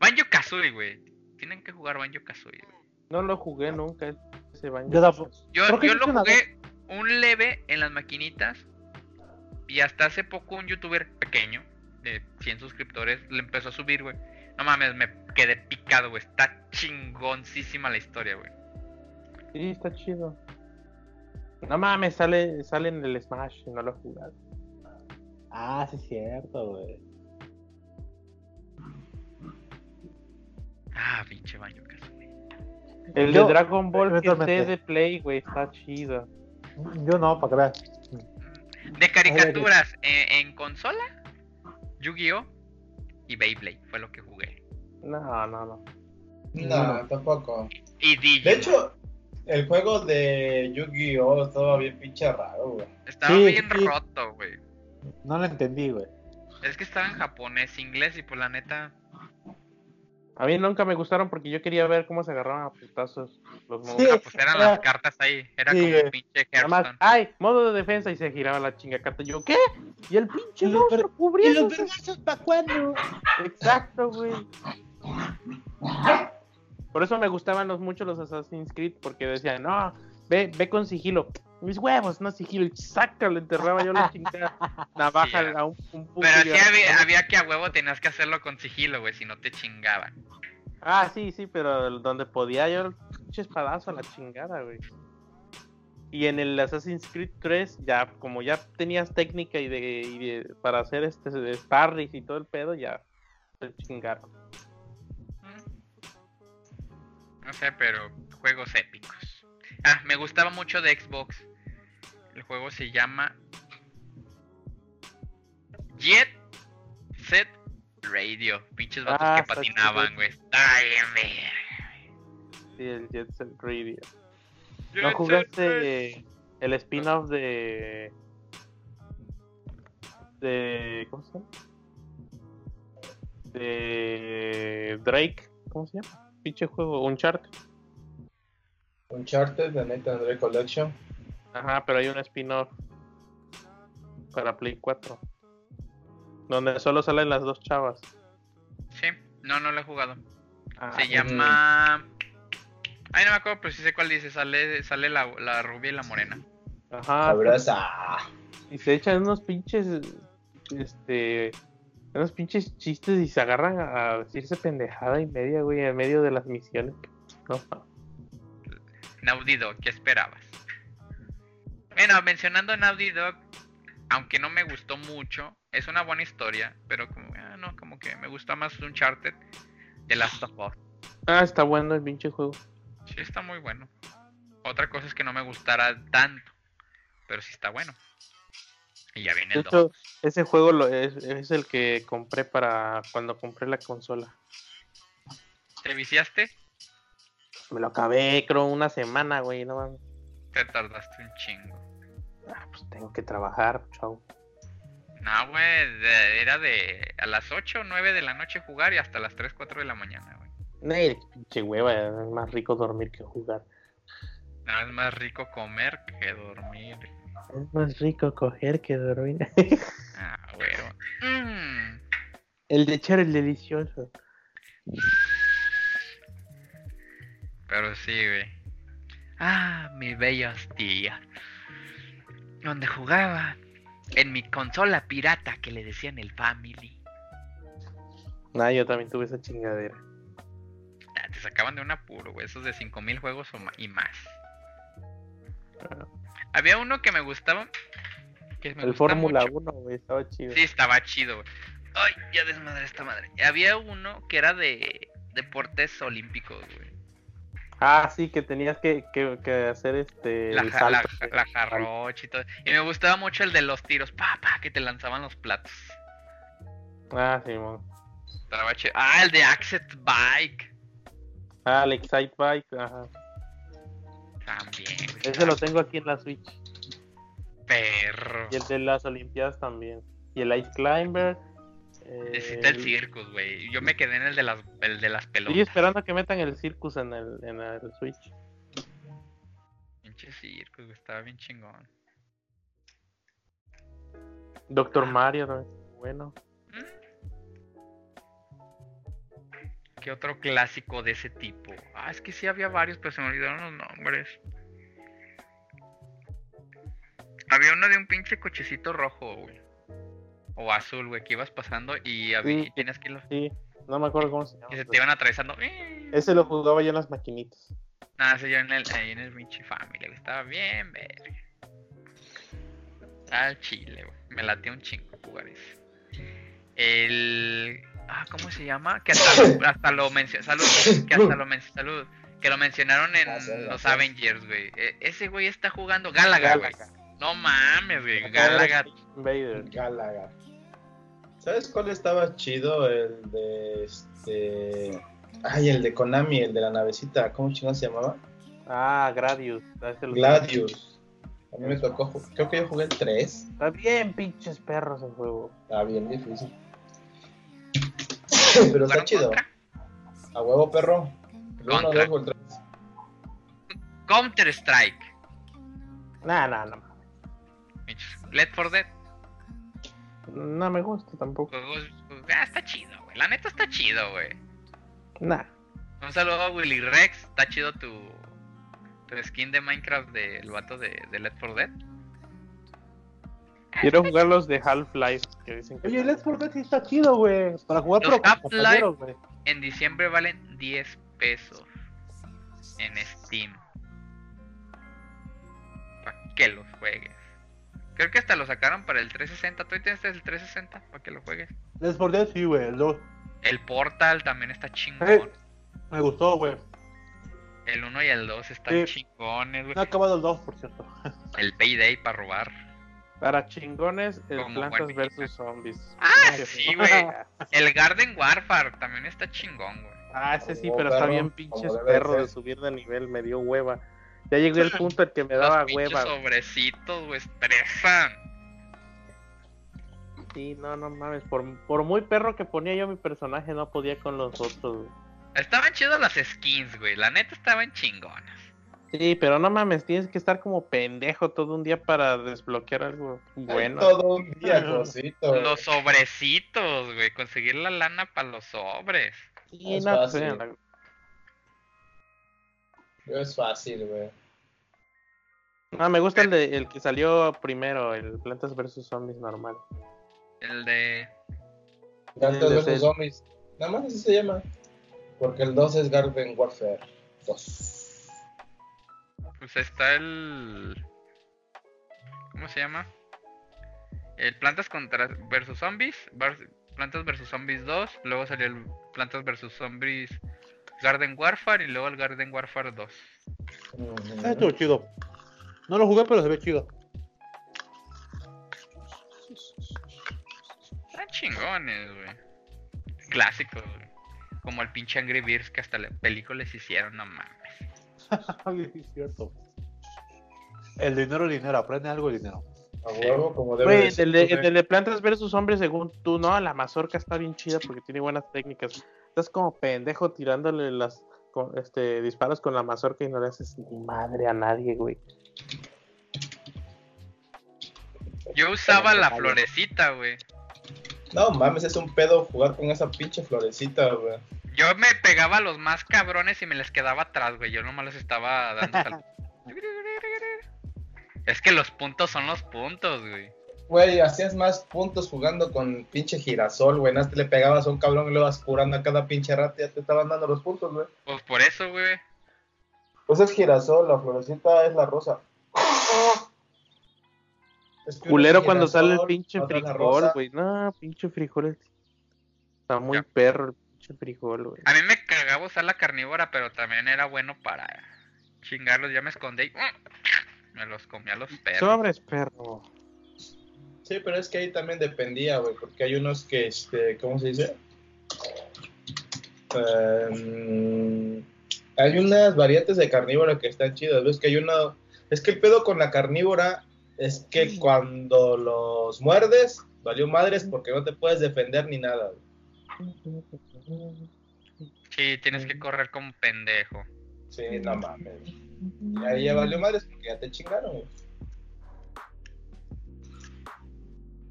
Speaker 2: Banjo Kazooie, güey. Tienen que jugar Banjo Kazooie, güey.
Speaker 3: No lo jugué nunca ese baño.
Speaker 1: Yo tampoco.
Speaker 2: Yo,
Speaker 1: Creo que
Speaker 2: yo
Speaker 1: yo
Speaker 2: lo
Speaker 1: hice una
Speaker 2: jugué un leve en las maquinitas. Y hasta hace poco un youtuber pequeño, de 100 suscriptores, le empezó a subir, güey. No mames, me quedé picado, güey. Está chingoncísima la historia, güey.
Speaker 3: Sí, está chido. No mames, sale, sale en el Smash y no lo he jugado.
Speaker 1: Ah, sí, es cierto, güey.
Speaker 2: Ah, pinche baño, Kazooie.
Speaker 3: El
Speaker 1: Yo-
Speaker 3: de Dragon Ball
Speaker 1: yo
Speaker 3: GT
Speaker 1: también.
Speaker 3: de Play, güey, está chido.
Speaker 1: Yo no, para que veas.
Speaker 2: De caricaturas eh, en, consola, Yu-Gi-Oh! y Beyblade fue lo que jugué.
Speaker 3: No, no, no.
Speaker 4: No, tampoco.
Speaker 2: Y Digimon.
Speaker 4: De hecho, el juego de Yu-Gi-Oh! estaba bien pinche raro, güey.
Speaker 2: estaba
Speaker 1: sí,
Speaker 2: bien
Speaker 1: sí.
Speaker 2: roto, güey.
Speaker 1: No lo entendí, güey.
Speaker 2: Es que estaba en japonés, inglés y pues la neta.
Speaker 3: A mí nunca me gustaron porque yo quería ver cómo se agarraban a putazos los modos.
Speaker 1: Sí,
Speaker 2: Ah, pues eran las
Speaker 1: era-
Speaker 2: cartas ahí. Era
Speaker 1: sí,
Speaker 2: como
Speaker 1: eh,
Speaker 2: pinche
Speaker 3: Nada más,
Speaker 2: Hearthstone.
Speaker 3: ¡ay! Modo de defensa y se giraba la chingacata. Yo, ¿qué? Y el pinche
Speaker 1: Y los ver-
Speaker 3: monstruo cubriendo.
Speaker 1: vergazos para cuándo?
Speaker 3: Exacto, güey. Por eso me gustaban los, mucho los Assassin's Creed, porque decían, no, ve, ve con sigilo. Mis huevos, no sigilo. y Saca, le enterraba yo la chingada navaja
Speaker 2: Sí,
Speaker 3: a un, un puto
Speaker 2: Pero
Speaker 3: y
Speaker 2: sí
Speaker 3: a-
Speaker 2: había, había que a huevo tenías que hacerlo con sigilo, güey, si no te chingaban.
Speaker 3: Ah, sí, sí, pero donde podía yo, el pinche espadazo a la chingada, güey. Y en el Assassin's Creed 3, ya, como ya tenías técnica y de, y de- para hacer este de sparring y todo el pedo, ya te chingaron.
Speaker 2: No sé, pero juegos épicos. Ah, me gustaba mucho de Xbox. El juego se llama Jet Set Radio. Pinches vatos
Speaker 3: Ah,
Speaker 2: que
Speaker 3: está chido.
Speaker 2: patinaban, güey. Está bien, verga.
Speaker 3: Sí, el Jet Set Radio.
Speaker 2: Jet
Speaker 3: ¿No
Speaker 2: Set
Speaker 3: jugaste
Speaker 2: Radio.
Speaker 3: eh, el spin-off de. de. ¿Cómo se llama? De. Drake. ¿Cómo se llama? Pinche juego, Uncharted.
Speaker 4: Uncharted, de Nathan Drake Collection.
Speaker 3: Ajá, pero hay un spin-off para Play 4. Donde solo salen las dos chavas.
Speaker 2: Sí, no, no lo he jugado.
Speaker 3: Ah,
Speaker 2: Se llama. Ay, no me acuerdo, pero sí sé cuál dice. Sale, sale la, la rubia y la morena.
Speaker 3: Ajá.
Speaker 4: Abraza.
Speaker 3: Y se echan unos pinches. Este. Unos pinches chistes y se agarran a decirse pendejada y media, güey, en medio de las misiones. No,
Speaker 2: Naughty Dog, ¿qué esperabas? Bueno, mencionando Naughty Dog, aunque no me gustó mucho, es una buena historia, pero como, ah, no, como que me gusta más Uncharted de Last of Us.
Speaker 3: Ah, está bueno el pinche juego.
Speaker 2: Sí, está muy bueno. Otra cosa es que no me gustara tanto, pero sí está bueno. Y ya viene
Speaker 3: De
Speaker 2: el
Speaker 3: hecho,
Speaker 2: 2.
Speaker 3: ese juego lo- es, es el que compré para cuando compré la consola.
Speaker 2: ¿Te viciaste?
Speaker 3: Me lo acabé, creo, una semana, güey. No mames.
Speaker 2: Te tardaste un chingo.
Speaker 3: Ah, pues tengo que trabajar, chao.
Speaker 2: No, güey, de- era de a las 8 o 9 de la noche jugar y hasta las 3, 4 de la mañana, güey.
Speaker 3: Nel, pinche hueva, es más rico dormir que jugar.
Speaker 2: No, es más rico comer que dormir.
Speaker 3: Es más rico coger que dormir.
Speaker 2: Ah, güero. Mm.
Speaker 3: el de echar el delicioso.
Speaker 2: Pero sí, güey. Ah, mis bellos días. Donde jugaba. En mi consola pirata que le decían el Family.
Speaker 3: Nah, yo también tuve esa chingadera.
Speaker 2: Ah, te sacaban de un apuro, güey. Esos de 5000 juegos o ma- y más. Había uno que me gustaba. Que me
Speaker 3: el
Speaker 2: gusta
Speaker 3: Fórmula
Speaker 2: mucho.
Speaker 3: 1, güey, estaba chido.
Speaker 2: Sí, estaba chido, güey. Ay, ya desmadre esta madre. Había uno que era de deportes olímpicos, güey.
Speaker 3: Ah, sí, que tenías que, que- que hacer este.
Speaker 2: La,
Speaker 3: el
Speaker 2: ja- la,
Speaker 3: salto.
Speaker 2: ja- la jarrocha y todo. Y me gustaba mucho el de los tiros, pa, pa, que te lanzaban los platos.
Speaker 3: Ah, Simón.
Speaker 2: Estaba chido. Ah, el de Axet Bike.
Speaker 3: Ah, el Excite Bike. Ajá.
Speaker 2: También. güey,
Speaker 3: Ese lo tengo aquí en la Switch.
Speaker 2: Perro.
Speaker 3: Y el de las Olimpiadas también. Y el Ice Climber. eh,
Speaker 2: Necesita el circus, güey. Yo me quedé en el de las, el de las
Speaker 3: Estoy
Speaker 2: pelotas.
Speaker 3: esperando que metan el Circus en el, en el Switch.
Speaker 2: Pinche circus, güey. Estaba bien chingón.
Speaker 3: Doctor
Speaker 2: Ah.
Speaker 3: Mario también. Bueno.
Speaker 2: Mm. ¿Qué otro clásico de ese tipo? Ah, es que sí había varios, pero se me olvidaron los nombres. Había uno de un pinche cochecito rojo, güey. O azul, güey, que ibas pasando y, había,
Speaker 3: Sí.
Speaker 2: y tenías que ir los-
Speaker 3: Sí, no pues. me acuerdo cómo se llama.
Speaker 2: y se te
Speaker 3: pero-
Speaker 2: iban atravesando. ¡Eh!
Speaker 3: Ese lo jugaba yo en las maquinitas.
Speaker 2: Nada, se Ah, yo en el, ahí en el pinche family, güey. Estaba bien, verga. Al chile, güey. Me latía un chingo jugar eso. El. Ah, ¿cómo se llama? Que hasta, hasta lo mencionaron. Salud. Que hasta lo mencionaron. Salud. Que lo mencionaron en
Speaker 4: Gracias,
Speaker 2: los
Speaker 4: gracias.
Speaker 2: Avengers, güey. E- ese güey está jugando Galaga, güey. No mames, güey. Galaga.
Speaker 3: Invader.
Speaker 4: Galaga. ¿Sabes cuál estaba chido? El de este. Ay, el de Konami, el de la navecita. ¿Cómo chingón se llamaba?
Speaker 3: Ah, Gradius. Ah, ese lo-
Speaker 4: Gladius. A mí me tocó. ju- Creo que yo jugué el 3.
Speaker 3: Está bien, pinches perros el juego.
Speaker 4: Estaba bien difícil. Pero está
Speaker 2: ¿Jugaron
Speaker 4: chido.
Speaker 2: Contra?
Speaker 4: A huevo, perro. El uno,
Speaker 2: Contra.
Speaker 4: dos, o el tres.
Speaker 2: Counter Strike.
Speaker 3: Nah, nah, no.
Speaker 2: Let for Dead.
Speaker 3: No me gusta tampoco.
Speaker 2: Juegos. Ah, está chido, güey. La neta está chido, güey.
Speaker 3: Nah.
Speaker 2: Un saludo a Willy Rex, está chido tu, tu skin de Minecraft del vato de, de Left 4 Dead.
Speaker 3: Quiero jugar los de Half-Life, que dicen que...
Speaker 1: Oye, el Let's Play sí está chido, güey. Para jugar
Speaker 2: Los
Speaker 1: pero con
Speaker 2: Half-Life.
Speaker 1: compañeros, güey.
Speaker 2: En diciembre valen 10 pesos en Steam. Para que los juegues. Creo que hasta lo sacaron para el 360. ¿Tú tienes el 360? Para que lo juegues.
Speaker 1: Let's Play sí, güey. el dos.
Speaker 2: El Portal también está chingón.
Speaker 1: Eh, Me gustó, güey.
Speaker 2: El 1 y el 2 están
Speaker 1: Sí.
Speaker 2: chingones,
Speaker 1: Eh. No ha
Speaker 2: güey.
Speaker 1: acabado el 2, por cierto.
Speaker 2: El Payday para robar.
Speaker 3: Para chingones, el
Speaker 2: Como
Speaker 3: Plantas
Speaker 2: buen
Speaker 3: vs Zombies.
Speaker 2: Ah, sí, güey. El Garden Warfare también está chingón, güey.
Speaker 3: Ah, ese sí,
Speaker 4: Como
Speaker 3: pero está
Speaker 4: perro,
Speaker 3: bien
Speaker 4: como
Speaker 3: pinches
Speaker 4: debe de
Speaker 3: perro de
Speaker 4: ser.
Speaker 3: subir de nivel, me dio hueva. Ya llegué al punto en que me daba
Speaker 2: Los pinches
Speaker 3: hueva. güey.
Speaker 2: sobrecitos, güey, estresan.
Speaker 3: Sí, no, no mames. Por, por muy perro que ponía yo mi personaje, no podía con los otros. güey.
Speaker 2: Estaban chidas las skins, güey. La neta estaban chingonas.
Speaker 3: Sí, pero no mames, tienes que estar como pendejo todo un día para desbloquear algo bueno.
Speaker 4: Todo un día, cosito.
Speaker 2: Los sobrecitos, güey. Conseguir la lana para los sobres.
Speaker 3: Sí,
Speaker 4: Es
Speaker 3: no, pues,
Speaker 4: fácil.
Speaker 3: era-
Speaker 4: No es fácil, güey.
Speaker 3: no, me gusta el, de, el que salió primero, el Plantas vs Zombies normal.
Speaker 2: El de.
Speaker 4: Tantos
Speaker 3: El
Speaker 4: de
Speaker 3: de
Speaker 4: los zombies. Nada más así se llama. Porque el 2 es Garden Warfare 2.
Speaker 2: Pues está el. ¿Cómo se llama? El Plantas contra versus Zombies. Var- Plantas versus Zombies 2. Luego salió el Plantas versus Zombies Garden Warfare. Y luego el Garden Warfare 2.
Speaker 1: Ah, Estuvo chido. No lo jugué, pero se ve chido.
Speaker 2: Están chingones, güey. Clásicos, güey. Como el pinche Angry Birds que hasta las películas hicieron, no mames.
Speaker 1: Ay, sí, es cierto. El dinero, el dinero. Aprende algo el dinero.
Speaker 4: A huevo, como debe
Speaker 3: Güey,
Speaker 4: de ser,
Speaker 3: el de,
Speaker 4: güey.
Speaker 3: el de Plantas vs Hombres, según tú, no, la mazorca está bien chida porque tiene buenas técnicas. Estás como pendejo tirándole las con- este, disparos con la mazorca y no le haces ni madre a nadie, güey.
Speaker 2: Yo usaba la florecita, güey.
Speaker 4: No mames, es un pedo jugar con esa pinche florecita, güey.
Speaker 2: Yo me pegaba a los más cabrones y me les quedaba atrás, güey. Yo nomás les estaba dando sal- Es que los puntos son los puntos, güey.
Speaker 4: Güey, hacías más puntos jugando con pinche girasol, güey. Nada, más te le pegabas a un cabrón y lo vas curando a cada pinche rato y ya te estaban dando los puntos, güey.
Speaker 2: Pues por eso, güey.
Speaker 4: Pues es girasol, la florecita es la rosa. Es que uno
Speaker 3: Culero
Speaker 4: es
Speaker 3: cuando sale el
Speaker 4: girasol,
Speaker 3: pinche
Speaker 4: otra es la
Speaker 3: frijol,
Speaker 4: rosa.
Speaker 3: güey. No, pinche frijol. es- Está muy
Speaker 2: Ya.
Speaker 3: perro el Pinche frijol, güey.
Speaker 2: A mí me cagaba usar la carnívora, pero también era bueno para chingarlos. Ya me escondí y ¡uh! me los comía los perros.
Speaker 3: Sobres, perro.
Speaker 4: Sí, pero es que ahí también dependía, güey, porque hay unos que, este, ¿cómo se dice? Em, hay unas variantes de carnívora que están chidas, ves que hay una, es que el pedo con la carnívora es que cuando los muerdes, valió madres porque no te puedes defender ni nada. güey.
Speaker 2: Sí, tienes que correr como pendejo.
Speaker 4: Sí, no mames. Y ahí ya valió madres porque ya te chingaron, güey.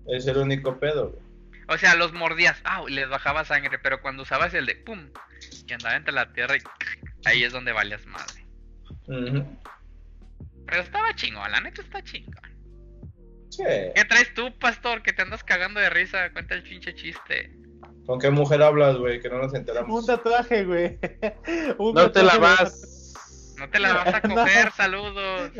Speaker 4: Es el único pedo, güey.
Speaker 2: O sea, los mordías, ¡au! y les bajaba sangre, pero cuando usabas el de pum, que andaba entre la tierra y ahí es donde valías madre.
Speaker 4: Ujú.
Speaker 2: Pero estaba chingón, la neta está chingón.
Speaker 4: Sí.
Speaker 2: ¿Qué traes tú, pastor? Que te andas cagando de risa, cuenta el pinche chiste.
Speaker 4: ¿Con qué mujer hablas, güey? Que no nos enteramos.
Speaker 1: Un tatuaje, güey. Un
Speaker 3: No te la
Speaker 1: tatuaje, güey.
Speaker 3: vas.
Speaker 2: No te la vas a
Speaker 1: No.
Speaker 2: coger, saludos.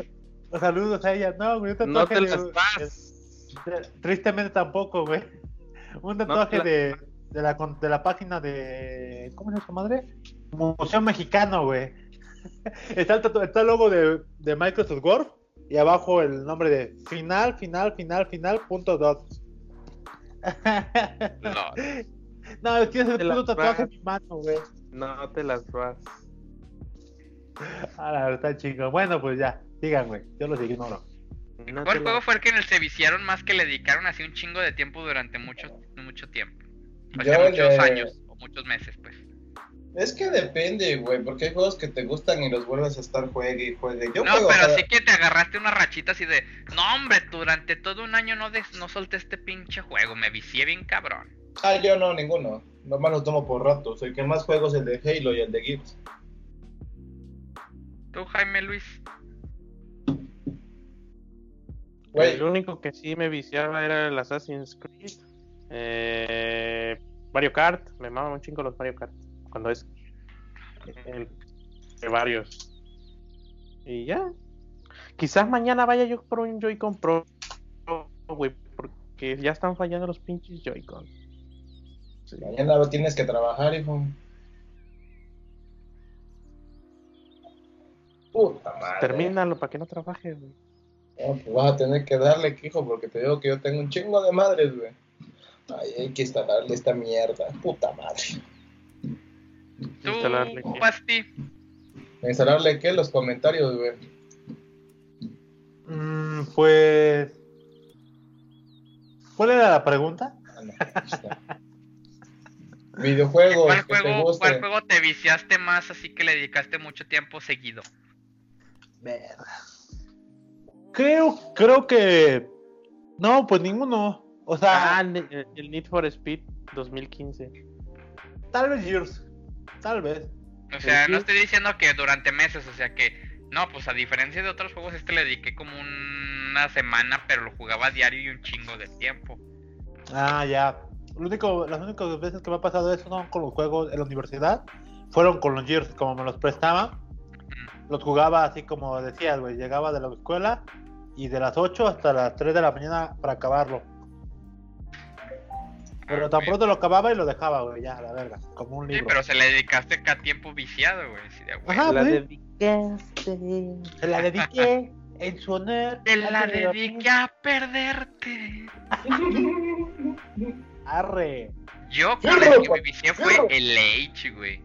Speaker 1: Saludos a ella. No, güey, un
Speaker 3: No
Speaker 1: tatuaje.
Speaker 3: te
Speaker 1: de-
Speaker 3: las vas.
Speaker 1: Tristemente tampoco, güey. Un
Speaker 3: te
Speaker 1: tatuaje
Speaker 3: la-
Speaker 1: de, de, la, con- de la página de. ¿Cómo se llama su madre? Museo Mexicano, güey. Está el, tatu- está el logo de, de Microsoft Word y abajo el nombre de final, final, final, final, punto dot.
Speaker 2: No.
Speaker 1: no, tienes
Speaker 3: Te
Speaker 1: el
Speaker 3: la
Speaker 1: puto tatuaje en
Speaker 3: tragas.
Speaker 1: mi mano, güey.
Speaker 3: No te las vas.
Speaker 1: Ah, la verdad, chicos. Bueno, pues ya, digan, güey. Yo los ignoro.
Speaker 3: No
Speaker 2: ¿Cuál
Speaker 3: te
Speaker 2: juego
Speaker 3: las-
Speaker 2: fue el que se viciaron más que le dedicaron así un chingo de tiempo durante mucho, mucho tiempo? O
Speaker 4: Yo
Speaker 2: sea,
Speaker 4: el
Speaker 2: muchos
Speaker 4: de-
Speaker 2: años, o muchos meses, pues.
Speaker 4: Es que depende, güey, porque hay juegos que te gustan y los vuelves a estar juegue y juegue. Yo
Speaker 2: No,
Speaker 4: juego ah,
Speaker 2: pero
Speaker 4: cada-
Speaker 2: sí que te agarraste una rachita así de, no hombre, durante todo un año no, des- no solté este pinche juego, me vicié bien cabrón.
Speaker 4: Ah, yo no, ninguno. Nomás los tomo por ratos. El que más juego es el de Halo y el de Gears.
Speaker 2: Tú, Jaime Luis,
Speaker 4: Güey,
Speaker 3: El único que sí me viciaba era el Assassin's Creed. Eh, Mario Kart. Me maman un chingo los Mario Kart. Cuando es el- de varios. Y ya. Quizás mañana vaya yo por un Joy-Con Pro, güey. Porque ya están fallando los pinches Joy-Con. Sí.
Speaker 4: mañana tienes que trabajar, hijo. Puta madre.
Speaker 3: Termínalo para que no trabaje, güey.
Speaker 4: No, pues vas a tener que darle, hijo, porque te digo que yo tengo un chingo de madres, güey. Ay, hay que instalarle esta mierda. Puta madre.
Speaker 2: tú,
Speaker 3: Instalarle que-
Speaker 2: Pasti,
Speaker 4: ¿Instalarle qué? Los comentarios, güey.
Speaker 1: Mm, pues. ¿Cuál era la pregunta?
Speaker 4: Ah, no, ahí está. Videojuegos
Speaker 2: ¿cuál
Speaker 4: que te
Speaker 2: juego, ¿cuál
Speaker 4: gusten.
Speaker 2: juego te viciaste más así que le dedicaste mucho tiempo seguido?
Speaker 1: Creo, creo que. No, pues ninguno. O sea,
Speaker 3: Ah, ne- el, Need for Speed 2015.
Speaker 1: tal vez Gears. Tal vez.
Speaker 2: O sea,
Speaker 3: Sí.
Speaker 2: no estoy diciendo que durante meses, o sea que, no, pues a diferencia de otros juegos, este le dediqué como una semana, pero lo jugaba diario y un chingo de tiempo.
Speaker 1: Ah, ya. Lo único, las únicas veces que me ha pasado eso no con los juegos en la universidad fueron con los Gears, como me los prestaban. Los jugaba así como decías, güey. Llegaba de la escuela y de las 8 hasta las 3 de la mañana para acabarlo. Pero
Speaker 2: Ah,
Speaker 1: tan
Speaker 2: güey.
Speaker 1: pronto lo acababa y lo dejaba, güey, ya, a la verga. Como un
Speaker 2: Sí,
Speaker 1: libro.
Speaker 2: pero se le dedicaste acá tiempo viciado, güey. así de, güey,
Speaker 1: Ajá,
Speaker 3: la
Speaker 1: güey.
Speaker 3: dedicaste.
Speaker 1: Se la dediqué en su honor.
Speaker 2: Te la
Speaker 1: antes de dormir.
Speaker 2: dediqué a perderte.
Speaker 1: Arre.
Speaker 2: Yo con el que me vicié fue el Age, güey.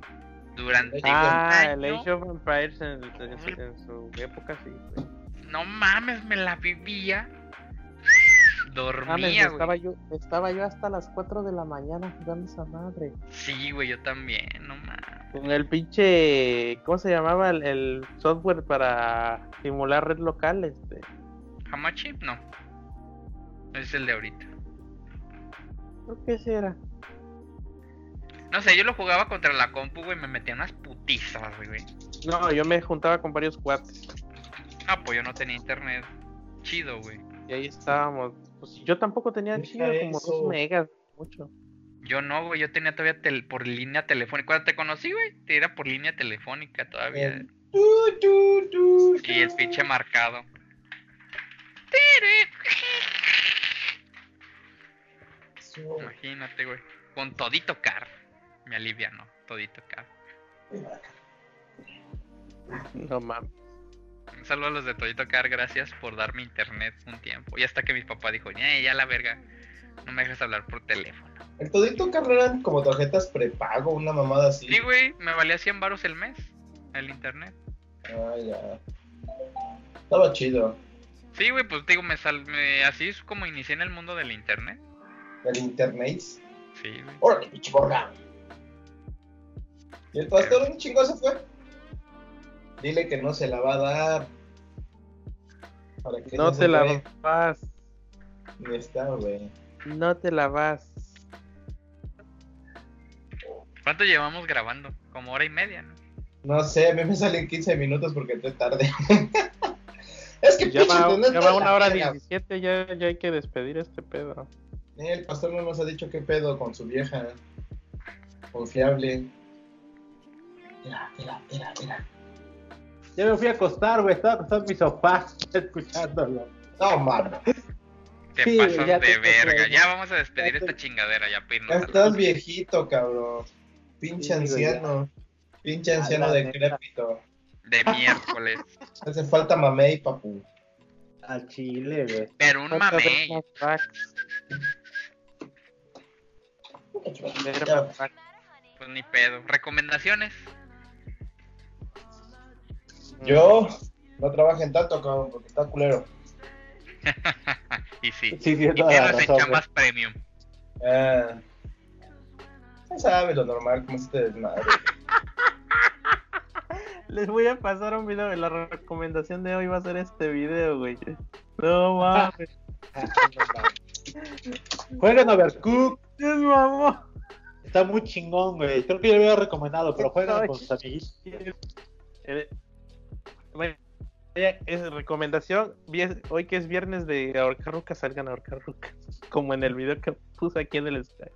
Speaker 2: Durante
Speaker 3: Ah,
Speaker 2: un
Speaker 3: el
Speaker 2: año,
Speaker 3: Age of Empires en, en su, en su época, sí. güey.
Speaker 2: No mames, me la vivía.
Speaker 3: Mames,
Speaker 2: Dormía, güey.
Speaker 3: estaba, yo, estaba yo hasta las 4 de la mañana jugando esa madre.
Speaker 2: Sí, güey, yo también, no mames.
Speaker 3: Con el pinche. ¿Cómo se llamaba el, el software para simular red local? Este.
Speaker 2: ¿Hamachi? No. Es el de ahorita.
Speaker 3: Creo que ese era.
Speaker 2: No sé, yo lo jugaba contra la compu, güey, me metía unas putizas, güey.
Speaker 3: No, yo me juntaba con varios cuates.
Speaker 2: Ah, pues yo no tenía internet. Chido, güey.
Speaker 3: Y ahí estábamos. Pues yo tampoco tenía
Speaker 4: Deja
Speaker 3: chido, como
Speaker 4: eso.
Speaker 3: 2 megas. Mucho.
Speaker 2: Yo no, güey, yo tenía todavía tel- por línea telefónica. Cuando te conocí, güey, te era por línea telefónica todavía.
Speaker 4: Bien. Tu, tu, tu,
Speaker 2: Y el
Speaker 4: tu.
Speaker 2: pinche marcado. Imagínate, güey. Con todito car. me alivianó todito acá.
Speaker 3: No mames.
Speaker 2: Un saludo a los de Todito Car, gracias por darme internet un tiempo. Y hasta que mi papá dijo, "Ñe, ya la verga, no me dejas hablar por teléfono.
Speaker 4: El todito carreran como tarjetas prepago, una mamada así.
Speaker 2: Sí, güey, me valía 100 baros el mes el internet.
Speaker 4: Ah, ya. Estaba chido.
Speaker 2: Sí, güey, pues te digo, me sal... me- así es como inicié en el mundo del internet.
Speaker 4: El internet.
Speaker 2: Sí, güey.
Speaker 4: ¡Órale, pinche borra! ¿Y el pastor un chingo se fue? Dile que no se la va a dar. Para que
Speaker 3: No te la
Speaker 4: ve.
Speaker 3: vas.
Speaker 4: Ni está, güey.
Speaker 3: No te la vas.
Speaker 2: ¿Cuánto llevamos grabando? Como hora y media, ¿no?
Speaker 4: No sé, a mí me salen 15 minutos porque entré tarde. es que
Speaker 3: Ya
Speaker 4: pinche
Speaker 3: va,
Speaker 4: internet
Speaker 3: ya
Speaker 4: está
Speaker 3: va
Speaker 4: de
Speaker 3: una
Speaker 4: la
Speaker 3: hora
Speaker 4: verga.
Speaker 3: 17, ya, ya hay que despedir este pedo.
Speaker 4: El pastor no nos ha dicho qué pedo con su vieja. Confiable. Mira, mira, mira, mira.
Speaker 1: Ya me fui a acostar, güey. Estaba acostado en mi sofá escuchándolo.
Speaker 4: No, mames.
Speaker 2: Te
Speaker 1: Sí, güey,
Speaker 2: pasas
Speaker 1: ya
Speaker 2: de
Speaker 1: te pasé,
Speaker 2: verga.
Speaker 1: ¿no?
Speaker 2: Ya vamos a despedir
Speaker 4: Ya te-
Speaker 2: esta chingadera, ya para
Speaker 4: Ya
Speaker 2: irnos a la-
Speaker 4: estás viejito, cabrón. Pinche
Speaker 1: Sí, güey,
Speaker 4: anciano. Pinche
Speaker 1: Ya,
Speaker 4: anciano
Speaker 1: la
Speaker 4: decrépito.
Speaker 2: de miércoles.
Speaker 4: Hace falta mamey, papu.
Speaker 1: Al chile, güey.
Speaker 2: Pero un
Speaker 3: Falta ver
Speaker 2: mamey.
Speaker 3: más facts, ver
Speaker 4: Ya.
Speaker 3: más facts.
Speaker 2: Pues ni pedo. ¿Recomendaciones?
Speaker 4: Yo no trabajen tanto, cabrón, porque está culero.
Speaker 2: y sí.
Speaker 1: Sí, sí,
Speaker 2: Y
Speaker 1: toda la
Speaker 2: pierdas en
Speaker 1: razón. güey.
Speaker 2: chambas premium.
Speaker 4: Ah. Ya sabes lo normal, como este desmadre.
Speaker 3: Les voy a pasar un video. La recomendación de hoy va a ser este video, güey. No mames.
Speaker 1: Jueguen Overcook.
Speaker 3: Es mamón.
Speaker 1: Está muy chingón, güey. Creo que ya lo había recomendado, pero juegan con sus amiguitos.
Speaker 3: Eh, vaya, Es recomendación. vier- Hoy que es viernes de ahorcar rucas, salgan a ahorcar rucas. Como en el video que puse aquí en el Skype.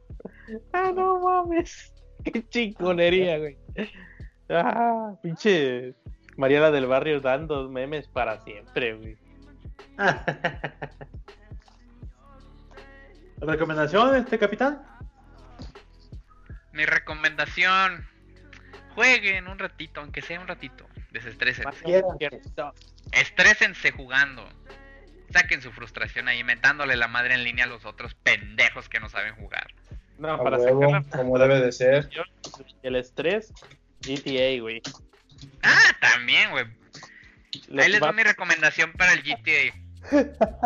Speaker 3: Ah, no mames. Qué chingonería, güey. Ah, pinche Mariana del Barrio dando memes para siempre, güey.
Speaker 1: ¿Recomendación, este capitán?
Speaker 2: Mi recomendación. Jueguen un ratito, aunque sea un ratito. Desestresen.
Speaker 3: Más
Speaker 1: Quieran.
Speaker 3: cierto.
Speaker 2: Estrésense jugando. Saquen su frustración ahí, mentándole la madre en línea a los otros pendejos que no saben jugar.
Speaker 3: No,
Speaker 4: A
Speaker 3: para
Speaker 4: huevo,
Speaker 3: sacar la
Speaker 4: como debe de ser.
Speaker 3: y el estrés, GTA, güey.
Speaker 2: Ah, también, güey.
Speaker 3: Les
Speaker 2: Ahí les
Speaker 3: va-
Speaker 2: doy mi recomendación para el GTA.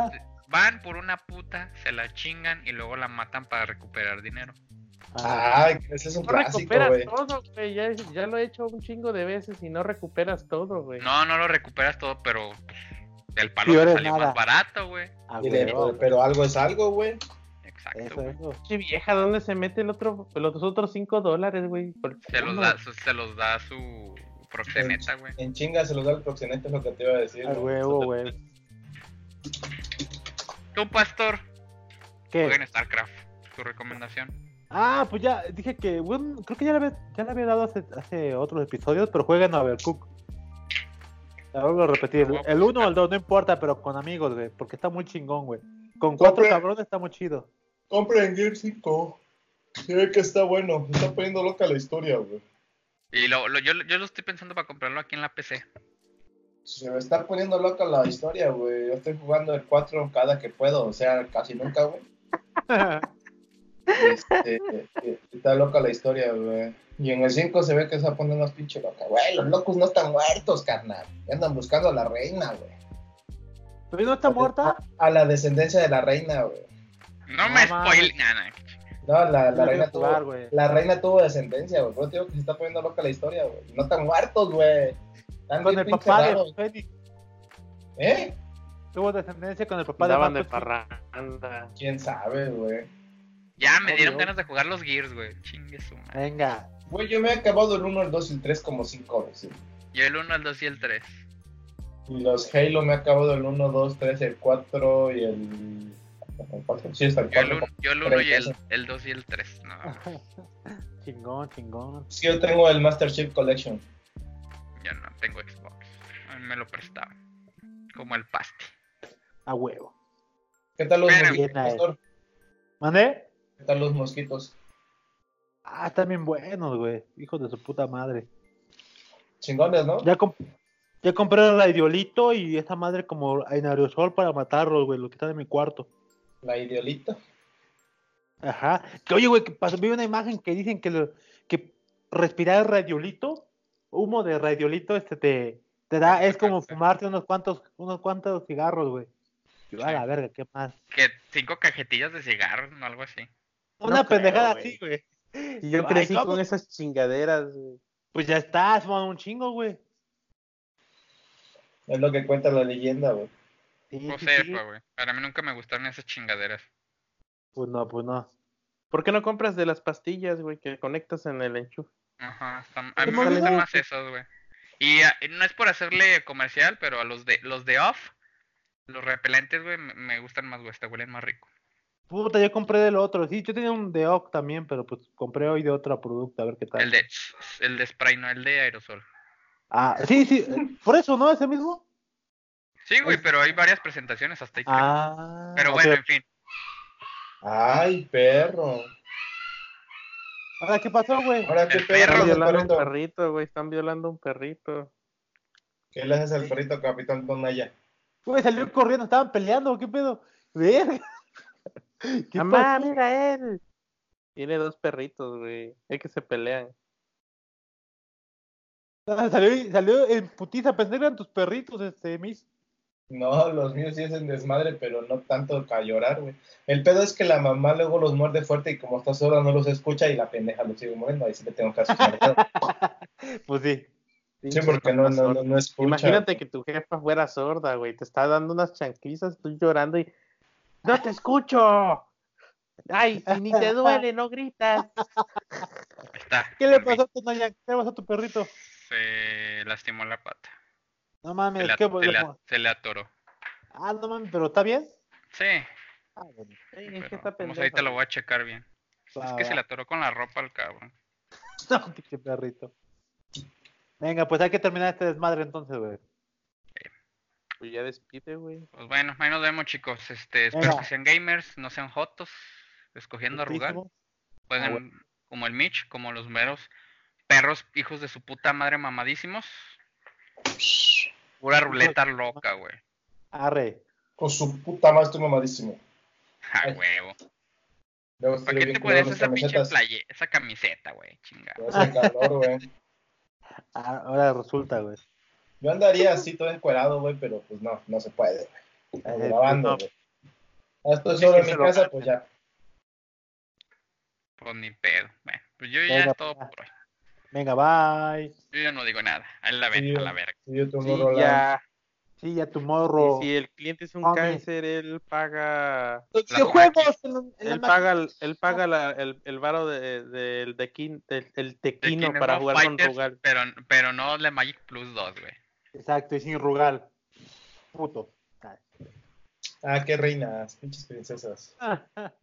Speaker 2: Van por una puta, se la chingan y luego la matan para recuperar dinero.
Speaker 1: Ah,
Speaker 4: Ay, ese es un
Speaker 3: No
Speaker 4: clásico,
Speaker 3: recuperas
Speaker 4: güey.
Speaker 3: todo, güey. Ya, ya lo he hecho un chingo de veces y no recuperas todo, güey.
Speaker 2: No, no lo recuperas todo, pero pues, el palo
Speaker 1: Peor
Speaker 2: te
Speaker 1: es
Speaker 2: salió
Speaker 1: nada.
Speaker 2: más barato, güey.
Speaker 1: Ah,
Speaker 4: Y de-
Speaker 1: huevo,
Speaker 4: Pero algo es algo, güey.
Speaker 2: Exacto,
Speaker 1: eso
Speaker 2: güey.
Speaker 1: es, güey.
Speaker 3: Che vieja, ¿dónde se mete el otro, los otros 5 dólares, güey? Por-
Speaker 2: Se los
Speaker 3: no,
Speaker 2: da, su- se los da su proxeneta, güey.
Speaker 4: En chinga se los da el proxeneta, es lo que te iba a decir.
Speaker 1: Ah,
Speaker 4: güey.
Speaker 1: huevo, güey.
Speaker 2: Tú, pastor, jueguen
Speaker 1: ¿Qué?
Speaker 2: StarCraft. Tu recomendación.
Speaker 1: Ah, pues ya, dije que, bueno, creo que ya le había, ya le había dado hace, hace otros episodios, pero jueguen Overcook. Ya vuelvo a repetir,
Speaker 2: Lo
Speaker 3: Ah,
Speaker 2: voy a
Speaker 1: el 1 o
Speaker 2: buscar.
Speaker 1: el 2, no importa, pero con amigos, güey, porque está muy chingón, güey. Con cuatro
Speaker 4: Compre-
Speaker 1: cabrones está muy chido.
Speaker 4: Compren Gear 5. Se ve que está bueno. Se está poniendo loca la historia, güey.
Speaker 2: Y lo, lo- yo, yo lo estoy pensando para comprarlo aquí en la PC.
Speaker 4: Se me está poniendo loca la historia, güey. Yo estoy jugando el 4 cada que puedo, o sea, casi nunca, güey. Este, eh, está loca la historia, güey. Y en el 5 se ve que se va a poner más pinche loca, güey. Los locos no están muertos, carnal. Ya andan buscando a la reina, güey.
Speaker 1: Pero no está muerta,
Speaker 4: A la descendencia de la reina, güey.
Speaker 2: No
Speaker 1: No
Speaker 2: me
Speaker 1: mames.
Speaker 2: spoil. Nah, nah.
Speaker 4: No, la, la
Speaker 1: No
Speaker 4: reina
Speaker 1: quiero jugar,
Speaker 4: tuvo.
Speaker 1: güey.
Speaker 4: La reina tuvo descendencia, güey. Pero te digo que se está poniendo loca la historia, güey. No están muertos, güey. Están
Speaker 1: Con
Speaker 4: bien
Speaker 1: el
Speaker 4: pinche
Speaker 1: papá de
Speaker 4: raros.
Speaker 1: Fénix.
Speaker 4: ¿Eh?
Speaker 1: Tuvo descendencia con el papá de
Speaker 3: Daban de
Speaker 1: Marcos.
Speaker 3: parranda.
Speaker 4: ¿Quién sabe, güey?
Speaker 2: Ya me dieron
Speaker 3: Obvio.
Speaker 2: ganas de jugar los Gears, güey. Chingue su madre.
Speaker 1: Venga.
Speaker 4: Güey, yo me he acabado el 1, el 2 y el 3 como 5 veces.
Speaker 2: Yo el 1, el 2 y el 3.
Speaker 4: Y los Halo me he acabado el 1, 2, 3, el 4 y el. ¿hasta el 4? Sí, hasta el
Speaker 2: Yo el
Speaker 4: 4.
Speaker 2: 1, yo el uno y el, el 2 y el 3. No,
Speaker 1: Chingón, chingón.
Speaker 4: Sí, yo tengo el Master Chief Collection.
Speaker 2: yo no tengo Xbox. A mí me lo prestaban. Como el paste.
Speaker 1: A huevo.
Speaker 4: ¿Qué tal los
Speaker 2: Pero-
Speaker 4: mosquitos?
Speaker 1: Bien, eh.
Speaker 4: pastor?
Speaker 1: ¿Mandé?
Speaker 4: ¿Qué tal los mosquitos?
Speaker 1: Ah, están bien buenos, güey. Hijos de su puta madre.
Speaker 4: Chingones, ¿no?
Speaker 1: Ya, comp- ya compré el radiolito y esta madre como en aerosol para matarlos, güey. Lo que están en mi cuarto.
Speaker 4: La ideolita.
Speaker 1: Ajá. Que, oye, güey, que pasó, vi una imagen que dicen que, lo- que respirar radiolito, humo de radiolito, este te, te da, es como fumarte unos cuantos, unos cuantos cigarros, güey. Yo, a la verga, ¿qué más?
Speaker 2: Que cinco cajetillas de cigarros o algo así.
Speaker 1: Una
Speaker 3: creo,
Speaker 1: pendejada
Speaker 3: güey.
Speaker 1: así, güey.
Speaker 3: Y yo
Speaker 1: Ay,
Speaker 3: crecí
Speaker 1: ¿cómo?
Speaker 3: con esas chingaderas, güey.
Speaker 1: Pues ya está, has fumado un chingo, güey.
Speaker 4: Es lo que cuenta la leyenda, güey.
Speaker 1: Sí,
Speaker 2: No
Speaker 1: sí,
Speaker 2: sé,
Speaker 1: sí.
Speaker 2: güey. Para mí nunca me gustaron esas chingaderas.
Speaker 1: Pues no, pues no.
Speaker 3: ¿Por qué no compras de las pastillas, güey, que conectas en el enchufe?
Speaker 2: Ajá, están- a mí me
Speaker 1: Salen
Speaker 2: gustan
Speaker 1: muy-
Speaker 2: más esos, güey. Y ah, no es por hacerle comercial, pero a los de los de off, los repelentes, güey, me, me gustan más, güey. Hasta huelen más rico.
Speaker 1: Puta, yo compré del otro. Sí, yo tenía un de Oc también, pero pues compré hoy de otro producto, a ver qué tal.
Speaker 2: El de el de spray, no el de aerosol.
Speaker 1: Ah, sí, sí. Por eso, ¿no? ¿Ese mismo?
Speaker 2: Sí, güey, pero hay varias presentaciones hasta ahí. creo.
Speaker 1: Ah.
Speaker 2: pero
Speaker 1: o
Speaker 2: bueno,
Speaker 1: sea,
Speaker 2: en fin.
Speaker 4: Ay, perro.
Speaker 1: Ahora, ¿qué pasó, güey?
Speaker 4: Ahora qué
Speaker 2: El perro.
Speaker 4: perro,
Speaker 3: Están
Speaker 4: del
Speaker 3: violando
Speaker 4: perrito.
Speaker 3: un perrito, güey. Están violando un perrito.
Speaker 4: ¿Qué le haces al perrito capitán Tonaya?
Speaker 1: Güey, salió corriendo, estaban peleando, ¿qué pedo? Verga. ¿Qué
Speaker 3: ¡Mamá,
Speaker 1: pasó?
Speaker 3: mira él! Tiene dos perritos, güey. Es que se pelean.
Speaker 1: Ah, Salió, salió en putiza, pensé que eran tus perritos, este, mis.
Speaker 4: No, los míos sí es en desmadre, pero no tanto para llorar, güey. El pedo es que la mamá luego los muerde fuerte y como está sola no los escucha y la pendeja los sigue moviendo. Ahí sí le tengo que asustar.
Speaker 1: Pues sí.
Speaker 4: Sí, porque no, no, no, no escucha.
Speaker 3: Imagínate que tu jefa fuera sorda, güey. Te está dando unas chanquizas, tú llorando y. ¡No te escucho! ¡Ay, si ni te duele, no gritas!
Speaker 2: ahí Está.
Speaker 1: ¿Qué le
Speaker 2: Por fin
Speaker 1: pasó a tu Naya? ¿Qué le pasó a tu perrito?
Speaker 2: Se lastimó la pata.
Speaker 1: No
Speaker 2: Se
Speaker 1: mames,
Speaker 2: le,
Speaker 1: ¿qué?
Speaker 2: se le- se le atoró.
Speaker 1: Ah, no mames, pero ¿está bien?
Speaker 2: Sí,
Speaker 1: Ah, bueno.
Speaker 3: Ey, es
Speaker 2: pero
Speaker 3: que está
Speaker 2: vamos,
Speaker 3: pendejo.
Speaker 2: ahorita lo voy a checar bien. Es
Speaker 1: Va,
Speaker 2: que se
Speaker 1: va.
Speaker 2: le atoró con la ropa al cabrón.
Speaker 1: No, pinche perrito. Venga, pues hay que terminar este desmadre entonces, güey.
Speaker 3: Pues ya despide, güey.
Speaker 2: Pues bueno, ahí nos vemos, chicos. Este, espero
Speaker 1: Venga.
Speaker 2: que sean gamers, no sean jotos, escogiendo a Rugal.
Speaker 1: Putísimo.
Speaker 4: Ah,
Speaker 2: Jueguen como el Mitch, como los meros perros hijos de su puta madre mamadísimos. Pura ruleta loca, güey.
Speaker 1: Arre.
Speaker 4: Con su puta madre estoy mamadísimo.
Speaker 2: A Ah, huevo.
Speaker 4: Luego estoy
Speaker 2: ¿Para qué
Speaker 4: bien
Speaker 2: te
Speaker 4: culero en
Speaker 2: pones
Speaker 4: mis
Speaker 2: esa pinche
Speaker 4: camisetas.
Speaker 2: playa, esa camiseta, güey? Chinga.
Speaker 4: Luego hace calor, güey.
Speaker 1: Ah, Ahora resulta, güey.
Speaker 4: Yo andaría así todo encuerado, güey, pero pues no, no se puede, güey. Ando
Speaker 3: pues
Speaker 1: Eh,
Speaker 4: Grabando,
Speaker 1: no.
Speaker 4: güey. A Esto es
Speaker 3: Sí, sí,
Speaker 4: solo en
Speaker 3: se
Speaker 4: mi
Speaker 3: lo
Speaker 4: casa, pues ya.
Speaker 2: Pues ni pedo. Bueno, pues yo ya
Speaker 1: Venga,
Speaker 2: es todo
Speaker 1: pues,
Speaker 2: por hoy.
Speaker 1: Venga, bye.
Speaker 2: Yo ya no digo nada. A la verga, a la verga.
Speaker 4: Sí, yo tengo
Speaker 3: Sí,
Speaker 4: un rolado.
Speaker 3: ya.
Speaker 1: Sí, ya tu
Speaker 3: Y
Speaker 1: morro.
Speaker 3: si el cliente es un
Speaker 1: Hombre.
Speaker 3: cáncer, él paga.
Speaker 1: Los
Speaker 2: La
Speaker 1: videojuegos en la- en la
Speaker 3: Él
Speaker 1: ma-
Speaker 3: paga, el- él paga la- el, el varo de, del tequín- del- el tequino
Speaker 2: Tekken
Speaker 3: para
Speaker 2: Evo
Speaker 3: jugar con
Speaker 2: Fighters,
Speaker 3: Rugal.
Speaker 2: Pero, pero no la Magic Plus 2, güey.
Speaker 1: Exacto, y sin rugal. Puto.
Speaker 4: Ah, qué reinas, pinches princesas.
Speaker 1: Ah.